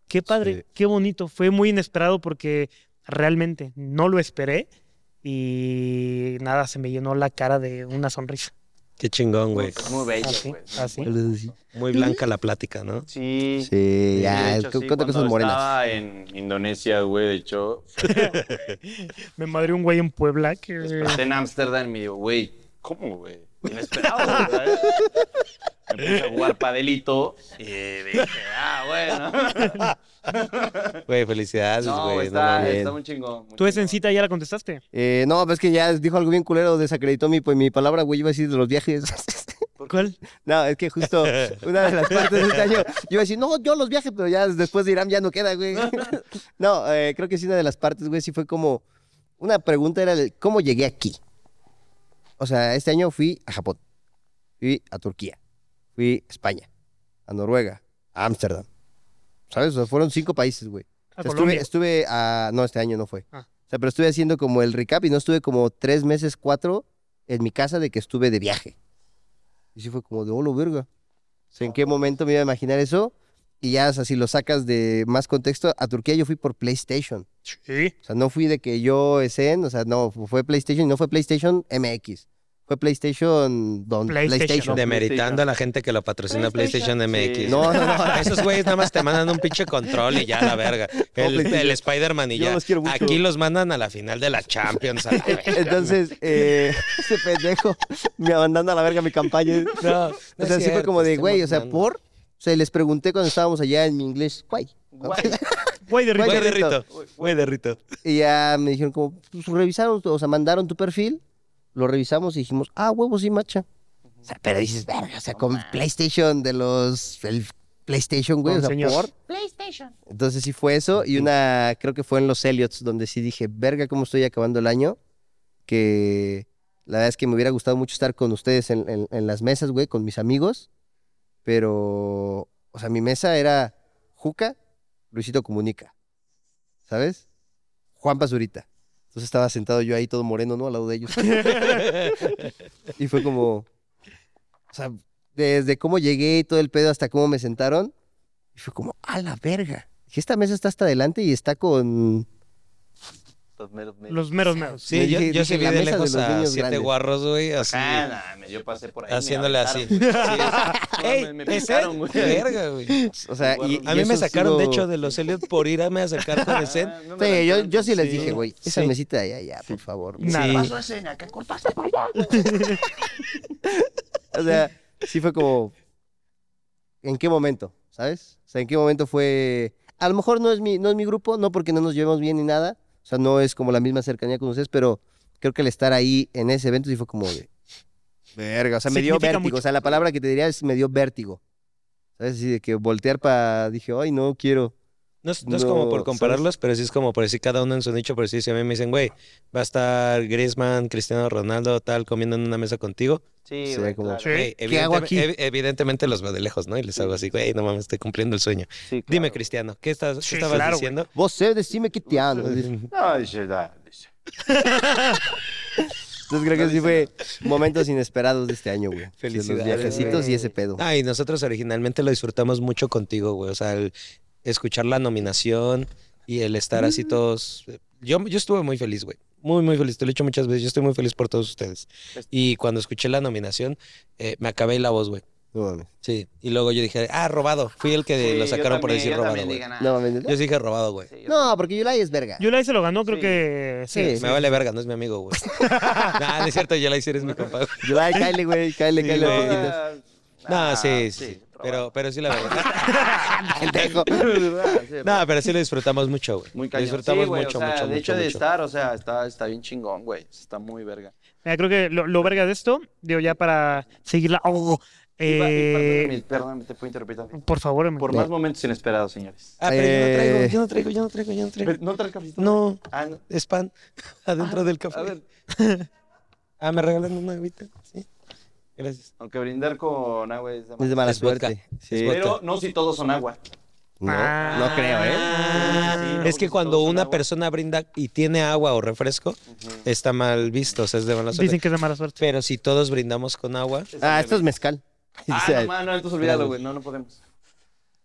[SPEAKER 1] qué padre,
[SPEAKER 4] Sí.
[SPEAKER 1] qué bonito. Fue muy inesperado porque realmente no lo esperé y nada, se me llenó la cara de una sonrisa.
[SPEAKER 4] Qué chingón, güey.
[SPEAKER 3] Muy bello,
[SPEAKER 1] Así,
[SPEAKER 3] güey.
[SPEAKER 1] así.
[SPEAKER 4] Muy blanca la plática, ¿no?
[SPEAKER 3] Sí.
[SPEAKER 2] Sí,
[SPEAKER 3] De
[SPEAKER 2] ya,
[SPEAKER 3] hecho,
[SPEAKER 2] cu-
[SPEAKER 3] sí,
[SPEAKER 2] cuenta cosas
[SPEAKER 3] cuando
[SPEAKER 2] morenas.
[SPEAKER 3] Estaba en Indonesia, güey, de hecho.
[SPEAKER 1] Me madrió un güey en Puebla que...
[SPEAKER 3] Desperté en Ámsterdam y me digo, güey, ¿cómo, güey? Inesperado, güey.
[SPEAKER 1] *laughs*
[SPEAKER 3] ¿sabes? Me puse a jugar padelito y dije, ah, bueno.
[SPEAKER 4] Güey, felicidades,
[SPEAKER 3] No,
[SPEAKER 4] güey.
[SPEAKER 3] güey,
[SPEAKER 4] no
[SPEAKER 3] está,
[SPEAKER 4] mames.
[SPEAKER 3] está muy chingón. muy
[SPEAKER 1] ¿Tú
[SPEAKER 3] chingón.
[SPEAKER 1] en cita ya la contestaste?
[SPEAKER 2] Eh, no, pues es que ya dijo algo bien culero, desacreditó mi, pues, mi palabra, güey, iba a decir de los viajes. *laughs*
[SPEAKER 1] ¿Cuál?
[SPEAKER 2] no, es que justo una de las partes de este año, yo iba a decir, no, yo los viajes, pero ya después de Irán ya no queda, güey. no, eh, creo que sí, una de las partes, güey, sí fue como, una pregunta era, el, ¿cómo llegué aquí? O sea, este año fui a Japón, fui a Turquía, fui a España, a Noruega, a Ámsterdam. ¿Sabes? O sea, fueron cinco países, güey.
[SPEAKER 1] A
[SPEAKER 2] O sea, estuve,
[SPEAKER 1] Colombia.
[SPEAKER 2] estuve a. No, este año no fue.
[SPEAKER 1] Ah.
[SPEAKER 2] O sea, pero estuve haciendo como el recap y no estuve como tres meses, cuatro en mi casa de que estuve de viaje. Y sí fue como de, hola, verga. O sea, ¿en qué momento me iba a imaginar eso? Y ya, o sea, si lo sacas de más contexto, a Turquía yo fui por PlayStation.
[SPEAKER 1] Sí.
[SPEAKER 2] O sea, no fui de que yo escen, o sea, no, fue PlayStation y no fue PlayStation MX. Fue PlayStation don,
[SPEAKER 1] PlayStation.
[SPEAKER 2] PlayStation.
[SPEAKER 4] Demeritando a la gente que lo patrocina
[SPEAKER 2] Pues,
[SPEAKER 4] PlayStation,
[SPEAKER 3] Sí.
[SPEAKER 4] MX.
[SPEAKER 2] No, no, *laughs* no.
[SPEAKER 4] Esos güeyes nada más te mandan un pinche control y ya la *laughs* verga. El,
[SPEAKER 2] PlayStation.
[SPEAKER 4] el Spider-Man y
[SPEAKER 2] Yo
[SPEAKER 4] ya.
[SPEAKER 2] los quiero mucho.
[SPEAKER 4] Aquí
[SPEAKER 2] *laughs*
[SPEAKER 4] los mandan a la final de la Champions. a la verga.
[SPEAKER 2] Entonces, eh, *laughs* ese pendejo me abandonó a la verga mi campaña.
[SPEAKER 4] *laughs* No,
[SPEAKER 2] O sea, sí fue como de, güey, o sea, por. O sea, les pregunté cuando estábamos allá en mi inglés, guay. ¿no?
[SPEAKER 3] Guay.
[SPEAKER 1] Güey de Rito.
[SPEAKER 4] Güey
[SPEAKER 2] Güey,
[SPEAKER 4] de
[SPEAKER 2] Rito.
[SPEAKER 4] Rito. Güey de Rito.
[SPEAKER 2] Y ya me dijeron, como, pues revisaron, tu- o sea, mandaron tu perfil, lo revisamos y dijimos, ah, huevo, sí, macha. O sea, pero dices, verga, o sea, con PlayStation de los. El PlayStation, güey,
[SPEAKER 1] Con
[SPEAKER 2] o sea,
[SPEAKER 1] señor.
[SPEAKER 2] por. Entonces sí fue eso. Y una, creo que fue en los Elliots, donde sí dije, verga, cómo estoy acabando el año. Que la verdad es que me hubiera gustado mucho estar con ustedes en, en- en las mesas, güey, con mis amigos. Pero, o sea, mi mesa era Juca, Luisito Comunica, ¿sabes? Juan Pazurita. Entonces estaba sentado yo ahí todo moreno, ¿no? Al lado de ellos. *laughs* y fue como, o sea, desde cómo llegué y todo el pedo hasta cómo me sentaron. Y fue como, a la verga. Dije, esta mesa está hasta adelante y está con...
[SPEAKER 3] Los meros meros.
[SPEAKER 1] Los meros meros.
[SPEAKER 4] Sí,
[SPEAKER 2] Me
[SPEAKER 4] yo,
[SPEAKER 2] dije-
[SPEAKER 4] yo sí
[SPEAKER 2] dije, la
[SPEAKER 4] vi de
[SPEAKER 2] mesa de
[SPEAKER 4] lejos
[SPEAKER 2] los
[SPEAKER 4] a
[SPEAKER 2] niños
[SPEAKER 4] siete
[SPEAKER 2] grandes.
[SPEAKER 4] guarros, güey, así.
[SPEAKER 3] Ah, no, mames, yo pasé por ahí. me
[SPEAKER 4] haciéndole así.
[SPEAKER 3] aventaron, güey. *laughs*
[SPEAKER 4] Sí, es-
[SPEAKER 3] Me- me
[SPEAKER 4] ¡Ey! ese-
[SPEAKER 3] picaron, güey.
[SPEAKER 2] *laughs*
[SPEAKER 4] Verga, güey.
[SPEAKER 2] O sea, y,
[SPEAKER 4] A
[SPEAKER 2] y
[SPEAKER 4] mí
[SPEAKER 2] eso
[SPEAKER 4] me
[SPEAKER 2] ha
[SPEAKER 4] sacaron, de
[SPEAKER 2] sido-
[SPEAKER 4] hecho, de los Elliot por irme a acercar con el set.
[SPEAKER 3] Ah, no me
[SPEAKER 2] Sí, yo,
[SPEAKER 3] aventaron,
[SPEAKER 2] yo sí les
[SPEAKER 4] Sí.
[SPEAKER 2] dije, güey, esa
[SPEAKER 4] Sí.
[SPEAKER 2] mesita de allá, ya, por favor.
[SPEAKER 1] Nada.
[SPEAKER 4] Sí.
[SPEAKER 2] O sea, sí fue como. ¿En qué momento? ¿Sabes? O sea, ¿en qué momento fue.? A lo mejor no es mi, no es mi grupo, no porque no nos llevemos bien ni nada. O sea, no es como la misma cercanía con ustedes, pero creo que el estar ahí en ese evento sí fue como. de, Verga, o sea, me dio
[SPEAKER 1] Significa
[SPEAKER 2] vértigo.
[SPEAKER 1] mucho.
[SPEAKER 2] O sea, la palabra que te diría es me dio vértigo. ¿Sabes? Así de que voltear para. Dije, ay, no quiero.
[SPEAKER 4] No, es- no es
[SPEAKER 2] No,
[SPEAKER 4] como por
[SPEAKER 2] ¿sabes?
[SPEAKER 4] compararlos, pero sí es como por decir cada uno en su nicho, pero sí, si a mí me dicen, güey, va a estar Griezmann, Cristiano Ronaldo, tal, comiendo en una mesa contigo.
[SPEAKER 3] Sí,
[SPEAKER 2] Se
[SPEAKER 3] güey,
[SPEAKER 2] ve como-
[SPEAKER 3] claro.
[SPEAKER 1] Sí.
[SPEAKER 4] güey,
[SPEAKER 2] ¿Qué hago
[SPEAKER 4] evidentem-
[SPEAKER 2] aquí?
[SPEAKER 4] ev- evidentemente los veo de lejos, ¿no? Y les hago así, güey, no mames, estoy cumpliendo el sueño.
[SPEAKER 3] Sí,
[SPEAKER 4] Dime,
[SPEAKER 3] claro.
[SPEAKER 4] Cristiano, ¿qué, estás, qué
[SPEAKER 1] Sí,
[SPEAKER 4] estabas
[SPEAKER 2] eh,
[SPEAKER 1] claro, güey.
[SPEAKER 4] diciendo?
[SPEAKER 2] Pues Vos sé, decime qué te amo.
[SPEAKER 3] No, dice, da, dice.
[SPEAKER 2] Entonces creo que sí fue momentos inesperados de este año, güey. De
[SPEAKER 4] Felicidades,
[SPEAKER 2] Los viajecitos
[SPEAKER 4] güey.
[SPEAKER 2] y ese pedo.
[SPEAKER 4] Ah, y nosotros originalmente lo disfrutamos mucho contigo, güey. O sea, el escuchar la nominación y el estar
[SPEAKER 3] Mm.
[SPEAKER 4] así todos. eh, Yo, yo estuve muy feliz, güey. Muy, muy feliz. Te lo he dicho muchas veces. Yo estoy muy feliz por todos ustedes.
[SPEAKER 3] Pues
[SPEAKER 4] Y cuando escuché la nominación, eh, me acabé la voz, güey.
[SPEAKER 2] No mames.
[SPEAKER 4] Sí. Y luego yo dije, ah, robado. Fui el que
[SPEAKER 3] Sí,
[SPEAKER 4] lo
[SPEAKER 3] yo
[SPEAKER 4] sacaron por
[SPEAKER 3] también-
[SPEAKER 4] decir
[SPEAKER 3] yo
[SPEAKER 4] robado,
[SPEAKER 3] también
[SPEAKER 4] güey.
[SPEAKER 3] diga nada.
[SPEAKER 2] No mames.
[SPEAKER 4] Yo sí dije robado, güey.
[SPEAKER 3] Sí, yo
[SPEAKER 2] No, porque Yulai es verga.
[SPEAKER 1] Yulai se lo ganó, creo
[SPEAKER 3] Sí.
[SPEAKER 1] que. Sí.
[SPEAKER 2] Sí.
[SPEAKER 4] Me vale verga, no es mi amigo, güey.
[SPEAKER 3] *laughs*
[SPEAKER 4] nah, no es cierto, ya la hicieres mi compadre.
[SPEAKER 2] Yulai, cáele, güey. Cáele,
[SPEAKER 4] Sí,
[SPEAKER 2] cáele.
[SPEAKER 4] güey.
[SPEAKER 2] poquito.
[SPEAKER 4] No,
[SPEAKER 3] Ah,
[SPEAKER 4] sí, sí. sí. Pero,
[SPEAKER 3] robado.
[SPEAKER 4] pero sí la verdad.
[SPEAKER 2] Pendejo.
[SPEAKER 3] Ah, *laughs*
[SPEAKER 2] *laughs*
[SPEAKER 3] sí,
[SPEAKER 4] No, pero sí lo disfrutamos mucho, güey.
[SPEAKER 3] Muy
[SPEAKER 4] Lo
[SPEAKER 3] cañón.
[SPEAKER 4] disfrutamos
[SPEAKER 3] Sí, güey,
[SPEAKER 4] mucho,
[SPEAKER 3] o sea,
[SPEAKER 4] mucho,
[SPEAKER 3] de
[SPEAKER 4] mucho,
[SPEAKER 3] hecho de
[SPEAKER 4] mucho.
[SPEAKER 3] estar, o sea, está, está bien chingón, güey. Está muy verga.
[SPEAKER 1] Mira, Eh, creo que lo, lo verga de esto, digo, ya para seguirla. Oh,
[SPEAKER 3] Iba-
[SPEAKER 1] eh,
[SPEAKER 3] y perdóname, perdóname, te puedo interrumpir también.
[SPEAKER 1] por favor, hermano.
[SPEAKER 3] Por más momentos inesperados, señores.
[SPEAKER 4] Ah, pero yo no traigo,
[SPEAKER 2] Eh.
[SPEAKER 4] yo no traigo, yo no traigo, yo no traigo.
[SPEAKER 3] Pero, ¿No traes cafecito?
[SPEAKER 4] No,
[SPEAKER 3] Ah, no.
[SPEAKER 4] es pan *laughs* adentro
[SPEAKER 3] *laughs*
[SPEAKER 4] del café.
[SPEAKER 3] A ver,
[SPEAKER 4] Ah, me regalan una agüita. Sí. Gracias.
[SPEAKER 3] aunque brindar con agua es de
[SPEAKER 2] Es de
[SPEAKER 3] mal-
[SPEAKER 2] mala
[SPEAKER 4] Es vodka.
[SPEAKER 2] suerte.
[SPEAKER 4] Es vodka.
[SPEAKER 3] Pero no si todos son agua.
[SPEAKER 2] No,
[SPEAKER 1] Ah.
[SPEAKER 2] no creo, ¿eh?
[SPEAKER 3] Sí, no,
[SPEAKER 4] es
[SPEAKER 3] porque
[SPEAKER 4] que
[SPEAKER 3] si
[SPEAKER 4] cuando
[SPEAKER 3] todos son
[SPEAKER 4] una
[SPEAKER 3] agua.
[SPEAKER 4] persona brinda y tiene agua o refresco, está mal visto, o sea, es de mala suerte.
[SPEAKER 1] Dicen que es de mala suerte.
[SPEAKER 4] Pero si todos brindamos con agua,
[SPEAKER 2] Ah, esto es mezcal. *laughs*
[SPEAKER 3] Ah,
[SPEAKER 2] O sea,
[SPEAKER 3] no, man, no, entonces olvídalo, güey. No, no podemos.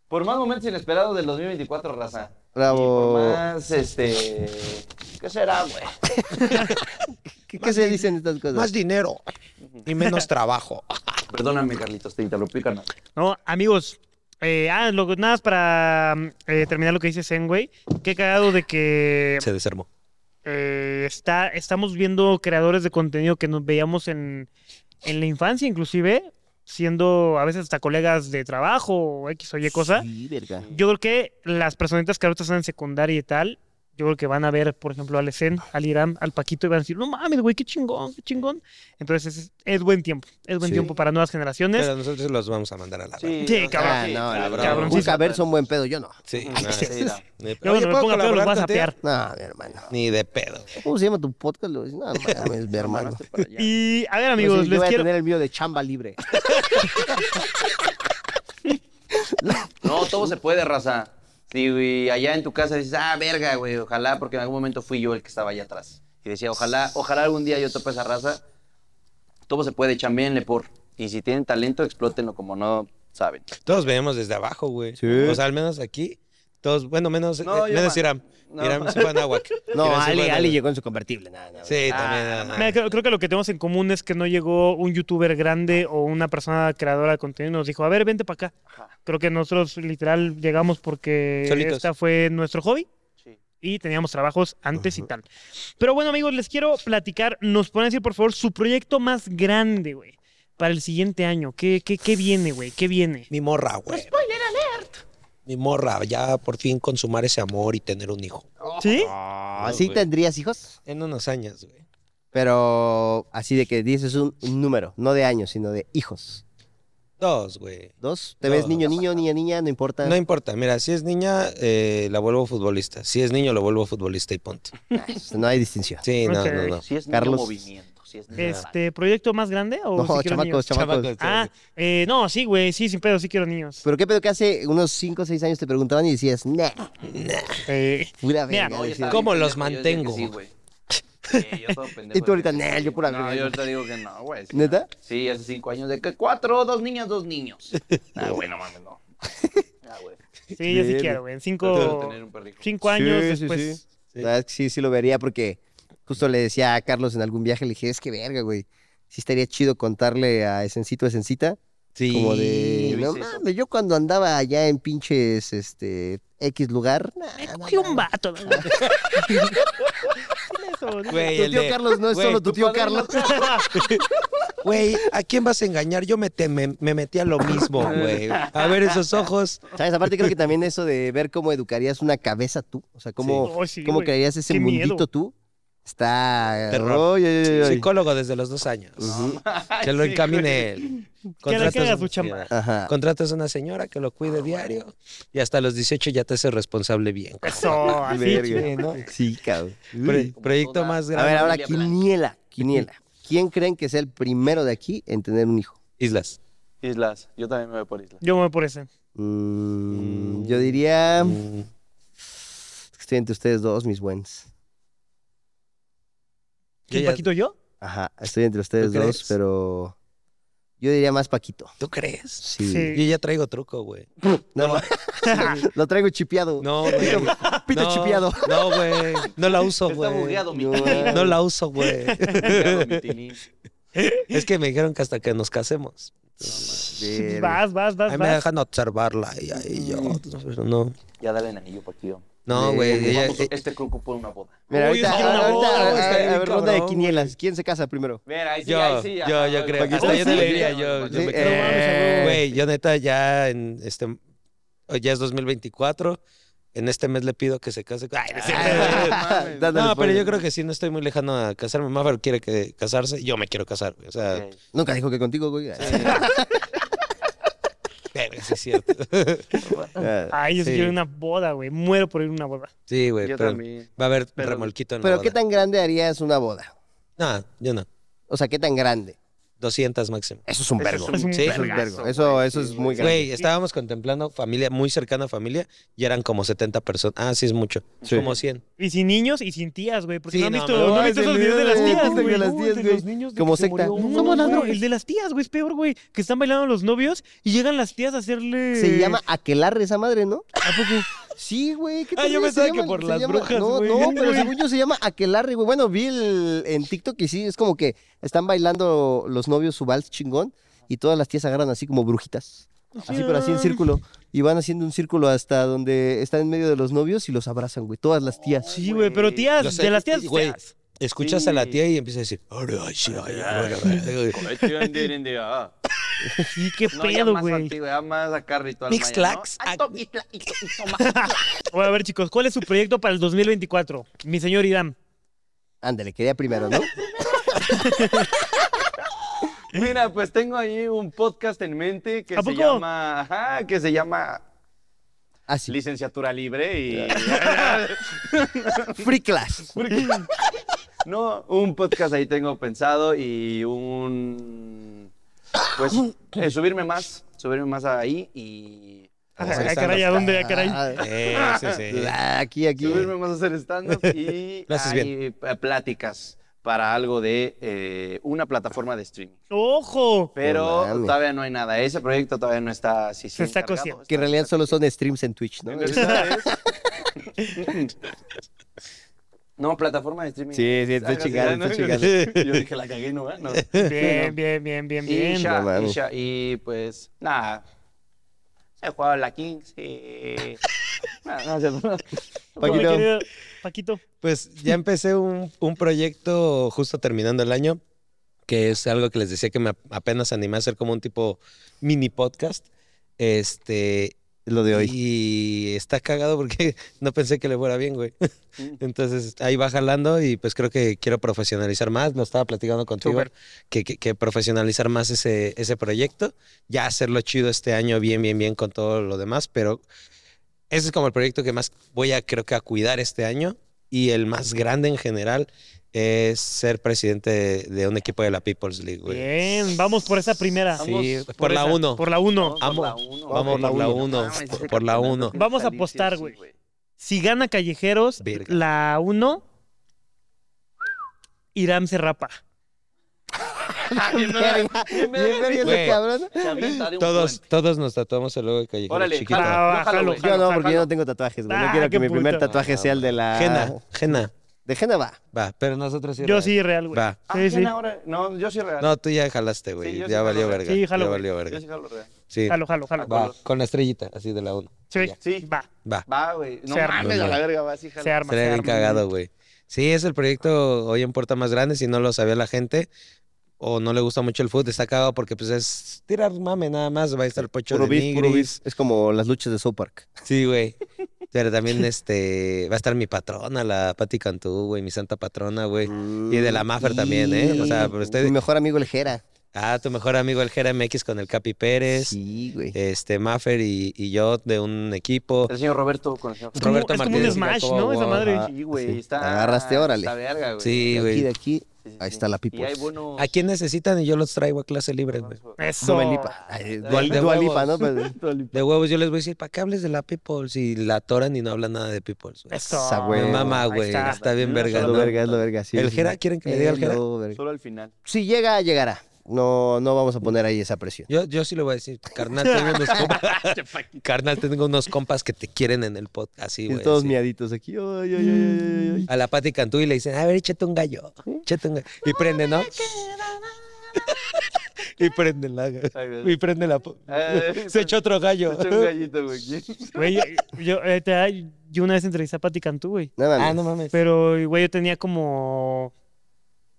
[SPEAKER 3] Por más momentos inesperados del 2024, raza.
[SPEAKER 2] Bravo.
[SPEAKER 3] Y por más, este... ¿Qué será, güey?
[SPEAKER 2] ¿Qué, qué se dicen estas cosas?
[SPEAKER 4] más dinero y menos trabajo.
[SPEAKER 3] Perdóname, Carlitos, te interrumpí, carnal.
[SPEAKER 1] No, amigos. eh, ah, lo, nada más para mm, eh, terminar lo que dice Zen, güey. Qué cagado de que
[SPEAKER 4] Se desarmó.
[SPEAKER 1] eh, está, estamos viendo creadores de contenido que nos veíamos en, en la infancia, inclusive, siendo a veces hasta colegas de trabajo o X o Y cosa.
[SPEAKER 2] Sí, verga.
[SPEAKER 1] Yo creo que las personitas que ahorita están en secundaria y tal, yo creo que van a ver, por ejemplo, al Esen, al Irán, al Paquito y van a decir, no mames, güey, qué chingón, qué chingón. Entonces es, es buen tiempo, es buen
[SPEAKER 4] Sí.
[SPEAKER 1] tiempo para nuevas generaciones.
[SPEAKER 4] Pero nosotros los vamos a mandar a la verga.
[SPEAKER 1] Sí, cabrón.
[SPEAKER 2] Ah, no,
[SPEAKER 3] cabrón.
[SPEAKER 2] cabrón.
[SPEAKER 1] Cabrón, sí,
[SPEAKER 2] Un caberson buen pedo, yo no.
[SPEAKER 4] Sí.
[SPEAKER 3] Ah,
[SPEAKER 4] *laughs*
[SPEAKER 3] sí,
[SPEAKER 1] Yo
[SPEAKER 3] no.
[SPEAKER 1] cuando
[SPEAKER 4] Oye,
[SPEAKER 1] me ponga
[SPEAKER 4] ¿puedo
[SPEAKER 1] peor, los
[SPEAKER 4] colaborar
[SPEAKER 1] vas a
[SPEAKER 4] contigo?
[SPEAKER 1] pear.
[SPEAKER 2] No, mi hermano.
[SPEAKER 4] Ni de pedo.
[SPEAKER 2] ¿Cómo se llama tu podcast? Le voy a decir, no, mames, mi hermano.
[SPEAKER 3] Mandaste para allá.
[SPEAKER 1] Y a ver, *laughs* amigos,
[SPEAKER 2] Amigos, Pues yo
[SPEAKER 1] les
[SPEAKER 2] voy
[SPEAKER 1] quiero.
[SPEAKER 2] a tener el mío de
[SPEAKER 1] *laughs*
[SPEAKER 2] chamba libre.
[SPEAKER 3] No, todo se puede, raza. Si güey, allá en tu casa dices, ah, verga, güey, ojalá, porque en algún momento fui yo el que estaba allá atrás. Y decía, ojalá, ojalá algún día yo tope esa raza. Todo se puede, chambéenle por. Y si tienen talento, explótenlo como no saben.
[SPEAKER 4] Todos veíamos desde abajo, güey. O sea, al menos aquí. Todos, bueno, menos,
[SPEAKER 3] No,
[SPEAKER 4] eh,
[SPEAKER 3] yo
[SPEAKER 4] menos
[SPEAKER 3] ma-
[SPEAKER 4] Iram.
[SPEAKER 3] no.
[SPEAKER 4] Iram se fue
[SPEAKER 3] *laughs*
[SPEAKER 4] a Nahuac.
[SPEAKER 2] No,
[SPEAKER 4] Iram se
[SPEAKER 2] Ali,
[SPEAKER 4] fue a
[SPEAKER 2] Ali
[SPEAKER 4] Nahuac.
[SPEAKER 2] llegó en su convertible. nada, nada.
[SPEAKER 4] Sí,
[SPEAKER 3] Ah,
[SPEAKER 4] también.
[SPEAKER 1] Mira,
[SPEAKER 4] ah,
[SPEAKER 1] creo, creo que lo que tenemos en común es que no llegó un youtuber grande o una persona creadora de contenido y nos dijo, a ver, vente para acá. Creo que nosotros literal llegamos porque
[SPEAKER 4] Solitos.
[SPEAKER 1] esta fue nuestro hobby
[SPEAKER 3] Sí.
[SPEAKER 1] y teníamos trabajos antes y tal. Pero bueno, amigos, les quiero platicar. Nos pueden decir, por favor, su proyecto más grande, güey, para el siguiente año. ¿Qué, qué, qué viene, güey? ¿Qué viene?
[SPEAKER 4] Mi morra, güey. Spoiler alert. Mi morra, ya por fin consumar ese amor y tener un hijo.
[SPEAKER 1] ¿Sí?
[SPEAKER 2] Ah, sí
[SPEAKER 4] güey.
[SPEAKER 2] tendrías hijos,
[SPEAKER 4] En unos años, güey.
[SPEAKER 2] pero así de que dices un número, no de años, sino de hijos.
[SPEAKER 4] Dos, güey.
[SPEAKER 2] Dos, te
[SPEAKER 4] No,
[SPEAKER 2] ves
[SPEAKER 4] no,
[SPEAKER 2] niño, niño, niña, niña, no importa.
[SPEAKER 4] No importa, mira, si es niña, eh, la vuelvo futbolista. Si es niño, lo vuelvo futbolista y punto.
[SPEAKER 2] Eso, Este, no hay distinción.
[SPEAKER 4] Sí, no,
[SPEAKER 1] Ok.
[SPEAKER 4] no, no.
[SPEAKER 3] Si es
[SPEAKER 2] Carlos.
[SPEAKER 3] Carlos. movimiento, si es niño
[SPEAKER 1] Este, ¿Proyecto más grande o
[SPEAKER 2] No,
[SPEAKER 1] si quiero
[SPEAKER 2] chamacos,
[SPEAKER 1] niños?
[SPEAKER 2] chamacos.
[SPEAKER 4] Chamacos.
[SPEAKER 1] Ah, eh, no, sí, güey, sí, sin pedo, sí quiero niños.
[SPEAKER 2] Pero qué pedo que hace unos 5 o 6 años te preguntaban y decías, nah,
[SPEAKER 1] Eh, Mira,
[SPEAKER 2] pura verga.
[SPEAKER 3] No, yo
[SPEAKER 2] decías.
[SPEAKER 3] estaba
[SPEAKER 4] ¿Cómo
[SPEAKER 3] bien
[SPEAKER 4] los
[SPEAKER 3] pendejo, yo decía que
[SPEAKER 4] mantengo?
[SPEAKER 3] Sí,
[SPEAKER 4] *laughs*
[SPEAKER 3] güey. Sí, yo todo pendejo.
[SPEAKER 2] Y tú ahorita,
[SPEAKER 3] decía que
[SPEAKER 2] "Nah,
[SPEAKER 3] sí".
[SPEAKER 2] yo pura
[SPEAKER 3] No,
[SPEAKER 2] verga.
[SPEAKER 3] yo ahorita digo que no, güey. Sí,
[SPEAKER 2] ¿Neta?
[SPEAKER 3] Sí, hace cinco años de que cuatro, dos niñas,
[SPEAKER 2] *laughs*
[SPEAKER 3] dos niños. Ah, güey, no mames, no. Ah, güey.
[SPEAKER 1] sí, yo sí
[SPEAKER 2] Bien.
[SPEAKER 1] quiero, güey. En
[SPEAKER 3] Quiero
[SPEAKER 1] cinco,
[SPEAKER 3] tener un perrico.
[SPEAKER 1] cinco años
[SPEAKER 2] Sí, sí,
[SPEAKER 1] después.
[SPEAKER 2] sí. La verdad es que sí, sí lo vería porque justo le decía a Carlos en algún viaje, le dije, es que verga, güey. Sí estaría chido contarle a Esencito, Esencita,
[SPEAKER 4] Sí.
[SPEAKER 2] como de,
[SPEAKER 3] yo
[SPEAKER 2] no
[SPEAKER 3] hice eso.
[SPEAKER 2] mames, yo cuando andaba allá en pinches, este, X lugar, nah, nah,
[SPEAKER 1] Cogí un vato. ¿no? Eso, ¿no?
[SPEAKER 4] Güey,
[SPEAKER 2] Tu
[SPEAKER 4] el
[SPEAKER 2] tío
[SPEAKER 4] de-
[SPEAKER 2] Carlos no es
[SPEAKER 4] güey,
[SPEAKER 2] solo tu tío Carlos.
[SPEAKER 4] Güey, ¿a quién vas a engañar? Yo me, te- me, me metí a lo mismo, güey. A ver esos ojos.
[SPEAKER 2] ¿Sabes? Aparte creo que también eso de ver cómo educarías una cabeza tú, o sea, cómo,
[SPEAKER 1] Sí. Oh, sí,
[SPEAKER 2] cómo
[SPEAKER 1] güey.
[SPEAKER 2] crearías ese
[SPEAKER 1] Qué miedo.
[SPEAKER 2] mundito tú, está...
[SPEAKER 4] Terror.
[SPEAKER 2] Ay, ay, ay, ay.
[SPEAKER 4] Psicólogo desde los dos años. Que lo
[SPEAKER 3] Sí,
[SPEAKER 4] encamine
[SPEAKER 3] güey.
[SPEAKER 4] él.
[SPEAKER 1] Que le
[SPEAKER 4] Contratas
[SPEAKER 1] haga
[SPEAKER 4] una
[SPEAKER 1] su chamba.
[SPEAKER 4] señora.
[SPEAKER 2] Ajá.
[SPEAKER 4] Contratas a una señora que lo cuide diario y hasta los 18 ya te haces responsable bien.
[SPEAKER 1] Eso, así.
[SPEAKER 2] Verga.
[SPEAKER 4] Oh, Sí, ¿no?
[SPEAKER 2] Sí, cabrón.
[SPEAKER 4] Pro- proyecto
[SPEAKER 3] toda-
[SPEAKER 4] más
[SPEAKER 2] A
[SPEAKER 4] grande.
[SPEAKER 2] ver, ahora
[SPEAKER 3] familia blanca.
[SPEAKER 2] quiniela, quiniela. ¿Quién creen que sea el primero de aquí en tener un hijo?
[SPEAKER 4] Islas.
[SPEAKER 3] Islas, yo también me voy por islas.
[SPEAKER 1] Yo me voy por ese.
[SPEAKER 2] Mm, yo diría...
[SPEAKER 4] Mm,
[SPEAKER 2] Es que Estoy entre ustedes dos, mis buenos.
[SPEAKER 1] ¿Quién,
[SPEAKER 4] ya-
[SPEAKER 1] Paquito,
[SPEAKER 2] *laughs*
[SPEAKER 1] yo?
[SPEAKER 2] Ajá, estoy entre ustedes
[SPEAKER 4] ¿Tú
[SPEAKER 2] dos,
[SPEAKER 4] crees?
[SPEAKER 2] pero yo diría más Paquito.
[SPEAKER 4] ¿Tú crees?
[SPEAKER 2] Sí.
[SPEAKER 1] Sí.
[SPEAKER 4] Yo ya traigo truco, güey.
[SPEAKER 2] No, *laughs*
[SPEAKER 1] *laughs*
[SPEAKER 2] lo traigo chipeado.
[SPEAKER 4] No, güey.
[SPEAKER 2] *laughs* Pito
[SPEAKER 4] no,
[SPEAKER 2] chipeado.
[SPEAKER 4] No, güey. No la uso,
[SPEAKER 3] Está
[SPEAKER 4] güey.
[SPEAKER 3] bugueado mi
[SPEAKER 2] No.
[SPEAKER 3] *laughs* tilín.
[SPEAKER 4] No la uso, güey.
[SPEAKER 3] Bugueado mi tilín.
[SPEAKER 4] Es que me dijeron que hasta que nos casemos.
[SPEAKER 2] Verga.
[SPEAKER 1] Vas, vas, vas,
[SPEAKER 4] Ahí me
[SPEAKER 1] vas.
[SPEAKER 4] dejan observarla y ahí yo. pero No,
[SPEAKER 3] Ya dale anillo, Paquillo.
[SPEAKER 4] no, güey. eh,
[SPEAKER 2] Verga.
[SPEAKER 4] ella-
[SPEAKER 3] Vamos, Este club por una boda.
[SPEAKER 2] Mira,
[SPEAKER 1] Uy,
[SPEAKER 2] ahorita,
[SPEAKER 1] es que una
[SPEAKER 2] ahorita,
[SPEAKER 1] boda, güey,
[SPEAKER 2] a-
[SPEAKER 4] está bien
[SPEAKER 2] a ver, ronda de
[SPEAKER 4] cabrón,
[SPEAKER 2] quinielas. ¿Quién se casa primero?
[SPEAKER 3] Mira, ahí sí, ahí
[SPEAKER 4] Yo,
[SPEAKER 3] sí. ya.
[SPEAKER 4] yo, yo creo.
[SPEAKER 3] Paquito,
[SPEAKER 4] Hasta yo
[SPEAKER 3] sí.
[SPEAKER 4] debería, yo, yo
[SPEAKER 2] Sí, eh,
[SPEAKER 4] me
[SPEAKER 1] No
[SPEAKER 4] creo.
[SPEAKER 1] mames, a huevo.
[SPEAKER 2] *laughs*
[SPEAKER 4] Güey, yo neta ya en este, ya es 2024, en este mes le pido que se case. Ay, no es cierto. Ah,
[SPEAKER 2] Dándole
[SPEAKER 4] *laughs* no, pero
[SPEAKER 2] spoiler.
[SPEAKER 4] yo creo que sí, no estoy muy lejano a casarme. Maffer quiere que casarse, yo me quiero casar. güey. O sea,
[SPEAKER 3] Ok.
[SPEAKER 2] Nunca dijo que contigo, güey.
[SPEAKER 4] verga, sí es cierto.
[SPEAKER 2] *laughs* Ah.
[SPEAKER 1] Ay, yo sí
[SPEAKER 4] Sí.
[SPEAKER 1] quiero ir a una boda, güey. Muero por ir a una boda.
[SPEAKER 4] *laughs* Sí, güey,
[SPEAKER 3] Yo
[SPEAKER 4] pero
[SPEAKER 3] también.
[SPEAKER 4] va a haber
[SPEAKER 3] Pero-
[SPEAKER 4] remolquito en la
[SPEAKER 2] Pero ¿qué
[SPEAKER 4] boda.
[SPEAKER 2] tan grande harías una boda?
[SPEAKER 4] No, yo no.
[SPEAKER 2] O sea, ¿qué tan grande?
[SPEAKER 4] 200 máximo.
[SPEAKER 2] Eso es un
[SPEAKER 3] Eso es
[SPEAKER 2] vergo.
[SPEAKER 3] un
[SPEAKER 1] Es un
[SPEAKER 4] Sí.
[SPEAKER 2] Eso es un
[SPEAKER 1] verga.
[SPEAKER 2] vergo.
[SPEAKER 3] vergazo,
[SPEAKER 2] Eso,
[SPEAKER 3] güey,
[SPEAKER 2] eso es
[SPEAKER 3] sí.
[SPEAKER 2] muy grande.
[SPEAKER 4] Güey, estábamos contemplando familia, muy cercana familia, y eran como 70 personas. Ah, sí, es mucho.
[SPEAKER 2] Sí.
[SPEAKER 4] Como 100.
[SPEAKER 1] Y sin niños y sin tías, güey. Porque
[SPEAKER 4] Sí,
[SPEAKER 1] no han
[SPEAKER 4] no,
[SPEAKER 1] visto,
[SPEAKER 4] mames.
[SPEAKER 1] no han
[SPEAKER 2] Ay,
[SPEAKER 1] visto
[SPEAKER 2] ese
[SPEAKER 1] esos videos de
[SPEAKER 2] video
[SPEAKER 1] las
[SPEAKER 2] de-
[SPEAKER 1] tías,
[SPEAKER 2] de
[SPEAKER 1] güey.
[SPEAKER 2] las
[SPEAKER 1] No,
[SPEAKER 2] tías,
[SPEAKER 1] de
[SPEAKER 2] güey.
[SPEAKER 1] los niños de
[SPEAKER 2] Como
[SPEAKER 1] que se
[SPEAKER 2] secta.
[SPEAKER 1] murió
[SPEAKER 2] No,
[SPEAKER 1] uno,
[SPEAKER 2] no, no.
[SPEAKER 1] güey. El de las tías, güey, es peor, güey. Que están bailando los novios y llegan las tías a hacerle...
[SPEAKER 2] Se llama aquelarre esa madre, ¿no? Mm. ¿A poco? Sí, güey. ¿qué
[SPEAKER 4] Ah,
[SPEAKER 2] tal
[SPEAKER 4] yo
[SPEAKER 2] se
[SPEAKER 4] pensaba que
[SPEAKER 2] llama-
[SPEAKER 4] por
[SPEAKER 2] se
[SPEAKER 4] las
[SPEAKER 2] llama-
[SPEAKER 4] brujas,
[SPEAKER 2] No,
[SPEAKER 4] güey.
[SPEAKER 2] no, pero según yo se llama aquelarre, güey. Bueno, vi el- en TikTok y sí, es como que están bailando los novios su vals chingón y todas las tías agarran así como brujitas. Así, pero así en círculo. Y van haciendo un círculo hasta donde están en medio de los novios y los abrazan, güey. Todas las tías.
[SPEAKER 1] Sí, güey, pero tías,
[SPEAKER 4] Yo sé,
[SPEAKER 1] de las tías
[SPEAKER 4] güey.
[SPEAKER 1] feas.
[SPEAKER 4] Escuchas a la tía y empieza a decir, "Ore, ay, sí, ay, ay, ay, ay, ay".
[SPEAKER 3] Ay, tío, Andy, Andy, ah.
[SPEAKER 1] Sí, qué
[SPEAKER 3] No, ya
[SPEAKER 1] pedo,
[SPEAKER 3] más
[SPEAKER 1] güey.
[SPEAKER 3] antigüedad, más acá ritual.
[SPEAKER 4] Mix
[SPEAKER 3] maya, ¿no?
[SPEAKER 4] Clax, ah,
[SPEAKER 3] Ay,
[SPEAKER 4] ac-
[SPEAKER 3] toqui, tla, y to- y toma.
[SPEAKER 1] Bueno, a ver, chicos, ¿cuál es su proyecto para el 2024? Mi señor Irán.
[SPEAKER 2] Ándale, quería primero, ¿no?
[SPEAKER 3] Mira, pues tengo ahí un podcast en mente que
[SPEAKER 1] ¿A
[SPEAKER 3] se
[SPEAKER 1] poco?
[SPEAKER 3] llama, ajá, que se llama
[SPEAKER 2] Así.
[SPEAKER 3] Licenciatura Libre y
[SPEAKER 2] Free
[SPEAKER 3] *laughs*
[SPEAKER 2] class.
[SPEAKER 3] no, un podcast ahí tengo pensado y un pues eh, subirme más, subirme más ahí y
[SPEAKER 1] Ah,
[SPEAKER 4] Hacer
[SPEAKER 1] caray, ¿a
[SPEAKER 4] stand-up.
[SPEAKER 1] dónde? Ah, caray.
[SPEAKER 2] Ah,
[SPEAKER 4] Eh, sí,
[SPEAKER 2] *laughs*
[SPEAKER 4] sí.
[SPEAKER 2] la- Ah, aquí, aquí.
[SPEAKER 3] subirme más a hacer stand up y
[SPEAKER 4] Lo haces
[SPEAKER 3] hay eh, pláticas para algo de eh, una plataforma de streaming.
[SPEAKER 1] Oh, ¡Ojo!
[SPEAKER 3] Pero
[SPEAKER 2] No mames.
[SPEAKER 3] todavía no hay nada. Ese proyecto todavía no está así.
[SPEAKER 1] Se está cociendo.
[SPEAKER 2] Que en realidad solo son streams en Twitch, ¿no?
[SPEAKER 3] En realidad
[SPEAKER 2] *laughs*
[SPEAKER 3] es- No, plataforma de streaming.
[SPEAKER 2] Sí, sí, estoy
[SPEAKER 3] Algo así,
[SPEAKER 2] chingando,
[SPEAKER 3] ¿no?
[SPEAKER 2] estoy
[SPEAKER 3] Yo dije, la cagué, no, ¿verdad? no.
[SPEAKER 1] Bien, bien, bien, bien,
[SPEAKER 3] Y
[SPEAKER 1] bien.
[SPEAKER 2] No
[SPEAKER 3] ya, y
[SPEAKER 2] mames.
[SPEAKER 3] ya, y pues, nada. He jugado a la Kings
[SPEAKER 4] *laughs*
[SPEAKER 3] y... No, no, es cierto, no.
[SPEAKER 1] Bueno, mi
[SPEAKER 2] Paquito.
[SPEAKER 1] querido Paquito.
[SPEAKER 4] Pues ya empecé un, un proyecto justo terminando el año, que es algo que les decía que me ap- apenas animé a hacer como un tipo mini podcast. Este.
[SPEAKER 2] Lo de hoy.
[SPEAKER 4] Y está cagado porque *laughs* no pensé que le fuera bien, güey. Entonces ahí va jalando y pues creo que quiero profesionalizar más. Lo estaba platicando contigo,
[SPEAKER 1] Súper.
[SPEAKER 4] que, que- que profesionalizar más ese, ese proyecto. Ya hacerlo chido este año, bien, bien, bien con todo lo demás. Pero ese es como el proyecto que más voy a, creo que, a cuidar este año. Y el más grande en general es ser presidente de, de un equipo de la People's League, güey.
[SPEAKER 1] Bien, Pues, vamos por esa primera.
[SPEAKER 3] Sí,
[SPEAKER 4] Sí,
[SPEAKER 3] vamos
[SPEAKER 4] por, la
[SPEAKER 1] esa,
[SPEAKER 4] 1.
[SPEAKER 1] Por la uno.
[SPEAKER 3] Vamos por la
[SPEAKER 4] Amo-
[SPEAKER 3] uno. Ok.
[SPEAKER 4] vamos por la
[SPEAKER 3] No
[SPEAKER 4] uno,
[SPEAKER 3] mames,
[SPEAKER 4] por-
[SPEAKER 3] ese
[SPEAKER 4] por la
[SPEAKER 3] campeonato
[SPEAKER 4] uno.
[SPEAKER 3] tiene que
[SPEAKER 1] Vamos a
[SPEAKER 3] salir sí o
[SPEAKER 1] apostar,
[SPEAKER 3] sí,
[SPEAKER 1] güey. Si gana Callejeros,
[SPEAKER 4] Verga.
[SPEAKER 1] la uno, Irán se rapa.
[SPEAKER 3] Bien, verga.
[SPEAKER 2] Bien,
[SPEAKER 3] Bien, verga.
[SPEAKER 2] verga ese
[SPEAKER 4] Güey.
[SPEAKER 2] cabrón.
[SPEAKER 3] Se avienta de un
[SPEAKER 4] Todos,
[SPEAKER 3] puente.
[SPEAKER 4] todos nos tatuamos el logo de Callejero
[SPEAKER 3] Órale,
[SPEAKER 4] Chiquito.
[SPEAKER 3] jala.
[SPEAKER 1] Ah,
[SPEAKER 3] Yo jalo,
[SPEAKER 1] jalo,
[SPEAKER 3] güey.
[SPEAKER 2] Yo
[SPEAKER 1] jalo,
[SPEAKER 2] no, porque yo
[SPEAKER 1] jalo.
[SPEAKER 2] no tengo tatuajes, güey.
[SPEAKER 1] Ah,
[SPEAKER 2] No quiero
[SPEAKER 1] qué
[SPEAKER 2] que mi primer
[SPEAKER 1] puto.
[SPEAKER 2] tatuaje sea el de la.
[SPEAKER 1] ah.
[SPEAKER 4] Jena, Jena.
[SPEAKER 2] De Jena va.
[SPEAKER 4] Va, pero nosotros sí.
[SPEAKER 1] Yo
[SPEAKER 4] real.
[SPEAKER 1] sí, real, güey.
[SPEAKER 4] Va.
[SPEAKER 3] Ah,
[SPEAKER 1] Sí,
[SPEAKER 3] ¿quién
[SPEAKER 1] sí.
[SPEAKER 3] ahora? No, yo sí real.
[SPEAKER 4] No, tú ya jalaste, güey.
[SPEAKER 3] Sí, yo sí
[SPEAKER 4] ya
[SPEAKER 3] jalo,
[SPEAKER 4] valió
[SPEAKER 3] güey.
[SPEAKER 4] verga.
[SPEAKER 1] Sí, jalo,
[SPEAKER 4] ya
[SPEAKER 1] güey.
[SPEAKER 4] valió
[SPEAKER 3] yo
[SPEAKER 4] verga.
[SPEAKER 3] sí jalo real.
[SPEAKER 4] Sí.
[SPEAKER 1] Jalo, jalo, jalo.
[SPEAKER 4] Va, con la estrellita, así de la 1.
[SPEAKER 1] Sí,
[SPEAKER 3] Sí.
[SPEAKER 1] va.
[SPEAKER 4] Va.
[SPEAKER 3] Va, güey. No
[SPEAKER 1] Se arma.
[SPEAKER 3] mames, a la verga, va así, jala.
[SPEAKER 1] Se arma.
[SPEAKER 4] Sería
[SPEAKER 1] se
[SPEAKER 4] bien
[SPEAKER 1] arma.
[SPEAKER 4] cagado, güey. Sí, es el proyecto hoy en Puerta Más Grande. Si no lo sabía la gente o no le gusta mucho el fútbol, está cagado porque pues es tirar mame nada más. Va a estar Pocho
[SPEAKER 2] Puro
[SPEAKER 4] de
[SPEAKER 2] beef, puro
[SPEAKER 4] Nigris.
[SPEAKER 2] beef. Es como las luchas de South Park.
[SPEAKER 4] Sí, güey. Pero también este va a estar mi patrona, la Pati Cantú, güey, mi santa patrona, güey. Y de la Maffer también, ¿eh? O sea, pero
[SPEAKER 2] Mi
[SPEAKER 4] ustedes...
[SPEAKER 2] mejor amigo el Jera.
[SPEAKER 4] Ah, tu mejor amigo el Jera MX con el Capi Pérez.
[SPEAKER 2] Sí, güey.
[SPEAKER 4] Este, Maffer y, y yo de un equipo.
[SPEAKER 3] El señor Roberto con el señor
[SPEAKER 1] Es como,
[SPEAKER 4] Roberto
[SPEAKER 1] es como un
[SPEAKER 4] Martínez y
[SPEAKER 1] smash,
[SPEAKER 4] Jacobo
[SPEAKER 1] ¿no? Esa
[SPEAKER 4] Wong,
[SPEAKER 1] madre.
[SPEAKER 2] ajá.
[SPEAKER 3] Sí, güey,
[SPEAKER 2] Sí.
[SPEAKER 3] está.
[SPEAKER 2] Agarraste, órale.
[SPEAKER 3] Está verga, güey.
[SPEAKER 4] Sí,
[SPEAKER 2] De aquí, de
[SPEAKER 4] güey.
[SPEAKER 2] aquí.
[SPEAKER 3] Sí, sí,
[SPEAKER 2] Ahí
[SPEAKER 3] sí.
[SPEAKER 2] está la
[SPEAKER 3] Y hay
[SPEAKER 2] people.
[SPEAKER 3] buenos.
[SPEAKER 4] ¿A quién necesitan? Y yo los traigo a clase libre, güey.
[SPEAKER 3] buenos-
[SPEAKER 1] Eso.
[SPEAKER 2] Dualipa. Ay,
[SPEAKER 3] De
[SPEAKER 2] Dual-
[SPEAKER 4] huevos.
[SPEAKER 2] Dualipa, ¿no?
[SPEAKER 4] *laughs*
[SPEAKER 2] Pero-
[SPEAKER 4] De huevos, yo les voy a decir, ¿para qué hables de la People si la atoran y no hablan nada de People? güey?
[SPEAKER 1] Eso.
[SPEAKER 2] Esa, güey.
[SPEAKER 4] Me
[SPEAKER 2] Bueno,
[SPEAKER 4] mama,
[SPEAKER 1] Ahí
[SPEAKER 4] güey.
[SPEAKER 1] está.
[SPEAKER 4] Está. bien
[SPEAKER 3] Una
[SPEAKER 4] verga,
[SPEAKER 2] Es lo
[SPEAKER 4] ¿no?
[SPEAKER 3] sola-
[SPEAKER 2] verga, es lo verga. sí,
[SPEAKER 4] ¿El
[SPEAKER 2] sí,
[SPEAKER 4] Jera?
[SPEAKER 2] sí.
[SPEAKER 4] ¿Quieren que le diga
[SPEAKER 2] Eh,
[SPEAKER 4] el Jera?
[SPEAKER 2] lo verga.
[SPEAKER 3] Solo al final.
[SPEAKER 2] Si llega, llegará. No, no vamos a poner ahí esa presión.
[SPEAKER 4] Yo, yo sí le voy a decir, carnal, tengo unos compas, carnal, tengo unos compas que te quieren en el podcast,
[SPEAKER 2] Y
[SPEAKER 4] así, güey.
[SPEAKER 2] todos
[SPEAKER 4] así.
[SPEAKER 2] miaditos aquí. Ay, ay, ay, ay, ay, ay.
[SPEAKER 4] A la Pati Cantú y le dicen, a ver, échate un gallo, échate un gallo. Y prende, ¿no? *laughs* y prende la,
[SPEAKER 3] Ay, güey.
[SPEAKER 4] y prende la, po-
[SPEAKER 3] Ay,
[SPEAKER 4] *laughs* se echa otro gallo.
[SPEAKER 3] Se echó un gallito, güey.
[SPEAKER 1] Güey, yo, yo, eh, te- yo una vez entrevisté a Pati Cantú, güey.
[SPEAKER 2] No mames.
[SPEAKER 4] ah, no mames.
[SPEAKER 1] Pero, güey, yo tenía como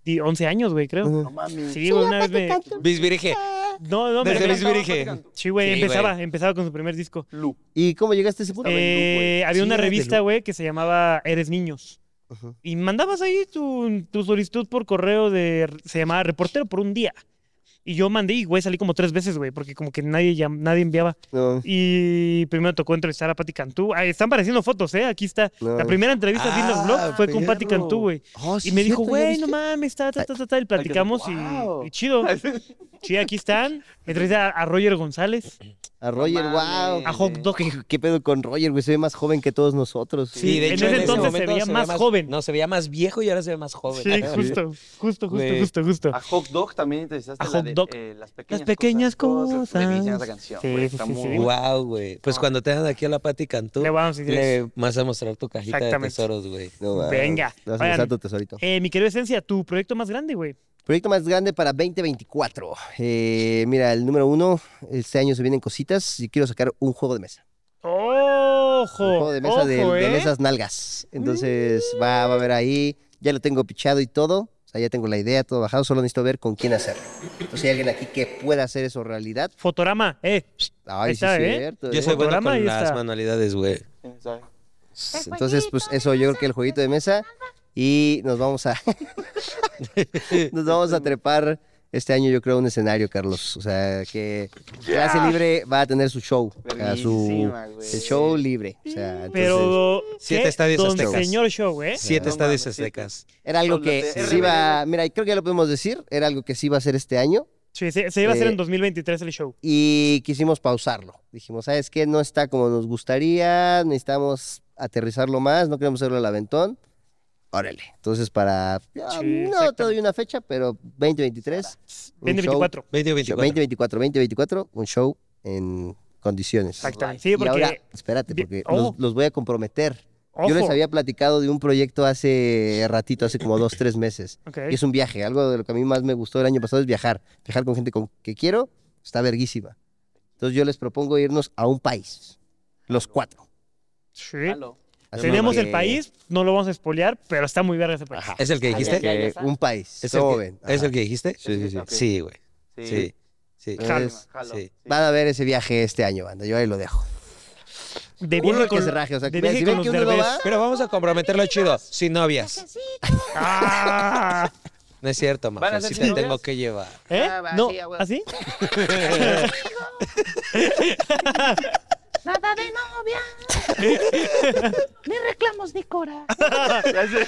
[SPEAKER 1] di- 11 años, güey, creo.
[SPEAKER 3] No mames.
[SPEAKER 1] Sí, güey, una vez me...
[SPEAKER 4] Bisbirige.
[SPEAKER 1] No, no, me...
[SPEAKER 4] Desde
[SPEAKER 1] regalaba-
[SPEAKER 4] Bisbirige.
[SPEAKER 1] Sí, güey,
[SPEAKER 4] Sí,
[SPEAKER 1] empezaba, empezaba con su primer disco.
[SPEAKER 3] Lu.
[SPEAKER 2] ¿Y cómo llegaste a ese punto?
[SPEAKER 3] Estaba en loop,
[SPEAKER 1] Eh,
[SPEAKER 3] güey.
[SPEAKER 1] había
[SPEAKER 4] Sí,
[SPEAKER 1] una
[SPEAKER 4] era de
[SPEAKER 1] revista,
[SPEAKER 4] loop.
[SPEAKER 1] güey, que se llamaba Eres Niños.
[SPEAKER 2] Ujú.
[SPEAKER 1] Y mandabas ahí tu, tu solicitud por correo de... Se llamaba Reportero por un día. Y yo mandé y, güey, salí como tres veces, güey, porque como que nadie, llam- nadie enviaba.
[SPEAKER 2] No,
[SPEAKER 1] Y primero tocó entrevistar a Patti Cantú. Ah, están apareciendo fotos, ¿eh? Aquí está.
[SPEAKER 2] no.
[SPEAKER 1] La primera entrevista a Dinner
[SPEAKER 4] Ah,
[SPEAKER 1] Blog fue con Patti
[SPEAKER 4] perro.
[SPEAKER 1] Cantú, güey.
[SPEAKER 2] Oh, sí,
[SPEAKER 1] Y me dijo,
[SPEAKER 2] cierto, ¿ya
[SPEAKER 1] güey,
[SPEAKER 2] viste?
[SPEAKER 1] no mames, ta, ta, ta, ta, ta", Y platicamos y,
[SPEAKER 3] wow.
[SPEAKER 1] y
[SPEAKER 2] *laughs*
[SPEAKER 1] chido. Sí, aquí están. Me traes a, a Roger González,
[SPEAKER 2] A Roger,
[SPEAKER 3] No
[SPEAKER 2] wow.
[SPEAKER 3] mames.
[SPEAKER 1] a Hot *laughs* Dog.
[SPEAKER 2] ¿Qué, qué pedo con Roger, güey? Se ve más joven que todos nosotros.
[SPEAKER 1] Sí, en ese entonces se
[SPEAKER 4] momento
[SPEAKER 1] veía más joven.
[SPEAKER 4] No, se veía más viejo y ahora se ve más joven. *laughs*
[SPEAKER 1] Sí, justo, justo, justo,
[SPEAKER 4] Güey.
[SPEAKER 1] justo, justo.
[SPEAKER 3] A Hot Dog también interesaste.
[SPEAKER 1] A
[SPEAKER 3] la
[SPEAKER 1] Hot
[SPEAKER 3] de,
[SPEAKER 1] Dog.
[SPEAKER 3] eh, las pequeñas,
[SPEAKER 1] pequeñas
[SPEAKER 3] Güey, me hicieron
[SPEAKER 1] cosas.
[SPEAKER 3] esa canción.
[SPEAKER 1] Sí,
[SPEAKER 3] güey,
[SPEAKER 1] sí,
[SPEAKER 3] está
[SPEAKER 1] sí, sí.
[SPEAKER 3] muy buena.
[SPEAKER 4] Wow, güey. Pues cuando te dan aquí a la Pati Cantú,
[SPEAKER 1] Le
[SPEAKER 4] le,
[SPEAKER 1] vamos a decir
[SPEAKER 4] vas a mostrar tu cajita de
[SPEAKER 1] Exactamente.
[SPEAKER 4] tesoros, güey.
[SPEAKER 2] No mames.
[SPEAKER 1] Venga,
[SPEAKER 2] Te Vas a
[SPEAKER 1] vayan.
[SPEAKER 2] usar tu tesorito.
[SPEAKER 1] Eh, mi querido Esencia, tu proyecto más grande, güey.
[SPEAKER 2] Proyecto más grande para 2024. Eh, mira, el número uno, este año se vienen cositas y quiero sacar un juego de mesa.
[SPEAKER 1] ¡Ojo!
[SPEAKER 2] Un juego de mesa de,
[SPEAKER 1] ojo,
[SPEAKER 2] de
[SPEAKER 1] ¿eh?
[SPEAKER 2] mesas nalgas. Entonces, va, va a haber ahí. Ya lo tengo pichado y todo. O sea, ya tengo la idea, todo bajado. Solo necesito ver con quién hacerlo. Entonces, si hay alguien aquí que pueda hacer eso realidad.
[SPEAKER 1] Fotorama, eh.
[SPEAKER 2] Ay,
[SPEAKER 1] Ahí
[SPEAKER 2] sí,
[SPEAKER 1] está,
[SPEAKER 2] es
[SPEAKER 1] ¿eh?
[SPEAKER 2] cierto.
[SPEAKER 4] Yo
[SPEAKER 2] ¿eh?
[SPEAKER 4] soy bueno
[SPEAKER 1] Programa y
[SPEAKER 4] con las
[SPEAKER 1] está.
[SPEAKER 4] manualidades, güey.
[SPEAKER 3] ¿Quién sabe?
[SPEAKER 2] Entonces, pues eso, yo creo que el jueguito de mesa. Y nos vamos
[SPEAKER 3] *laughs*
[SPEAKER 2] a. nos vamos a trepar este año, yo creo, a un escenario, Carlos. O sea, que Clase Libre va a tener su show. o sea, su,
[SPEAKER 3] Verguísima, güey.
[SPEAKER 2] el show libre. O sea, entonces,
[SPEAKER 1] Pero.
[SPEAKER 4] Siete
[SPEAKER 1] ¿qué?
[SPEAKER 4] estadios
[SPEAKER 1] Don
[SPEAKER 4] aztecas.
[SPEAKER 1] Señor Show, ¿eh?
[SPEAKER 4] Siete
[SPEAKER 3] No
[SPEAKER 4] estadios
[SPEAKER 3] mames, siete.
[SPEAKER 4] aztecas.
[SPEAKER 2] era algo que
[SPEAKER 3] Solo te-
[SPEAKER 2] sí iba. Mira, creo que ya lo podemos decir. Era algo que sí iba a ser este año.
[SPEAKER 1] Sí, se, se iba a hacer
[SPEAKER 2] Eh,
[SPEAKER 1] en 2023 el show.
[SPEAKER 2] y quisimos pausarlo. Dijimos, ¿sabes qué? No está como nos gustaría, necesitamos aterrizarlo más, no queremos hacerlo al aventón. Órale. Entonces, para. ah, no te doy una fecha, pero 2023. un show-
[SPEAKER 1] 2024.
[SPEAKER 4] 20 o 24.
[SPEAKER 2] 2024, 2024, un show en condiciones.
[SPEAKER 1] Exactamente. Sí,
[SPEAKER 2] Y
[SPEAKER 1] porque.
[SPEAKER 2] ahora, espérate,
[SPEAKER 1] Bien,
[SPEAKER 2] porque
[SPEAKER 1] ojo.
[SPEAKER 2] los, los voy a comprometer.
[SPEAKER 1] ojo.
[SPEAKER 2] Yo les había platicado de un proyecto hace ratito, hace como dos, tres meses.
[SPEAKER 1] Ok.
[SPEAKER 2] Y es un viaje. Algo de lo que a mí más me gustó el año pasado es viajar. Viajar con gente con que quiero está verguísima. Entonces yo les propongo irnos a un país. Los cuatro.
[SPEAKER 1] Sí.
[SPEAKER 3] Halo.
[SPEAKER 2] Así
[SPEAKER 1] Tenemos
[SPEAKER 2] que-
[SPEAKER 1] el país, no lo vamos a espolear, pero está muy verga ese país.
[SPEAKER 2] Ajá.
[SPEAKER 4] ¿Es el que
[SPEAKER 3] Ay,
[SPEAKER 4] dijiste?
[SPEAKER 3] ay, ay.
[SPEAKER 2] que un país.
[SPEAKER 4] ¿Es, el
[SPEAKER 2] ¿Cómo
[SPEAKER 4] que,
[SPEAKER 2] ven?
[SPEAKER 4] ¿Es el
[SPEAKER 2] Ajá.
[SPEAKER 4] que dijiste?
[SPEAKER 3] Sí, sí, sí.
[SPEAKER 4] Sí, güey. Sí, sí.
[SPEAKER 1] Eh.
[SPEAKER 2] Es-
[SPEAKER 3] Halo.
[SPEAKER 4] sí.
[SPEAKER 3] Sí.
[SPEAKER 2] Van a ver ese viaje este año, banda. Yo ahí lo dejo.
[SPEAKER 1] De
[SPEAKER 2] Uno
[SPEAKER 1] viaje
[SPEAKER 2] que
[SPEAKER 1] con,
[SPEAKER 2] se raje. O sea,
[SPEAKER 1] de
[SPEAKER 2] que
[SPEAKER 1] viaje
[SPEAKER 2] si
[SPEAKER 1] con
[SPEAKER 2] ven que
[SPEAKER 1] los
[SPEAKER 2] uno no
[SPEAKER 1] Derbez.
[SPEAKER 2] va,
[SPEAKER 4] Pero vamos a comprometerlo chido, sin novias.
[SPEAKER 1] *laughs* ¡Ah!
[SPEAKER 4] No es cierto,
[SPEAKER 3] ¿Van a
[SPEAKER 4] Mafer,
[SPEAKER 3] ser
[SPEAKER 4] si
[SPEAKER 3] sin
[SPEAKER 4] te
[SPEAKER 3] novias?
[SPEAKER 4] tengo que llevar.
[SPEAKER 1] ¿Eh?
[SPEAKER 3] Ah, va,
[SPEAKER 1] No,
[SPEAKER 3] sí, a
[SPEAKER 2] *laughs*
[SPEAKER 3] huevo.
[SPEAKER 1] ¿así?
[SPEAKER 6] Nada de novia. ni reclamos ni cora.
[SPEAKER 3] Ya sé.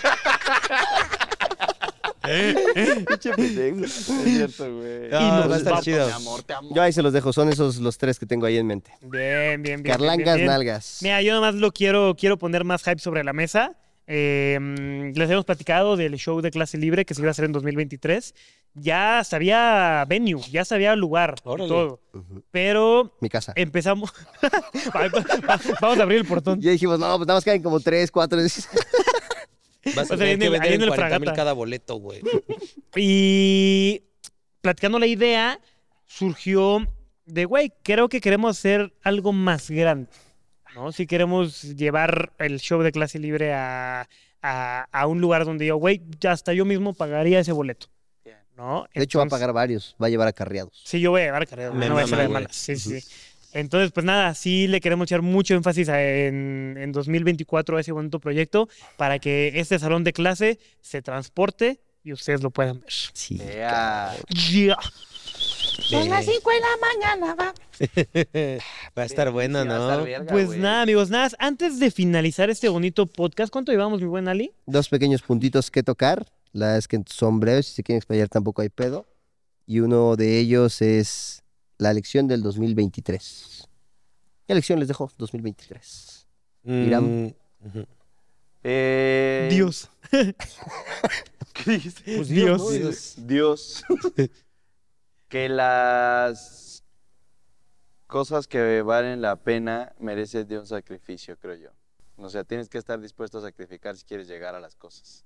[SPEAKER 2] Eh,
[SPEAKER 1] *laughs*
[SPEAKER 3] Pinche pendejo. Es cierto, güey.
[SPEAKER 1] Y nos
[SPEAKER 4] va a estar
[SPEAKER 1] vamos,
[SPEAKER 4] chido.
[SPEAKER 3] Mi amor, te amo.
[SPEAKER 2] yo ahí se los dejo. Son esos los tres que tengo ahí en mente.
[SPEAKER 1] Bien, bien, bien. bien,
[SPEAKER 2] Carlangas,
[SPEAKER 1] bien.
[SPEAKER 2] nalgas.
[SPEAKER 1] Mira, yo nomás lo quiero, quiero poner más hype sobre la mesa. Eh, mm, les hemos platicado del show de clase libre que se iba a hacer en 2023. Ya sabía venue, ya sabía lugar, y
[SPEAKER 4] Órale.
[SPEAKER 1] todo. Pero
[SPEAKER 2] Mi casa.
[SPEAKER 1] empezamos. *laughs* Va- va- Vamos a abrir el portón.
[SPEAKER 2] Ya dijimos, no, pues nada más caen como tres, cuatro. *laughs*
[SPEAKER 4] Vas
[SPEAKER 1] O sea,
[SPEAKER 4] a tener
[SPEAKER 1] en
[SPEAKER 4] que
[SPEAKER 1] el- ahí
[SPEAKER 4] vender
[SPEAKER 1] en
[SPEAKER 4] en
[SPEAKER 1] el
[SPEAKER 4] 40 mil
[SPEAKER 1] Fragata.
[SPEAKER 4] cada boleto, güey.
[SPEAKER 1] Y platicando la idea, surgió de, güey, creo que queremos hacer algo más grande, ¿no? Si queremos llevar el show de clase libre a, a- a un lugar donde yo, güey, ya hasta yo mismo pagaría ese boleto,
[SPEAKER 3] Bien.
[SPEAKER 1] ¿no?
[SPEAKER 2] De hecho, va a
[SPEAKER 1] Entonces-
[SPEAKER 2] pagar varios. Va a llevar acarreados.
[SPEAKER 1] Sí, yo voy a llevar carrera,
[SPEAKER 4] Me
[SPEAKER 1] no voy a ser
[SPEAKER 4] mama,
[SPEAKER 1] de
[SPEAKER 4] güey.
[SPEAKER 1] malas. Sí, sí. Entonces, pues nada, sí le queremos echar mucho énfasis a- en, en 2024 a ese bonito proyecto para que este salón de clase se transporte y ustedes lo puedan ver.
[SPEAKER 2] Sí.
[SPEAKER 3] Yeah.
[SPEAKER 1] Yeah.
[SPEAKER 6] Son las 5 de la mañana, va.
[SPEAKER 4] Va a estar bueno,
[SPEAKER 3] Sí, va a estar
[SPEAKER 4] ¿no?
[SPEAKER 3] verga,
[SPEAKER 1] Pues
[SPEAKER 3] güey.
[SPEAKER 1] nada, amigos, nada. Antes de finalizar este bonito podcast, ¿cuánto llevamos, mi buen Ali?
[SPEAKER 2] Dos pequeños puntitos que tocar. La verdad es que son breves, si se quieren explayar tampoco hay pedo. Y uno de ellos es la elección del 2023. ¿Qué elección les dejó 2023? Irán.
[SPEAKER 4] Mm, ujú.
[SPEAKER 3] Eh, *laughs*
[SPEAKER 1] Dios.
[SPEAKER 3] ¿Qué dice?
[SPEAKER 1] Pues Dios.
[SPEAKER 3] Dios.
[SPEAKER 4] *laughs*
[SPEAKER 3] Dios. que las cosas que valen la pena merecen de un sacrificio, creo yo. O sea, tienes que estar dispuesto a sacrificar si quieres llegar a las cosas.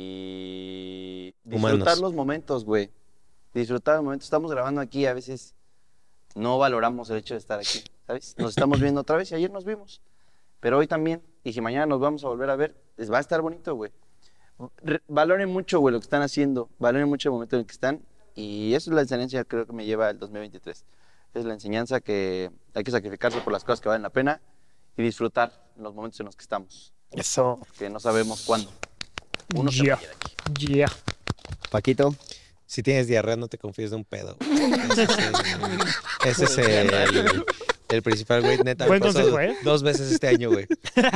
[SPEAKER 3] Y disfrutar
[SPEAKER 4] Humanos.
[SPEAKER 3] los momentos, güey. Disfrutar los momentos. Estamos grabando aquí, a veces no valoramos el hecho de estar aquí, ¿sabes? Nos estamos viendo otra vez y ayer nos vimos. Pero hoy también. Y si mañana nos vamos a volver a ver, les va a estar bonito, güey. Re- valoren mucho, güey, lo que están haciendo. Valoren mucho el momento en el que están. Y eso es la enseñanza que creo que me lleva el 2023. Es la enseñanza que hay que sacrificarse por las cosas que valen la pena y disfrutar los momentos en los que estamos,
[SPEAKER 1] Eso.
[SPEAKER 3] que no sabemos cuándo. Uno se
[SPEAKER 1] Yeah.
[SPEAKER 3] puede ir aquí.
[SPEAKER 1] Yeah.
[SPEAKER 2] Paquito.
[SPEAKER 4] Si tienes diarrea, no te confíes de
[SPEAKER 2] *laughs*
[SPEAKER 4] un pedo. güey. Ese es el- Ese es el, el principal, güey. Neta, me
[SPEAKER 1] Buen
[SPEAKER 4] pasó
[SPEAKER 1] consejo, ¿eh?
[SPEAKER 4] dos veces este año, güey.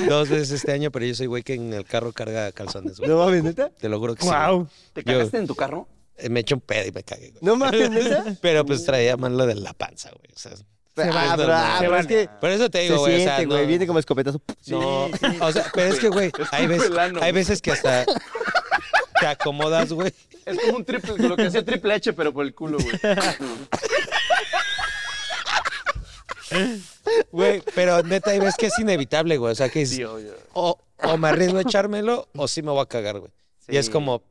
[SPEAKER 4] Dos veces este año, pero yo soy güey que en el carro carga calzones, güey.
[SPEAKER 2] No mames, neta.
[SPEAKER 4] Te lo juro que sí,
[SPEAKER 1] Wow.
[SPEAKER 3] ¿Te
[SPEAKER 4] Yo-
[SPEAKER 3] cagaste en tu carro?
[SPEAKER 4] güey. Me eché un pedo y me cagué, güey.
[SPEAKER 2] No mames, neta.
[SPEAKER 4] *laughs* Pero pues traía más lo de la panza, güey. O sea,
[SPEAKER 2] Pero-
[SPEAKER 4] vale,
[SPEAKER 2] ah, pero- ah,
[SPEAKER 4] se
[SPEAKER 2] pero es
[SPEAKER 1] vale.
[SPEAKER 2] que
[SPEAKER 4] por eso te
[SPEAKER 2] se
[SPEAKER 4] digo, güey. o sea,
[SPEAKER 2] siente, güey.
[SPEAKER 4] no-
[SPEAKER 2] Viene como escopetazo.
[SPEAKER 4] No, o sea, pero es que, güey, hay
[SPEAKER 3] como
[SPEAKER 4] veces,
[SPEAKER 3] el ano,
[SPEAKER 4] hay
[SPEAKER 3] güey.
[SPEAKER 4] veces que hasta te acomodas, güey.
[SPEAKER 3] Es como un triple, lo que hacía triple H, pero por el culo, güey.
[SPEAKER 4] Güey, pero neta, hay veces que es inevitable, güey. O sea, que es,
[SPEAKER 3] Sí, obvio.
[SPEAKER 4] o, o me arriesgo a echármelo o sí me voy a cagar, güey. Y es
[SPEAKER 3] Sí.
[SPEAKER 4] como,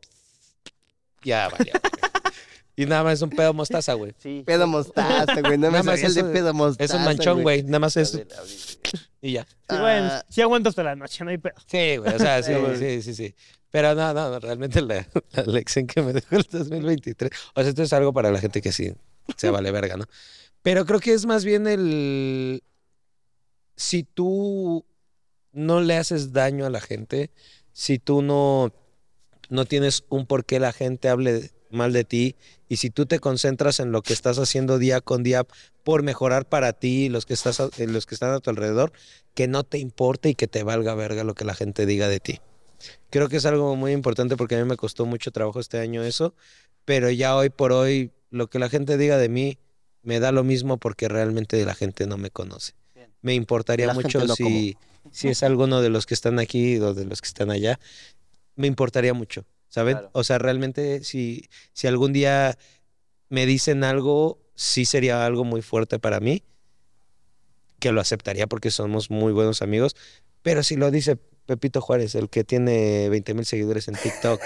[SPEAKER 4] ya, vaya. Y nada más es un pedo mostaza, güey.
[SPEAKER 3] Sí.
[SPEAKER 2] Pedo mostaza, güey. No
[SPEAKER 4] Nada
[SPEAKER 2] me
[SPEAKER 4] más
[SPEAKER 2] sabía el de
[SPEAKER 4] eso-
[SPEAKER 2] pedo mostaza.
[SPEAKER 4] Es un manchón, güey. Nada más es,
[SPEAKER 3] Abril, abril, güey.
[SPEAKER 4] y ya.
[SPEAKER 1] Sí,
[SPEAKER 2] Ah.
[SPEAKER 1] bueno, sí aguanto hasta la noche, no hay pedo.
[SPEAKER 4] Sí, güey, o sea, *laughs* sí, sí, sí, sí. Pero no, no, no, realmente la, *laughs* la lección que me dejó el 2023. O sea, esto es algo para la gente que sí *laughs* se vale verga, ¿no? Pero creo que es más bien el. Si tú no le haces daño a la gente, si tú no, no tienes un por qué la gente hable mal de ti, y si tú te concentras en lo que estás haciendo día con día por mejorar para ti y los que, estás a- los que están a tu alrededor, que no te importe y que te valga verga lo que la gente diga de ti. Creo que es algo muy importante porque a mí me costó mucho trabajo este año eso, pero ya hoy por hoy lo que la gente diga de mí me da lo mismo porque realmente la gente no me conoce.
[SPEAKER 3] Bien.
[SPEAKER 4] Me importaría
[SPEAKER 2] La
[SPEAKER 4] mucho
[SPEAKER 2] gente no
[SPEAKER 4] si, si es alguno de los que están aquí o de los que están allá. Me importaría mucho, ¿saben?
[SPEAKER 3] Claro.
[SPEAKER 4] O sea, realmente si, si algún día me dicen algo, sí sería algo muy fuerte para mí, que lo aceptaría porque somos muy buenos amigos. Pero si lo dice Pepito Juárez, el que tiene 20 mil seguidores en
[SPEAKER 2] *laughs*
[SPEAKER 4] TikTok,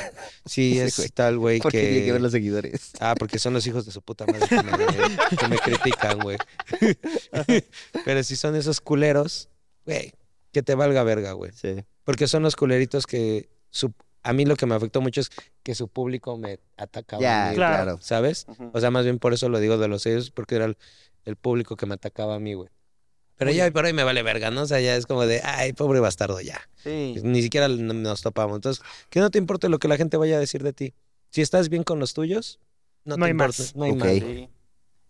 [SPEAKER 4] sí
[SPEAKER 2] Ese
[SPEAKER 4] es
[SPEAKER 2] güey.
[SPEAKER 4] tal güey
[SPEAKER 2] Porque tiene que ver
[SPEAKER 4] que...
[SPEAKER 2] los seguidores.
[SPEAKER 4] Ah, porque son los hijos de su puta
[SPEAKER 2] *laughs*
[SPEAKER 4] madre que me, que me critican, güey. *laughs* Pero si son esos culeros, güey, que te valga verga, güey.
[SPEAKER 2] Sí.
[SPEAKER 4] Porque son los culeritos que... su- a mí lo que me afectó mucho es que su público me atacaba. a
[SPEAKER 2] Ya,
[SPEAKER 4] mí,
[SPEAKER 1] Claro.
[SPEAKER 2] claro.
[SPEAKER 4] ¿sabes?
[SPEAKER 3] Ujú.
[SPEAKER 4] O sea, más bien por eso lo digo de los sellos, porque era el, el público que me atacaba a mí, güey. Pero ya hoy por hoy me vale verga, ¿no? O sea, ya es como de, ay, pobre bastardo, ya.
[SPEAKER 3] Sí.
[SPEAKER 4] Ni siquiera n- nos topamos. Entonces, que no te importe lo que la gente vaya a decir de ti. Si estás bien con los tuyos, no,
[SPEAKER 1] No
[SPEAKER 4] te
[SPEAKER 1] hay
[SPEAKER 4] importa.
[SPEAKER 1] más.
[SPEAKER 4] No hay
[SPEAKER 2] Ok.
[SPEAKER 4] más. güey.
[SPEAKER 3] Sí.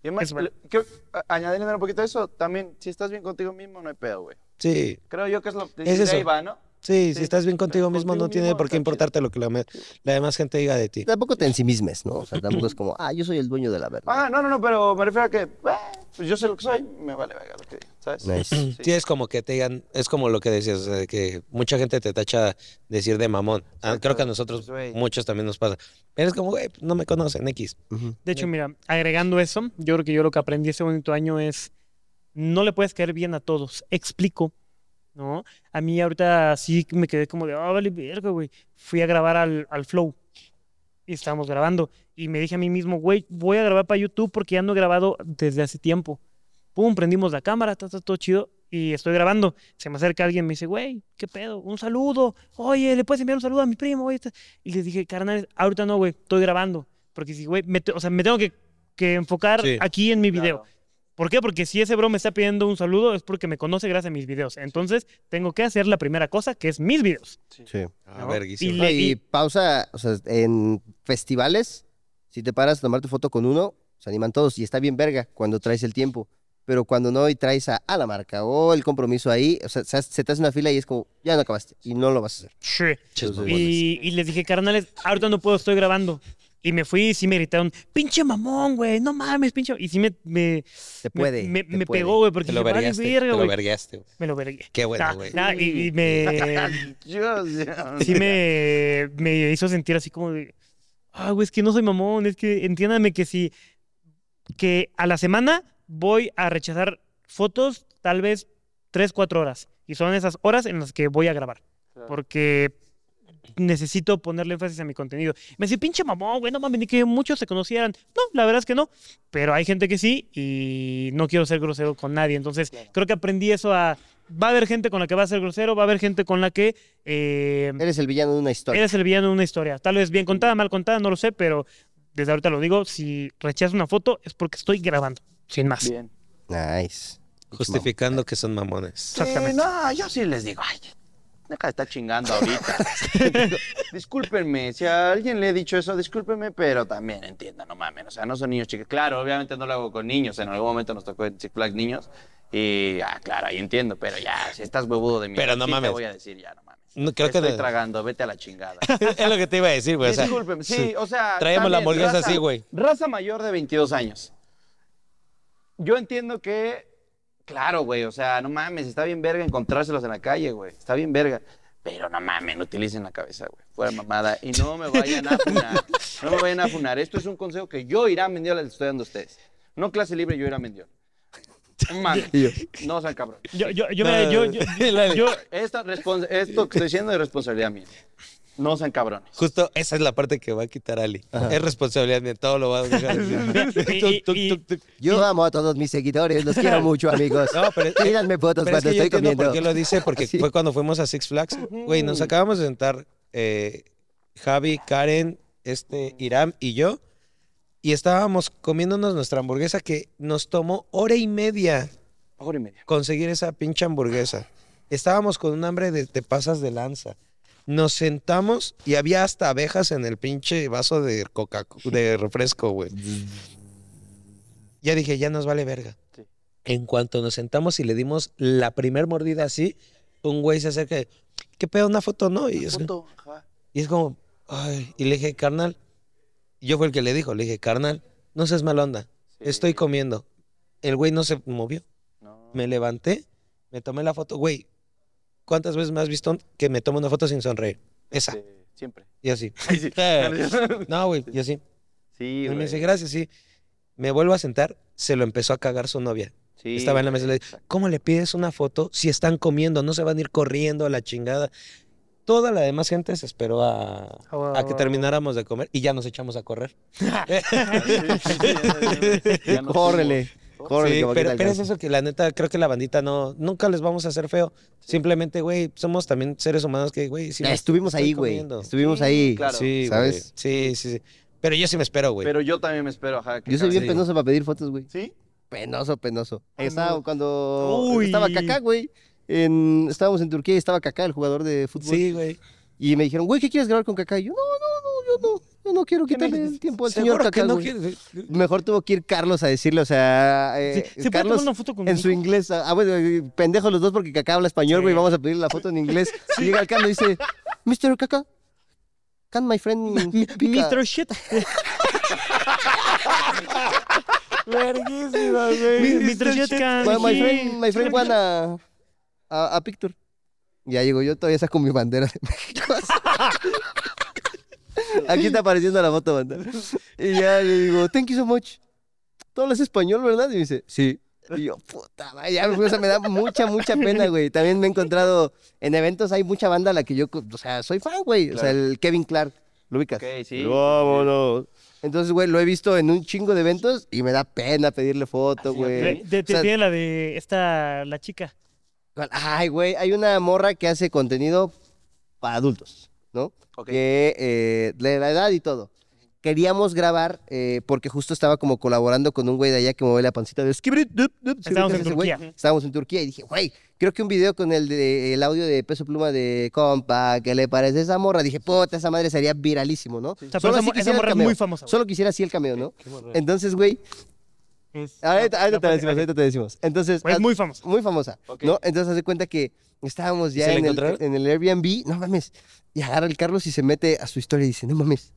[SPEAKER 3] Y además,
[SPEAKER 1] Es bueno.
[SPEAKER 3] le- quiero a- añadirle un poquito a eso, también, si estás bien contigo mismo, no hay pedo, güey.
[SPEAKER 4] Sí,
[SPEAKER 3] Creo yo que es lo que
[SPEAKER 4] Es eso.
[SPEAKER 3] ahí va, ¿no?
[SPEAKER 4] sí,
[SPEAKER 3] Sí.
[SPEAKER 4] si estás bien contigo mismo,
[SPEAKER 3] Contigo
[SPEAKER 4] no tiene
[SPEAKER 3] mismo
[SPEAKER 4] por
[SPEAKER 3] está
[SPEAKER 4] qué
[SPEAKER 3] chido.
[SPEAKER 4] importarte lo que la, me- la demás gente diga de ti.
[SPEAKER 2] Tampoco te ensimismes, ¿no? O sea, tampoco es como, ah, yo soy el dueño de la verdad.
[SPEAKER 3] Ah, no, no, no, pero me refiero a que, eh, pues yo sé lo que soy, me vale verga lo que digo, ¿sabes?
[SPEAKER 2] Nice.
[SPEAKER 3] Sí.
[SPEAKER 4] Sí, es como que te digan, es como lo que decías, o sea, de que mucha gente te tacha decir de mamón. Ah, creo que a nosotros,
[SPEAKER 3] Pues, güey.
[SPEAKER 4] muchos también nos pasa. Pero es como, güey, pues, no me conocen, X.
[SPEAKER 2] Ujú.
[SPEAKER 1] De hecho, mira, agregando eso, yo creo que yo lo que aprendí este bonito año es no le puedes caer bien a todos. Explico, ¿no? A mí ahorita sí me quedé como de, ah, vale, verga, güey. Fui a grabar al, al Flow y estábamos grabando. Y me dije a mí mismo, güey, voy a grabar para YouTube porque ya no he grabado desde hace tiempo. Pum, prendimos la cámara, está todo chido. Y estoy grabando. Se me acerca alguien, me dice, güey, ¿qué pedo? Un saludo. Oye, ¿le puedes enviar un saludo a mi primo? Oye, está-". Y les dije, carnal, ahorita no, güey, estoy grabando. Porque si, güey, me te- o sea, me tengo que, que enfocar
[SPEAKER 4] Sí,
[SPEAKER 1] aquí en mi video.
[SPEAKER 3] Claro.
[SPEAKER 1] ¿Por qué? Porque si ese bro me está pidiendo un saludo es porque me conoce gracias a mis videos. Entonces, tengo que hacer la primera cosa, que es mis videos.
[SPEAKER 2] Sí.
[SPEAKER 4] Ah,
[SPEAKER 1] ¿no?
[SPEAKER 4] verguísima.
[SPEAKER 1] Y
[SPEAKER 2] No,
[SPEAKER 1] le-
[SPEAKER 2] y
[SPEAKER 1] y-
[SPEAKER 2] pausa, o sea, en festivales, si te paras a tomar tu foto con uno, se animan todos y está bien verga cuando traes el tiempo. pero cuando no y traes a, a la marca o el compromiso ahí, o sea, se, se te hace una fila y es como, ya no acabaste y no lo vas a hacer.
[SPEAKER 1] Sí.
[SPEAKER 4] Ches
[SPEAKER 2] Entonces,
[SPEAKER 1] Y, y les dije, carnales, ahorita no puedo, estoy grabando. Y me fui y sí me gritaron, pinche mamón, güey, no mames, pinche. Y sí me, me,
[SPEAKER 2] Te
[SPEAKER 1] me-
[SPEAKER 2] puede.
[SPEAKER 1] me,
[SPEAKER 2] te
[SPEAKER 1] me
[SPEAKER 2] puede.
[SPEAKER 1] pegó, güey, porque
[SPEAKER 4] Te lo
[SPEAKER 1] dije, "Vale,
[SPEAKER 4] vergueaste. Te
[SPEAKER 1] verga,
[SPEAKER 4] lo
[SPEAKER 1] güey".
[SPEAKER 4] vergueaste. güey.
[SPEAKER 1] Me lo vergué.
[SPEAKER 4] Qué bueno,
[SPEAKER 1] Nah,
[SPEAKER 4] güey.
[SPEAKER 1] nah, y, y
[SPEAKER 4] *laughs*
[SPEAKER 1] me.
[SPEAKER 3] *laughs* Dios, Dios.
[SPEAKER 1] sí me, me hizo sentir así como de. Ah, güey, es que no soy mamón. Es que entiéndame que si. Que a la semana voy a rechazar fotos, tal vez 3, 4 horas. Y son esas horas en las que voy a grabar.
[SPEAKER 3] Claro.
[SPEAKER 1] Porque necesito ponerle énfasis a mi contenido. Me dice, pinche mamón, güey, no mames, ni que muchos se conocieran. No, la verdad es que no. Pero hay gente que sí y no quiero ser grosero con nadie. Entonces, creo que aprendí eso a... Va a haber gente con la que va a ser grosero, va a haber gente con la que... eh,
[SPEAKER 2] Eres el villano de una historia.
[SPEAKER 1] eres el villano de una historia. Tal vez bien contada, mal contada, no lo sé, pero desde ahorita lo digo, si rechazo una foto es porque estoy grabando, sin más.
[SPEAKER 3] Bien.
[SPEAKER 2] Nice.
[SPEAKER 4] Justificando que son mamones.
[SPEAKER 1] Exactamente.
[SPEAKER 3] Sí, no, yo sí les digo, ay, deja de estar chingando
[SPEAKER 4] *laughs*
[SPEAKER 3] ahorita. Digo, discúlpenme, si a alguien le he dicho eso, discúlpenme, pero también entiendan, no mames, o sea, no son niños chicos. Claro, obviamente no lo hago con niños, en algún momento nos tocó en Six Flags niños, y, ah, claro, ahí entiendo, pero ya, si estás huevudo de mí,
[SPEAKER 4] Pero no
[SPEAKER 3] sí
[SPEAKER 4] mames.
[SPEAKER 3] te voy a decir ya, no mames.
[SPEAKER 4] No, creo
[SPEAKER 3] Estoy
[SPEAKER 4] que no-
[SPEAKER 3] tragando, vete a la chingada.
[SPEAKER 4] *laughs* es lo que te iba a decir, güey. Pues, o sea,
[SPEAKER 3] Discúlpeme, sí, o sea.
[SPEAKER 4] traemos la
[SPEAKER 3] también,
[SPEAKER 4] hamburguesa
[SPEAKER 3] raza-
[SPEAKER 4] así, güey.
[SPEAKER 3] Raza mayor de 22 años. Yo entiendo que. Claro, güey, o sea, no mames, está bien verga encontrárselos en la calle, güey. Está bien verga. Pero no mames, no utilicen la cabeza, güey. Fuera mamada. Y no me vayan a funar. No me vayan a funar. Esto es un consejo que yo, Irán Mendiola, les estoy dando a ustedes. No clase libre, yo, Irán Mendiola. No
[SPEAKER 4] *laughs*
[SPEAKER 3] mames, no sean cabrón.
[SPEAKER 1] Yo, yo, yo,
[SPEAKER 4] No,
[SPEAKER 1] me- yo- yo-
[SPEAKER 4] *laughs* la-
[SPEAKER 2] *laughs*
[SPEAKER 1] yo-
[SPEAKER 3] Esta respons- esto que estoy diciendo es responsabilidad mía. No sean cabrones.
[SPEAKER 4] Justo esa es la parte que va a quitar Ali. Es responsabilidad mía, todo lo va
[SPEAKER 1] *laughs*
[SPEAKER 4] a dejar.
[SPEAKER 1] Y-
[SPEAKER 4] Tuc, tuc,
[SPEAKER 1] y-
[SPEAKER 4] tuc, tuc.
[SPEAKER 2] Yo amo a todos mis seguidores, los
[SPEAKER 4] *laughs*
[SPEAKER 2] quiero mucho, amigos.
[SPEAKER 4] No, pero es-
[SPEAKER 2] Tíranme fotos
[SPEAKER 4] Pero es
[SPEAKER 2] cuando
[SPEAKER 4] que yo
[SPEAKER 2] estoy
[SPEAKER 4] entiendo
[SPEAKER 2] comiendo.
[SPEAKER 4] por qué lo dice, porque
[SPEAKER 2] Así.
[SPEAKER 4] fue cuando fuimos a Six Flags. Güey, nos acabamos de sentar eh, Javi, Karen, este, Iram y yo. Y estábamos comiéndonos nuestra hamburguesa que nos tomó hora y media
[SPEAKER 3] Hora y media.
[SPEAKER 4] conseguir esa pinche hamburguesa. Estábamos con un hambre de, de pasas de lanza. Nos sentamos y había hasta abejas en el pinche vaso de coca de refresco, güey. Ya dije, ya nos vale verga.
[SPEAKER 3] Sí.
[SPEAKER 4] En cuanto nos sentamos y le dimos la primer mordida así, un güey se acerca y, ¿qué pedo? Una foto, ¿no? Y es,
[SPEAKER 3] Punto. Ajá.
[SPEAKER 4] y es como, ay, y le dije, carnal, yo fue el que le dijo, le dije, carnal, no seas mal onda, estoy
[SPEAKER 3] Sí.
[SPEAKER 4] comiendo. El güey no se movió.
[SPEAKER 3] No.
[SPEAKER 4] Me levanté, me tomé la foto. Güey, ¿cuántas veces me has visto que me tomo una foto sin sonreír? Esa.
[SPEAKER 3] Este, siempre.
[SPEAKER 4] Y así.
[SPEAKER 3] Ay, sí.
[SPEAKER 4] Eh, No, güey, y así.
[SPEAKER 3] Sí,
[SPEAKER 4] Y
[SPEAKER 3] güey.
[SPEAKER 4] me dice, gracias, sí. Me vuelvo a sentar, se lo empezó a cagar su novia.
[SPEAKER 3] Sí,
[SPEAKER 4] Estaba en la
[SPEAKER 3] güey.
[SPEAKER 4] mesa y le dije, ¿cómo le pides una foto si están comiendo? No se van a ir corriendo a la chingada. Toda la demás gente se esperó a,
[SPEAKER 1] Ah,
[SPEAKER 4] a que termináramos de comer y ya nos echamos
[SPEAKER 3] *laughs*
[SPEAKER 4] a correr. *laughs*
[SPEAKER 3] Ya nos
[SPEAKER 2] Córrele,
[SPEAKER 3] fuimos.
[SPEAKER 2] córrele.
[SPEAKER 4] Sí,
[SPEAKER 2] que va a
[SPEAKER 4] pero,
[SPEAKER 2] quitar el
[SPEAKER 4] pero es
[SPEAKER 2] calzón.
[SPEAKER 4] eso que la neta, creo que la bandita no, nunca les vamos a hacer feo. Simplemente, güey, somos también seres humanos que, güey, sí.
[SPEAKER 2] Ah,
[SPEAKER 4] me-
[SPEAKER 2] estuvimos
[SPEAKER 4] estoy
[SPEAKER 2] ahí, güey.
[SPEAKER 4] comiendo.
[SPEAKER 2] Estuvimos ahí.
[SPEAKER 3] claro.
[SPEAKER 4] Sí,
[SPEAKER 2] ¿sabes?
[SPEAKER 4] ¿sabes? Sí, sí, sí. Pero yo sí me espero, güey.
[SPEAKER 3] Pero yo también me espero, ajá. que
[SPEAKER 2] Yo soy bien
[SPEAKER 3] acabe.
[SPEAKER 2] penoso para pedir fotos, güey.
[SPEAKER 3] ¿Sí?
[SPEAKER 2] Penoso, penoso.
[SPEAKER 4] Ah,
[SPEAKER 2] Estaba cuando
[SPEAKER 1] Uy.
[SPEAKER 2] estaba Kaká, güey. En- estábamos en Turquía y estaba Kaká, el jugador de fútbol.
[SPEAKER 4] Sí, güey.
[SPEAKER 2] Y me dijeron, güey, ¿qué quieres grabar con Kaká? Y yo, no, no, no, yo no. Yo no quiero quitarle el tiempo al señor
[SPEAKER 4] Seguro que
[SPEAKER 2] Kaká,
[SPEAKER 4] no
[SPEAKER 2] güey".
[SPEAKER 4] quieres- eh.
[SPEAKER 2] Mejor tuvo que ir Carlos a decirle, o sea,
[SPEAKER 1] ¿Se-
[SPEAKER 2] eh,
[SPEAKER 1] ¿Se puede tomar
[SPEAKER 2] Carlos
[SPEAKER 1] una foto conmigo?
[SPEAKER 2] en su inglés. Ah, bueno, eh, pendejos los dos porque Kaká habla español, güey, vamos a pedirle la foto en
[SPEAKER 4] *laughs*
[SPEAKER 2] inglés. Y llega el Carlos y dice, Mr. Kaká, can my friend
[SPEAKER 4] *laughs*
[SPEAKER 2] pick a-
[SPEAKER 1] Mr.
[SPEAKER 2] *laughs*
[SPEAKER 1] Shit.
[SPEAKER 4] Verguísima, güey.
[SPEAKER 1] Mr. Shit can
[SPEAKER 2] Well, my
[SPEAKER 1] he-
[SPEAKER 2] friend, my friend want a, a- a picture. Ya llegó yo, todavía saco mi bandera de
[SPEAKER 3] *laughs*
[SPEAKER 2] México. Aquí está apareciendo la foto, banda. Y ya le digo, thank you so much. Tú hablas español, ¿verdad? Y me dice, sí. Y yo, puta, madre, ya o sea, me da mucha, mucha pena, güey. También me he encontrado en eventos, hay mucha banda a la que yo, o sea, soy fan, güey. O sea, el Kevin Clark, ¿lo ubicas?
[SPEAKER 3] Ok, sí.
[SPEAKER 2] Vámonos. Entonces, güey, lo he visto en un chingo de eventos y me da pena pedirle foto,
[SPEAKER 3] Así,
[SPEAKER 2] güey.
[SPEAKER 1] Te- te-
[SPEAKER 2] eh, O sea,
[SPEAKER 1] tiene la de esta, la chica.
[SPEAKER 2] ¿Cuál? Ay, güey, hay una morra que hace contenido para adultos, ¿no?
[SPEAKER 3] Ok.
[SPEAKER 2] Que, eh, de la edad y todo. Queríamos grabar eh, porque justo estaba como colaborando con un güey de allá que mueve la pancita de... Estábamos
[SPEAKER 1] Estábamos en Turquía.
[SPEAKER 2] Estábamos en Turquía y dije, güey, creo que un video con el, de- el audio de Peso Pluma de compa, ¿qué le parece esa morra? Dije, puta, esa madre sería viralísimo, ¿no?
[SPEAKER 1] O sea, pero esa
[SPEAKER 2] así
[SPEAKER 1] mo- esa
[SPEAKER 2] quisiera el
[SPEAKER 1] morra es
[SPEAKER 2] cameo.
[SPEAKER 1] muy famosa, güey.
[SPEAKER 2] Solo quisiera así el cameo, ¿no? Entonces, güey,
[SPEAKER 1] Es,
[SPEAKER 2] Ahorita, ahorita
[SPEAKER 1] la
[SPEAKER 2] te decimos,
[SPEAKER 1] patinaje.
[SPEAKER 2] ahorita te decimos. Entonces,
[SPEAKER 1] Es
[SPEAKER 2] haz-
[SPEAKER 1] muy famosa.
[SPEAKER 2] muy famosa,
[SPEAKER 3] Ok.
[SPEAKER 2] ¿no? Entonces hace cuenta que estábamos ya
[SPEAKER 4] se la
[SPEAKER 2] en el,
[SPEAKER 4] encontraron?
[SPEAKER 2] en el Airbnb, no mames, y agarra el Carlos y se mete a su historia y dice, no mames,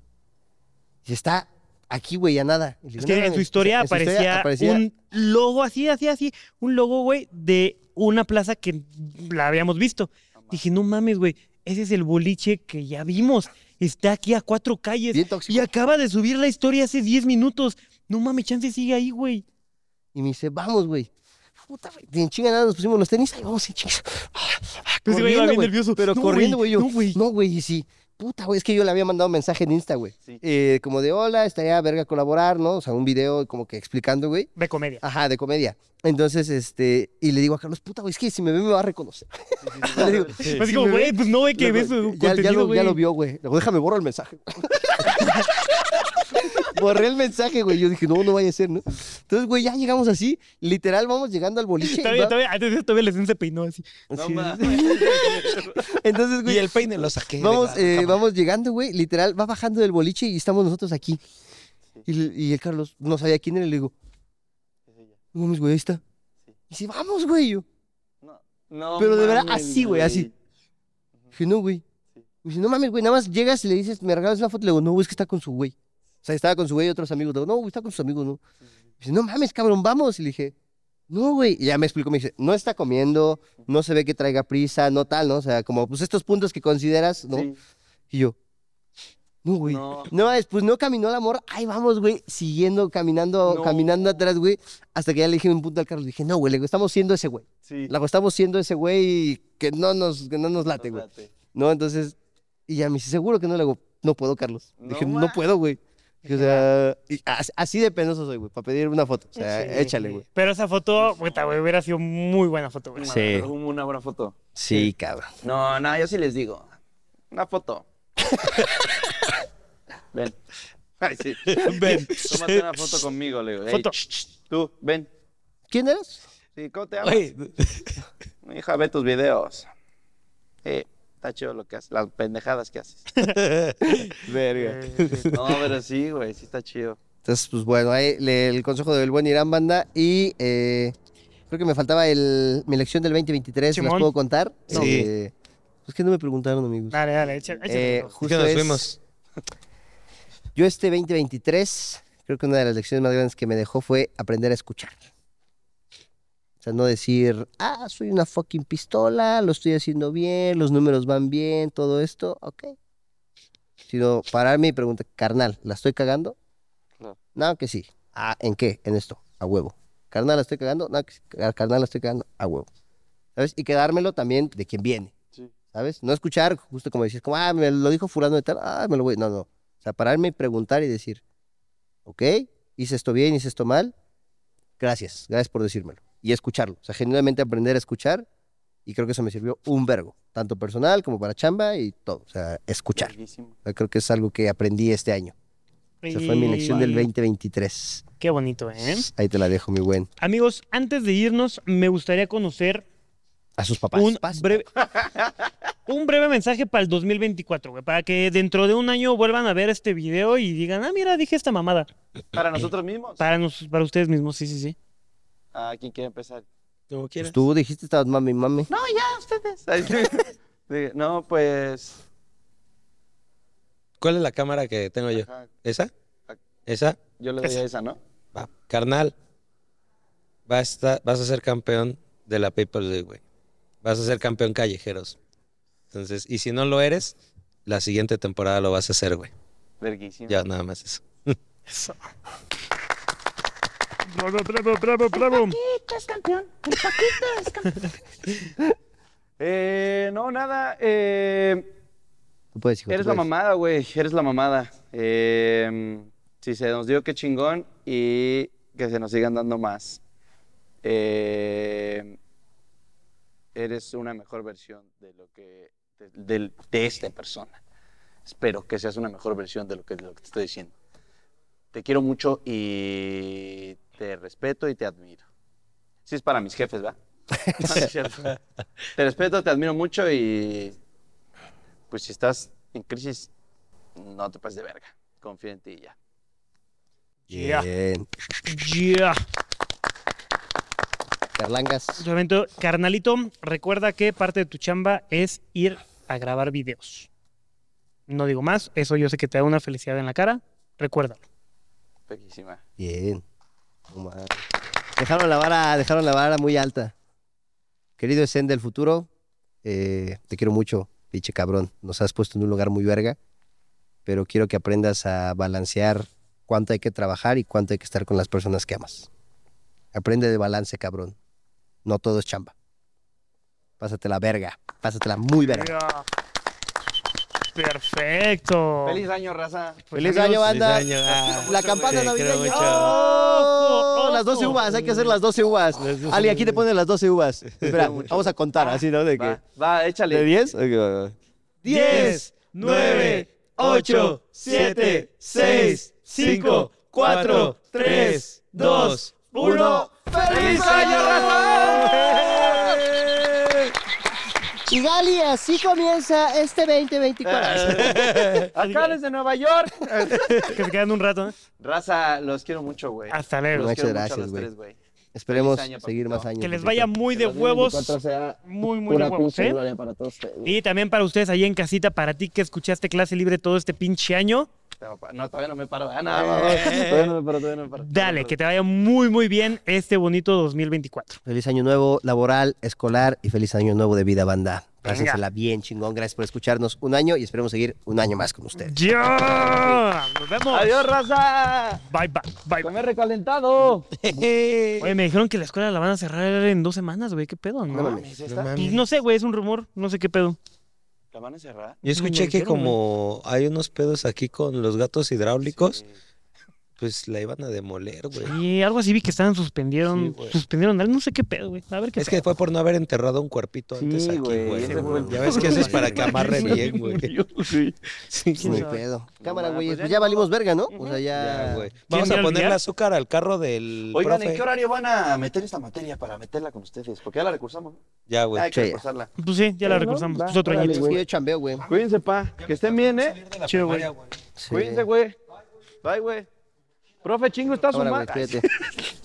[SPEAKER 2] y está aquí, güey, a nada. Y le digo,
[SPEAKER 1] Es
[SPEAKER 2] "No
[SPEAKER 1] que en
[SPEAKER 2] mames".
[SPEAKER 1] su historia
[SPEAKER 2] En su historia
[SPEAKER 1] aparecía,
[SPEAKER 2] aparecía-
[SPEAKER 1] un logo así, así, así. Un logo, güey, de una plaza que la habíamos visto. Dije, no mames, güey, ese es el boliche que ya vimos. Está aquí a cuatro calles.
[SPEAKER 2] Bien tóxico.
[SPEAKER 1] Y acaba de subir la historia hace 10 minutos. No mames, chance sigue ahí, güey.
[SPEAKER 2] Y me dice, vamos, güey. Puta, güey. De en chinga nada, nos pusimos los tenis. Ahí vamos, en chingas.
[SPEAKER 1] Pues sí, güey, iba bien
[SPEAKER 2] güey.
[SPEAKER 1] nervioso.
[SPEAKER 2] Pero
[SPEAKER 1] No,
[SPEAKER 2] corriendo,
[SPEAKER 1] güey,
[SPEAKER 2] güey. yo,
[SPEAKER 1] no, güey.
[SPEAKER 2] No, güey, y sí. Puta, güey, es que yo le había mandado mensaje en Insta, güey.
[SPEAKER 3] Sí.
[SPEAKER 2] Eh, como de, hola, estaría verga colaborar, ¿no? O sea, un video como que explicando, güey.
[SPEAKER 1] De comedia.
[SPEAKER 2] Ajá, de comedia. Entonces, este, y le digo a Carlos, puta, güey, es que si me ve me va a reconocer. *laughs* Le digo,
[SPEAKER 1] Así
[SPEAKER 2] "Si
[SPEAKER 1] como,
[SPEAKER 2] me ve,
[SPEAKER 1] güey, pues no ve que ves
[SPEAKER 2] Luego,
[SPEAKER 1] su
[SPEAKER 2] ya, ya
[SPEAKER 1] contenido,
[SPEAKER 2] lo, ya
[SPEAKER 1] güey.
[SPEAKER 2] lo vio, güey. Le digo, déjame borro el mensaje. *laughs* Borré el mensaje, güey. Yo dije, no, no vaya a ser, ¿no? Entonces, güey, ya llegamos así. Literal, vamos llegando al boliche. y
[SPEAKER 1] Todavía,
[SPEAKER 2] va-
[SPEAKER 1] todavía, antes de eso, todavía el se peinó así.
[SPEAKER 3] No
[SPEAKER 2] Sí,
[SPEAKER 3] mames.
[SPEAKER 2] Entonces,
[SPEAKER 4] Y
[SPEAKER 2] güey,
[SPEAKER 4] el peine lo saqué. de
[SPEAKER 2] vamos,
[SPEAKER 4] la
[SPEAKER 2] eh,
[SPEAKER 4] cámara.
[SPEAKER 2] vamos llegando, güey. Literal, va bajando del boliche y estamos nosotros aquí. Y, le- y el Carlos no sabía quién era. y Le digo, no mames, güey, ahí está. Y dice, vamos, güey. Yo
[SPEAKER 3] No
[SPEAKER 2] Pero de verdad,
[SPEAKER 3] mames,
[SPEAKER 2] así, güey, así. dije, no, güey. Me dice, no mames, güey, nada más llegas y le dices, me regalas una foto. Le digo, no, güey, es que está con su güey. O sea, estaba con su güey y otros amigos. Le digo, no, güey, está con sus amigos, ¿no? Me dice, no mames, cabrón, vamos. Y le dije, no, güey. Y ya me explicó, me dice, no está comiendo, no se ve que traiga prisa, no tal, ¿no? O sea, como, pues estos puntos que consideras, ¿no?
[SPEAKER 3] Sí.
[SPEAKER 2] Y yo, no, güey.
[SPEAKER 3] No.
[SPEAKER 2] No, es, pues no caminó el amor. Ahí vamos, güey, siguiendo, caminando,
[SPEAKER 3] No.
[SPEAKER 2] caminando atrás, güey. Hasta que ya le dije un punto al Carlos. Dije, no, güey, le digo, estamos siendo ese güey.
[SPEAKER 3] Sí.
[SPEAKER 2] Le digo, estamos siendo ese güey que no nos, que no nos late, güey.
[SPEAKER 3] Espérate.
[SPEAKER 2] No, entonces, y ya me dice, seguro que no le hago, no puedo, Carlos.
[SPEAKER 3] No
[SPEAKER 2] Dije,
[SPEAKER 3] ma-
[SPEAKER 2] no puedo, güey. Dije, O sea, y as- así de penoso soy, güey, para pedir una foto. O sea,
[SPEAKER 1] Sí.
[SPEAKER 2] échale, güey.
[SPEAKER 1] Pero esa foto, puta, güey, hubiera sido muy buena foto, güey.
[SPEAKER 2] Sí.
[SPEAKER 3] Como Una buena foto.
[SPEAKER 2] Sí, cabrón.
[SPEAKER 3] No, no, yo sí les digo. Una foto. ven. Ay, sí. Ven. Tómate una foto conmigo, le digo. Ey,
[SPEAKER 1] Foto.
[SPEAKER 3] ch, ch, tú, ven.
[SPEAKER 2] ¿Quién eras?
[SPEAKER 3] Sí, ¿cómo te llamas?
[SPEAKER 4] Güey,
[SPEAKER 3] *laughs* Mi hija ve tus videos. Eh, está chido lo que haces, las pendejadas que
[SPEAKER 4] *laughs*
[SPEAKER 3] haces.
[SPEAKER 2] Verga.
[SPEAKER 3] No, pero sí, güey, sí está chido.
[SPEAKER 2] Entonces, pues bueno, ahí le- el consejo del buen Irán Banda y eh, creo que me faltaba el, mi lección del 2023, ¿se ¿las
[SPEAKER 1] Simón.
[SPEAKER 2] puedo contar?
[SPEAKER 4] Sí.
[SPEAKER 2] Eh, pues que no me preguntaron, amigos.
[SPEAKER 1] Dale, dale, échale.
[SPEAKER 2] Eh,
[SPEAKER 1] échale.
[SPEAKER 4] ¿Qué
[SPEAKER 2] justo
[SPEAKER 4] nos
[SPEAKER 2] es-
[SPEAKER 4] fuimos?
[SPEAKER 2] Yo este 2023, creo que una de las lecciones más grandes que me dejó fue aprender a escuchar. O sea, no decir, ah, soy una fucking pistola, lo estoy haciendo bien, los números van bien, todo esto, ok. Sino pararme y preguntar, carnal, ¿la estoy cagando?
[SPEAKER 3] Claro.
[SPEAKER 2] No, que sí. Ah, ¿en qué? En esto, a huevo. Carnal, ¿la estoy cagando? No, que sí. Car- Carnal, ¿la estoy cagando? A huevo. ¿Sabes? Y quedármelo también de quien viene.
[SPEAKER 3] Sí.
[SPEAKER 2] ¿Sabes? No escuchar, justo como decías, como, ah, me lo dijo fulano de tal, ah, me lo voy. No, no. O sea, pararme y preguntar y decir, ok, hice esto bien, hice esto mal, gracias, gracias por decírmelo. Y escucharlo. O sea, genuinamente aprender a escuchar y creo que eso me sirvió un vergo, tanto personal como para chamba y todo. O sea, escuchar.
[SPEAKER 3] Larguísimo.
[SPEAKER 2] O sea, creo que es algo que aprendí este año. Esa fue mi lección del 2023.
[SPEAKER 1] Qué bonito, ¿eh?
[SPEAKER 2] Ahí te la dejo, mi buen.
[SPEAKER 1] Amigos, antes de irnos, me gustaría conocer
[SPEAKER 2] A sus papás.
[SPEAKER 1] un
[SPEAKER 2] Paz.
[SPEAKER 1] breve. *laughs* Un breve mensaje para el 2024, güey, para que dentro de un año vuelvan a ver este video y digan, ah, mira, dije esta mamada.
[SPEAKER 3] Para nosotros mismos.
[SPEAKER 1] Para, nos- para ustedes mismos, sí, sí, sí.
[SPEAKER 3] Ah, ¿quién quiere empezar? *laughs*
[SPEAKER 4] Como quieras.
[SPEAKER 2] Pues tú dijiste, estabas mami, mami.
[SPEAKER 3] No, ya, ustedes. Ay, sí. no, pues.
[SPEAKER 4] ¿Cuál es la cámara que tengo yo?
[SPEAKER 3] ajá,
[SPEAKER 4] ¿Esa? ¿Esa?
[SPEAKER 3] Yo le doy a esa, ¿no?
[SPEAKER 4] Va. Carnal, vas a, vas a ser campeón de la People's League, güey. Vas a ser campeón callejeros. Entonces, y si no lo eres, la siguiente temporada lo vas a hacer, güey.
[SPEAKER 3] Verguísimo.
[SPEAKER 4] Ya, nada más eso.
[SPEAKER 1] Bravo, bravo, bravo, bravo.
[SPEAKER 3] Eh, no, nada. Eh.
[SPEAKER 2] Tú puedes, hijo. tú
[SPEAKER 3] Eres la
[SPEAKER 2] puedes.
[SPEAKER 3] mamada, güey. Eres la mamada. Eh, sí, se nos dio que chingón y que se nos sigan dando más. Eh, eres una mejor versión de lo que de, del- de esta persona. Espero que seas una mejor versión de lo que, de lo que te estoy diciendo. Te quiero mucho y te respeto y te admiro. Sí, es para mis jefes, ¿verdad? *laughs* No, no es cierto. Te respeto, te admiro mucho y pues si estás en crisis, no te pases de verga. Confía en ti y ya.
[SPEAKER 1] Yeah.
[SPEAKER 2] Bien.
[SPEAKER 1] Yeah.
[SPEAKER 2] Carlangas.
[SPEAKER 1] Solamente, carnalito, recuerda que parte de tu chamba es ir a grabar videos. No digo más, eso yo sé que te da una felicidad en la cara. Recuérdalo.
[SPEAKER 3] Pequísima.
[SPEAKER 2] Bien. No más. Dejaron la vara, dejaron la vara muy alta. Querido Esen del futuro, eh, te quiero mucho, pinche cabrón. Nos has puesto en un lugar muy verga, pero quiero que aprendas a balancear cuánto hay que trabajar y cuánto hay que estar con las personas que amas. Aprende de balance, cabrón. No todo es chamba. Pásatela verga, pásatela muy verga.
[SPEAKER 1] Venga. Perfecto.
[SPEAKER 3] Feliz año, raza.
[SPEAKER 1] Pues,
[SPEAKER 2] Feliz
[SPEAKER 1] amigos,
[SPEAKER 2] año, banda.
[SPEAKER 4] Feliz año. Ah,
[SPEAKER 2] La campana
[SPEAKER 4] te quiero
[SPEAKER 2] navideña.
[SPEAKER 4] mucho.
[SPEAKER 2] ¡Oh! Las 12 uvas, hay que hacer las 12 uvas.
[SPEAKER 4] Las 12
[SPEAKER 2] Ali, aquí te
[SPEAKER 4] uvas.
[SPEAKER 2] ponen las 12 uvas. Espera, vamos a contar, así, ¿no? De que.
[SPEAKER 3] Va, va, échale.
[SPEAKER 2] ¿De 10? Ok, va, va.
[SPEAKER 4] 10, 9, 8, 7, 6, 5, 4, 3, 2, 1.
[SPEAKER 3] ¡Feliz
[SPEAKER 1] *laughs*
[SPEAKER 3] año, raza!
[SPEAKER 2] Y Gali, así comienza este 2024.
[SPEAKER 3] *laughs* Acá desde Nueva York.
[SPEAKER 1] Que se quedan un rato. ¿eh?
[SPEAKER 3] Raza, los quiero mucho, güey.
[SPEAKER 1] Hasta luego.
[SPEAKER 3] Los
[SPEAKER 2] Muchas
[SPEAKER 3] quiero mucho a
[SPEAKER 2] gracias,
[SPEAKER 3] los
[SPEAKER 2] güey.
[SPEAKER 3] tres, güey.
[SPEAKER 2] Esperemos
[SPEAKER 3] Feliz año, papito.
[SPEAKER 2] seguir más años.
[SPEAKER 1] Que les
[SPEAKER 2] papito.
[SPEAKER 1] vaya muy de huevos.
[SPEAKER 7] 2024 sea
[SPEAKER 1] Muy, muy de
[SPEAKER 7] una
[SPEAKER 1] huevos,
[SPEAKER 7] pinche
[SPEAKER 1] ¿eh?
[SPEAKER 7] gloria para todos ustedes.
[SPEAKER 1] Y también para ustedes ahí en casita, para ti que escuchaste clase libre todo este pinche año,
[SPEAKER 3] No, pa- No, todavía no me paro. Ah, no, todavía no me paro, todavía no me paro.
[SPEAKER 1] Eh. dale, que te vaya muy, muy bien este bonito 2024.
[SPEAKER 2] Feliz año nuevo laboral, escolar y feliz año nuevo de vida, banda. Pásensela bien, chingón. Gracias por escucharnos un año y esperemos seguir un año más con ustedes.
[SPEAKER 1] ¡Ya! ¡Nos vemos!
[SPEAKER 3] ¡Adiós, raza!
[SPEAKER 1] Bye, bye, bye, bye.
[SPEAKER 3] ¡Comer recalentado!
[SPEAKER 1] Oye, me dijeron que la escuela la van a cerrar en dos semanas, güey. ¿Qué pedo?
[SPEAKER 3] Ah,
[SPEAKER 1] No,
[SPEAKER 2] No
[SPEAKER 1] mames.
[SPEAKER 2] mames.
[SPEAKER 4] No
[SPEAKER 1] Pues
[SPEAKER 4] mames.
[SPEAKER 1] no sé, güey, es un rumor. No sé qué pedo.
[SPEAKER 3] ¿La van a cerrar?
[SPEAKER 4] Yo escuché que
[SPEAKER 1] dijeron,
[SPEAKER 4] como hay unos pedos aquí con los gatos hidráulicos,
[SPEAKER 3] Eh,
[SPEAKER 4] pues la iban a demoler, güey.
[SPEAKER 1] Y algo así vi que estaban suspendieron.
[SPEAKER 4] Sí, güey.
[SPEAKER 1] suspendieron algo. No sé qué pedo, güey. A ver qué
[SPEAKER 4] Es que fue por no haber enterrado un cuerpito antes
[SPEAKER 3] Sí,
[SPEAKER 4] aquí,
[SPEAKER 3] güey,
[SPEAKER 4] güey.
[SPEAKER 3] ese fue el
[SPEAKER 4] Ya
[SPEAKER 3] *laughs*
[SPEAKER 4] ves que eso es para que amarre
[SPEAKER 1] Sí,
[SPEAKER 4] bien, güey. *laughs* Sí,
[SPEAKER 1] ¿Quién
[SPEAKER 2] Muy
[SPEAKER 1] sabe?
[SPEAKER 2] pedo. Cámara,
[SPEAKER 3] mames,
[SPEAKER 2] güey.
[SPEAKER 3] pues
[SPEAKER 2] Pues
[SPEAKER 3] ya
[SPEAKER 2] ya
[SPEAKER 3] ni
[SPEAKER 2] valimos verga, ¿no? O sea,
[SPEAKER 4] Ya,
[SPEAKER 2] ya.
[SPEAKER 4] güey. Vamos a
[SPEAKER 1] ir al
[SPEAKER 4] ponerle
[SPEAKER 1] billar?
[SPEAKER 4] azúcar al carro del
[SPEAKER 3] Oigan, ¿en
[SPEAKER 4] profe.
[SPEAKER 3] qué horario van a meter esta materia para meterla con ustedes? Porque ya la recursamos. ¿no? Ah,
[SPEAKER 4] Ya,
[SPEAKER 3] Hay
[SPEAKER 4] güey.
[SPEAKER 3] que
[SPEAKER 2] Sí.
[SPEAKER 3] recursarla.
[SPEAKER 1] Pues sí, ya la
[SPEAKER 7] ¿No?
[SPEAKER 1] recursamos.
[SPEAKER 7] Va,
[SPEAKER 1] Pues otro
[SPEAKER 7] órale,
[SPEAKER 1] añito.
[SPEAKER 2] Es que yo chambeo, güey.
[SPEAKER 3] Cuídense, pa. Que estén bien, ¿eh?
[SPEAKER 1] Chido, güey.
[SPEAKER 2] Sí.
[SPEAKER 3] Cuídense, güey. Bye, güey. Profe, chingo, está su
[SPEAKER 2] Cámara, güey.
[SPEAKER 3] madre.
[SPEAKER 2] Cuídate.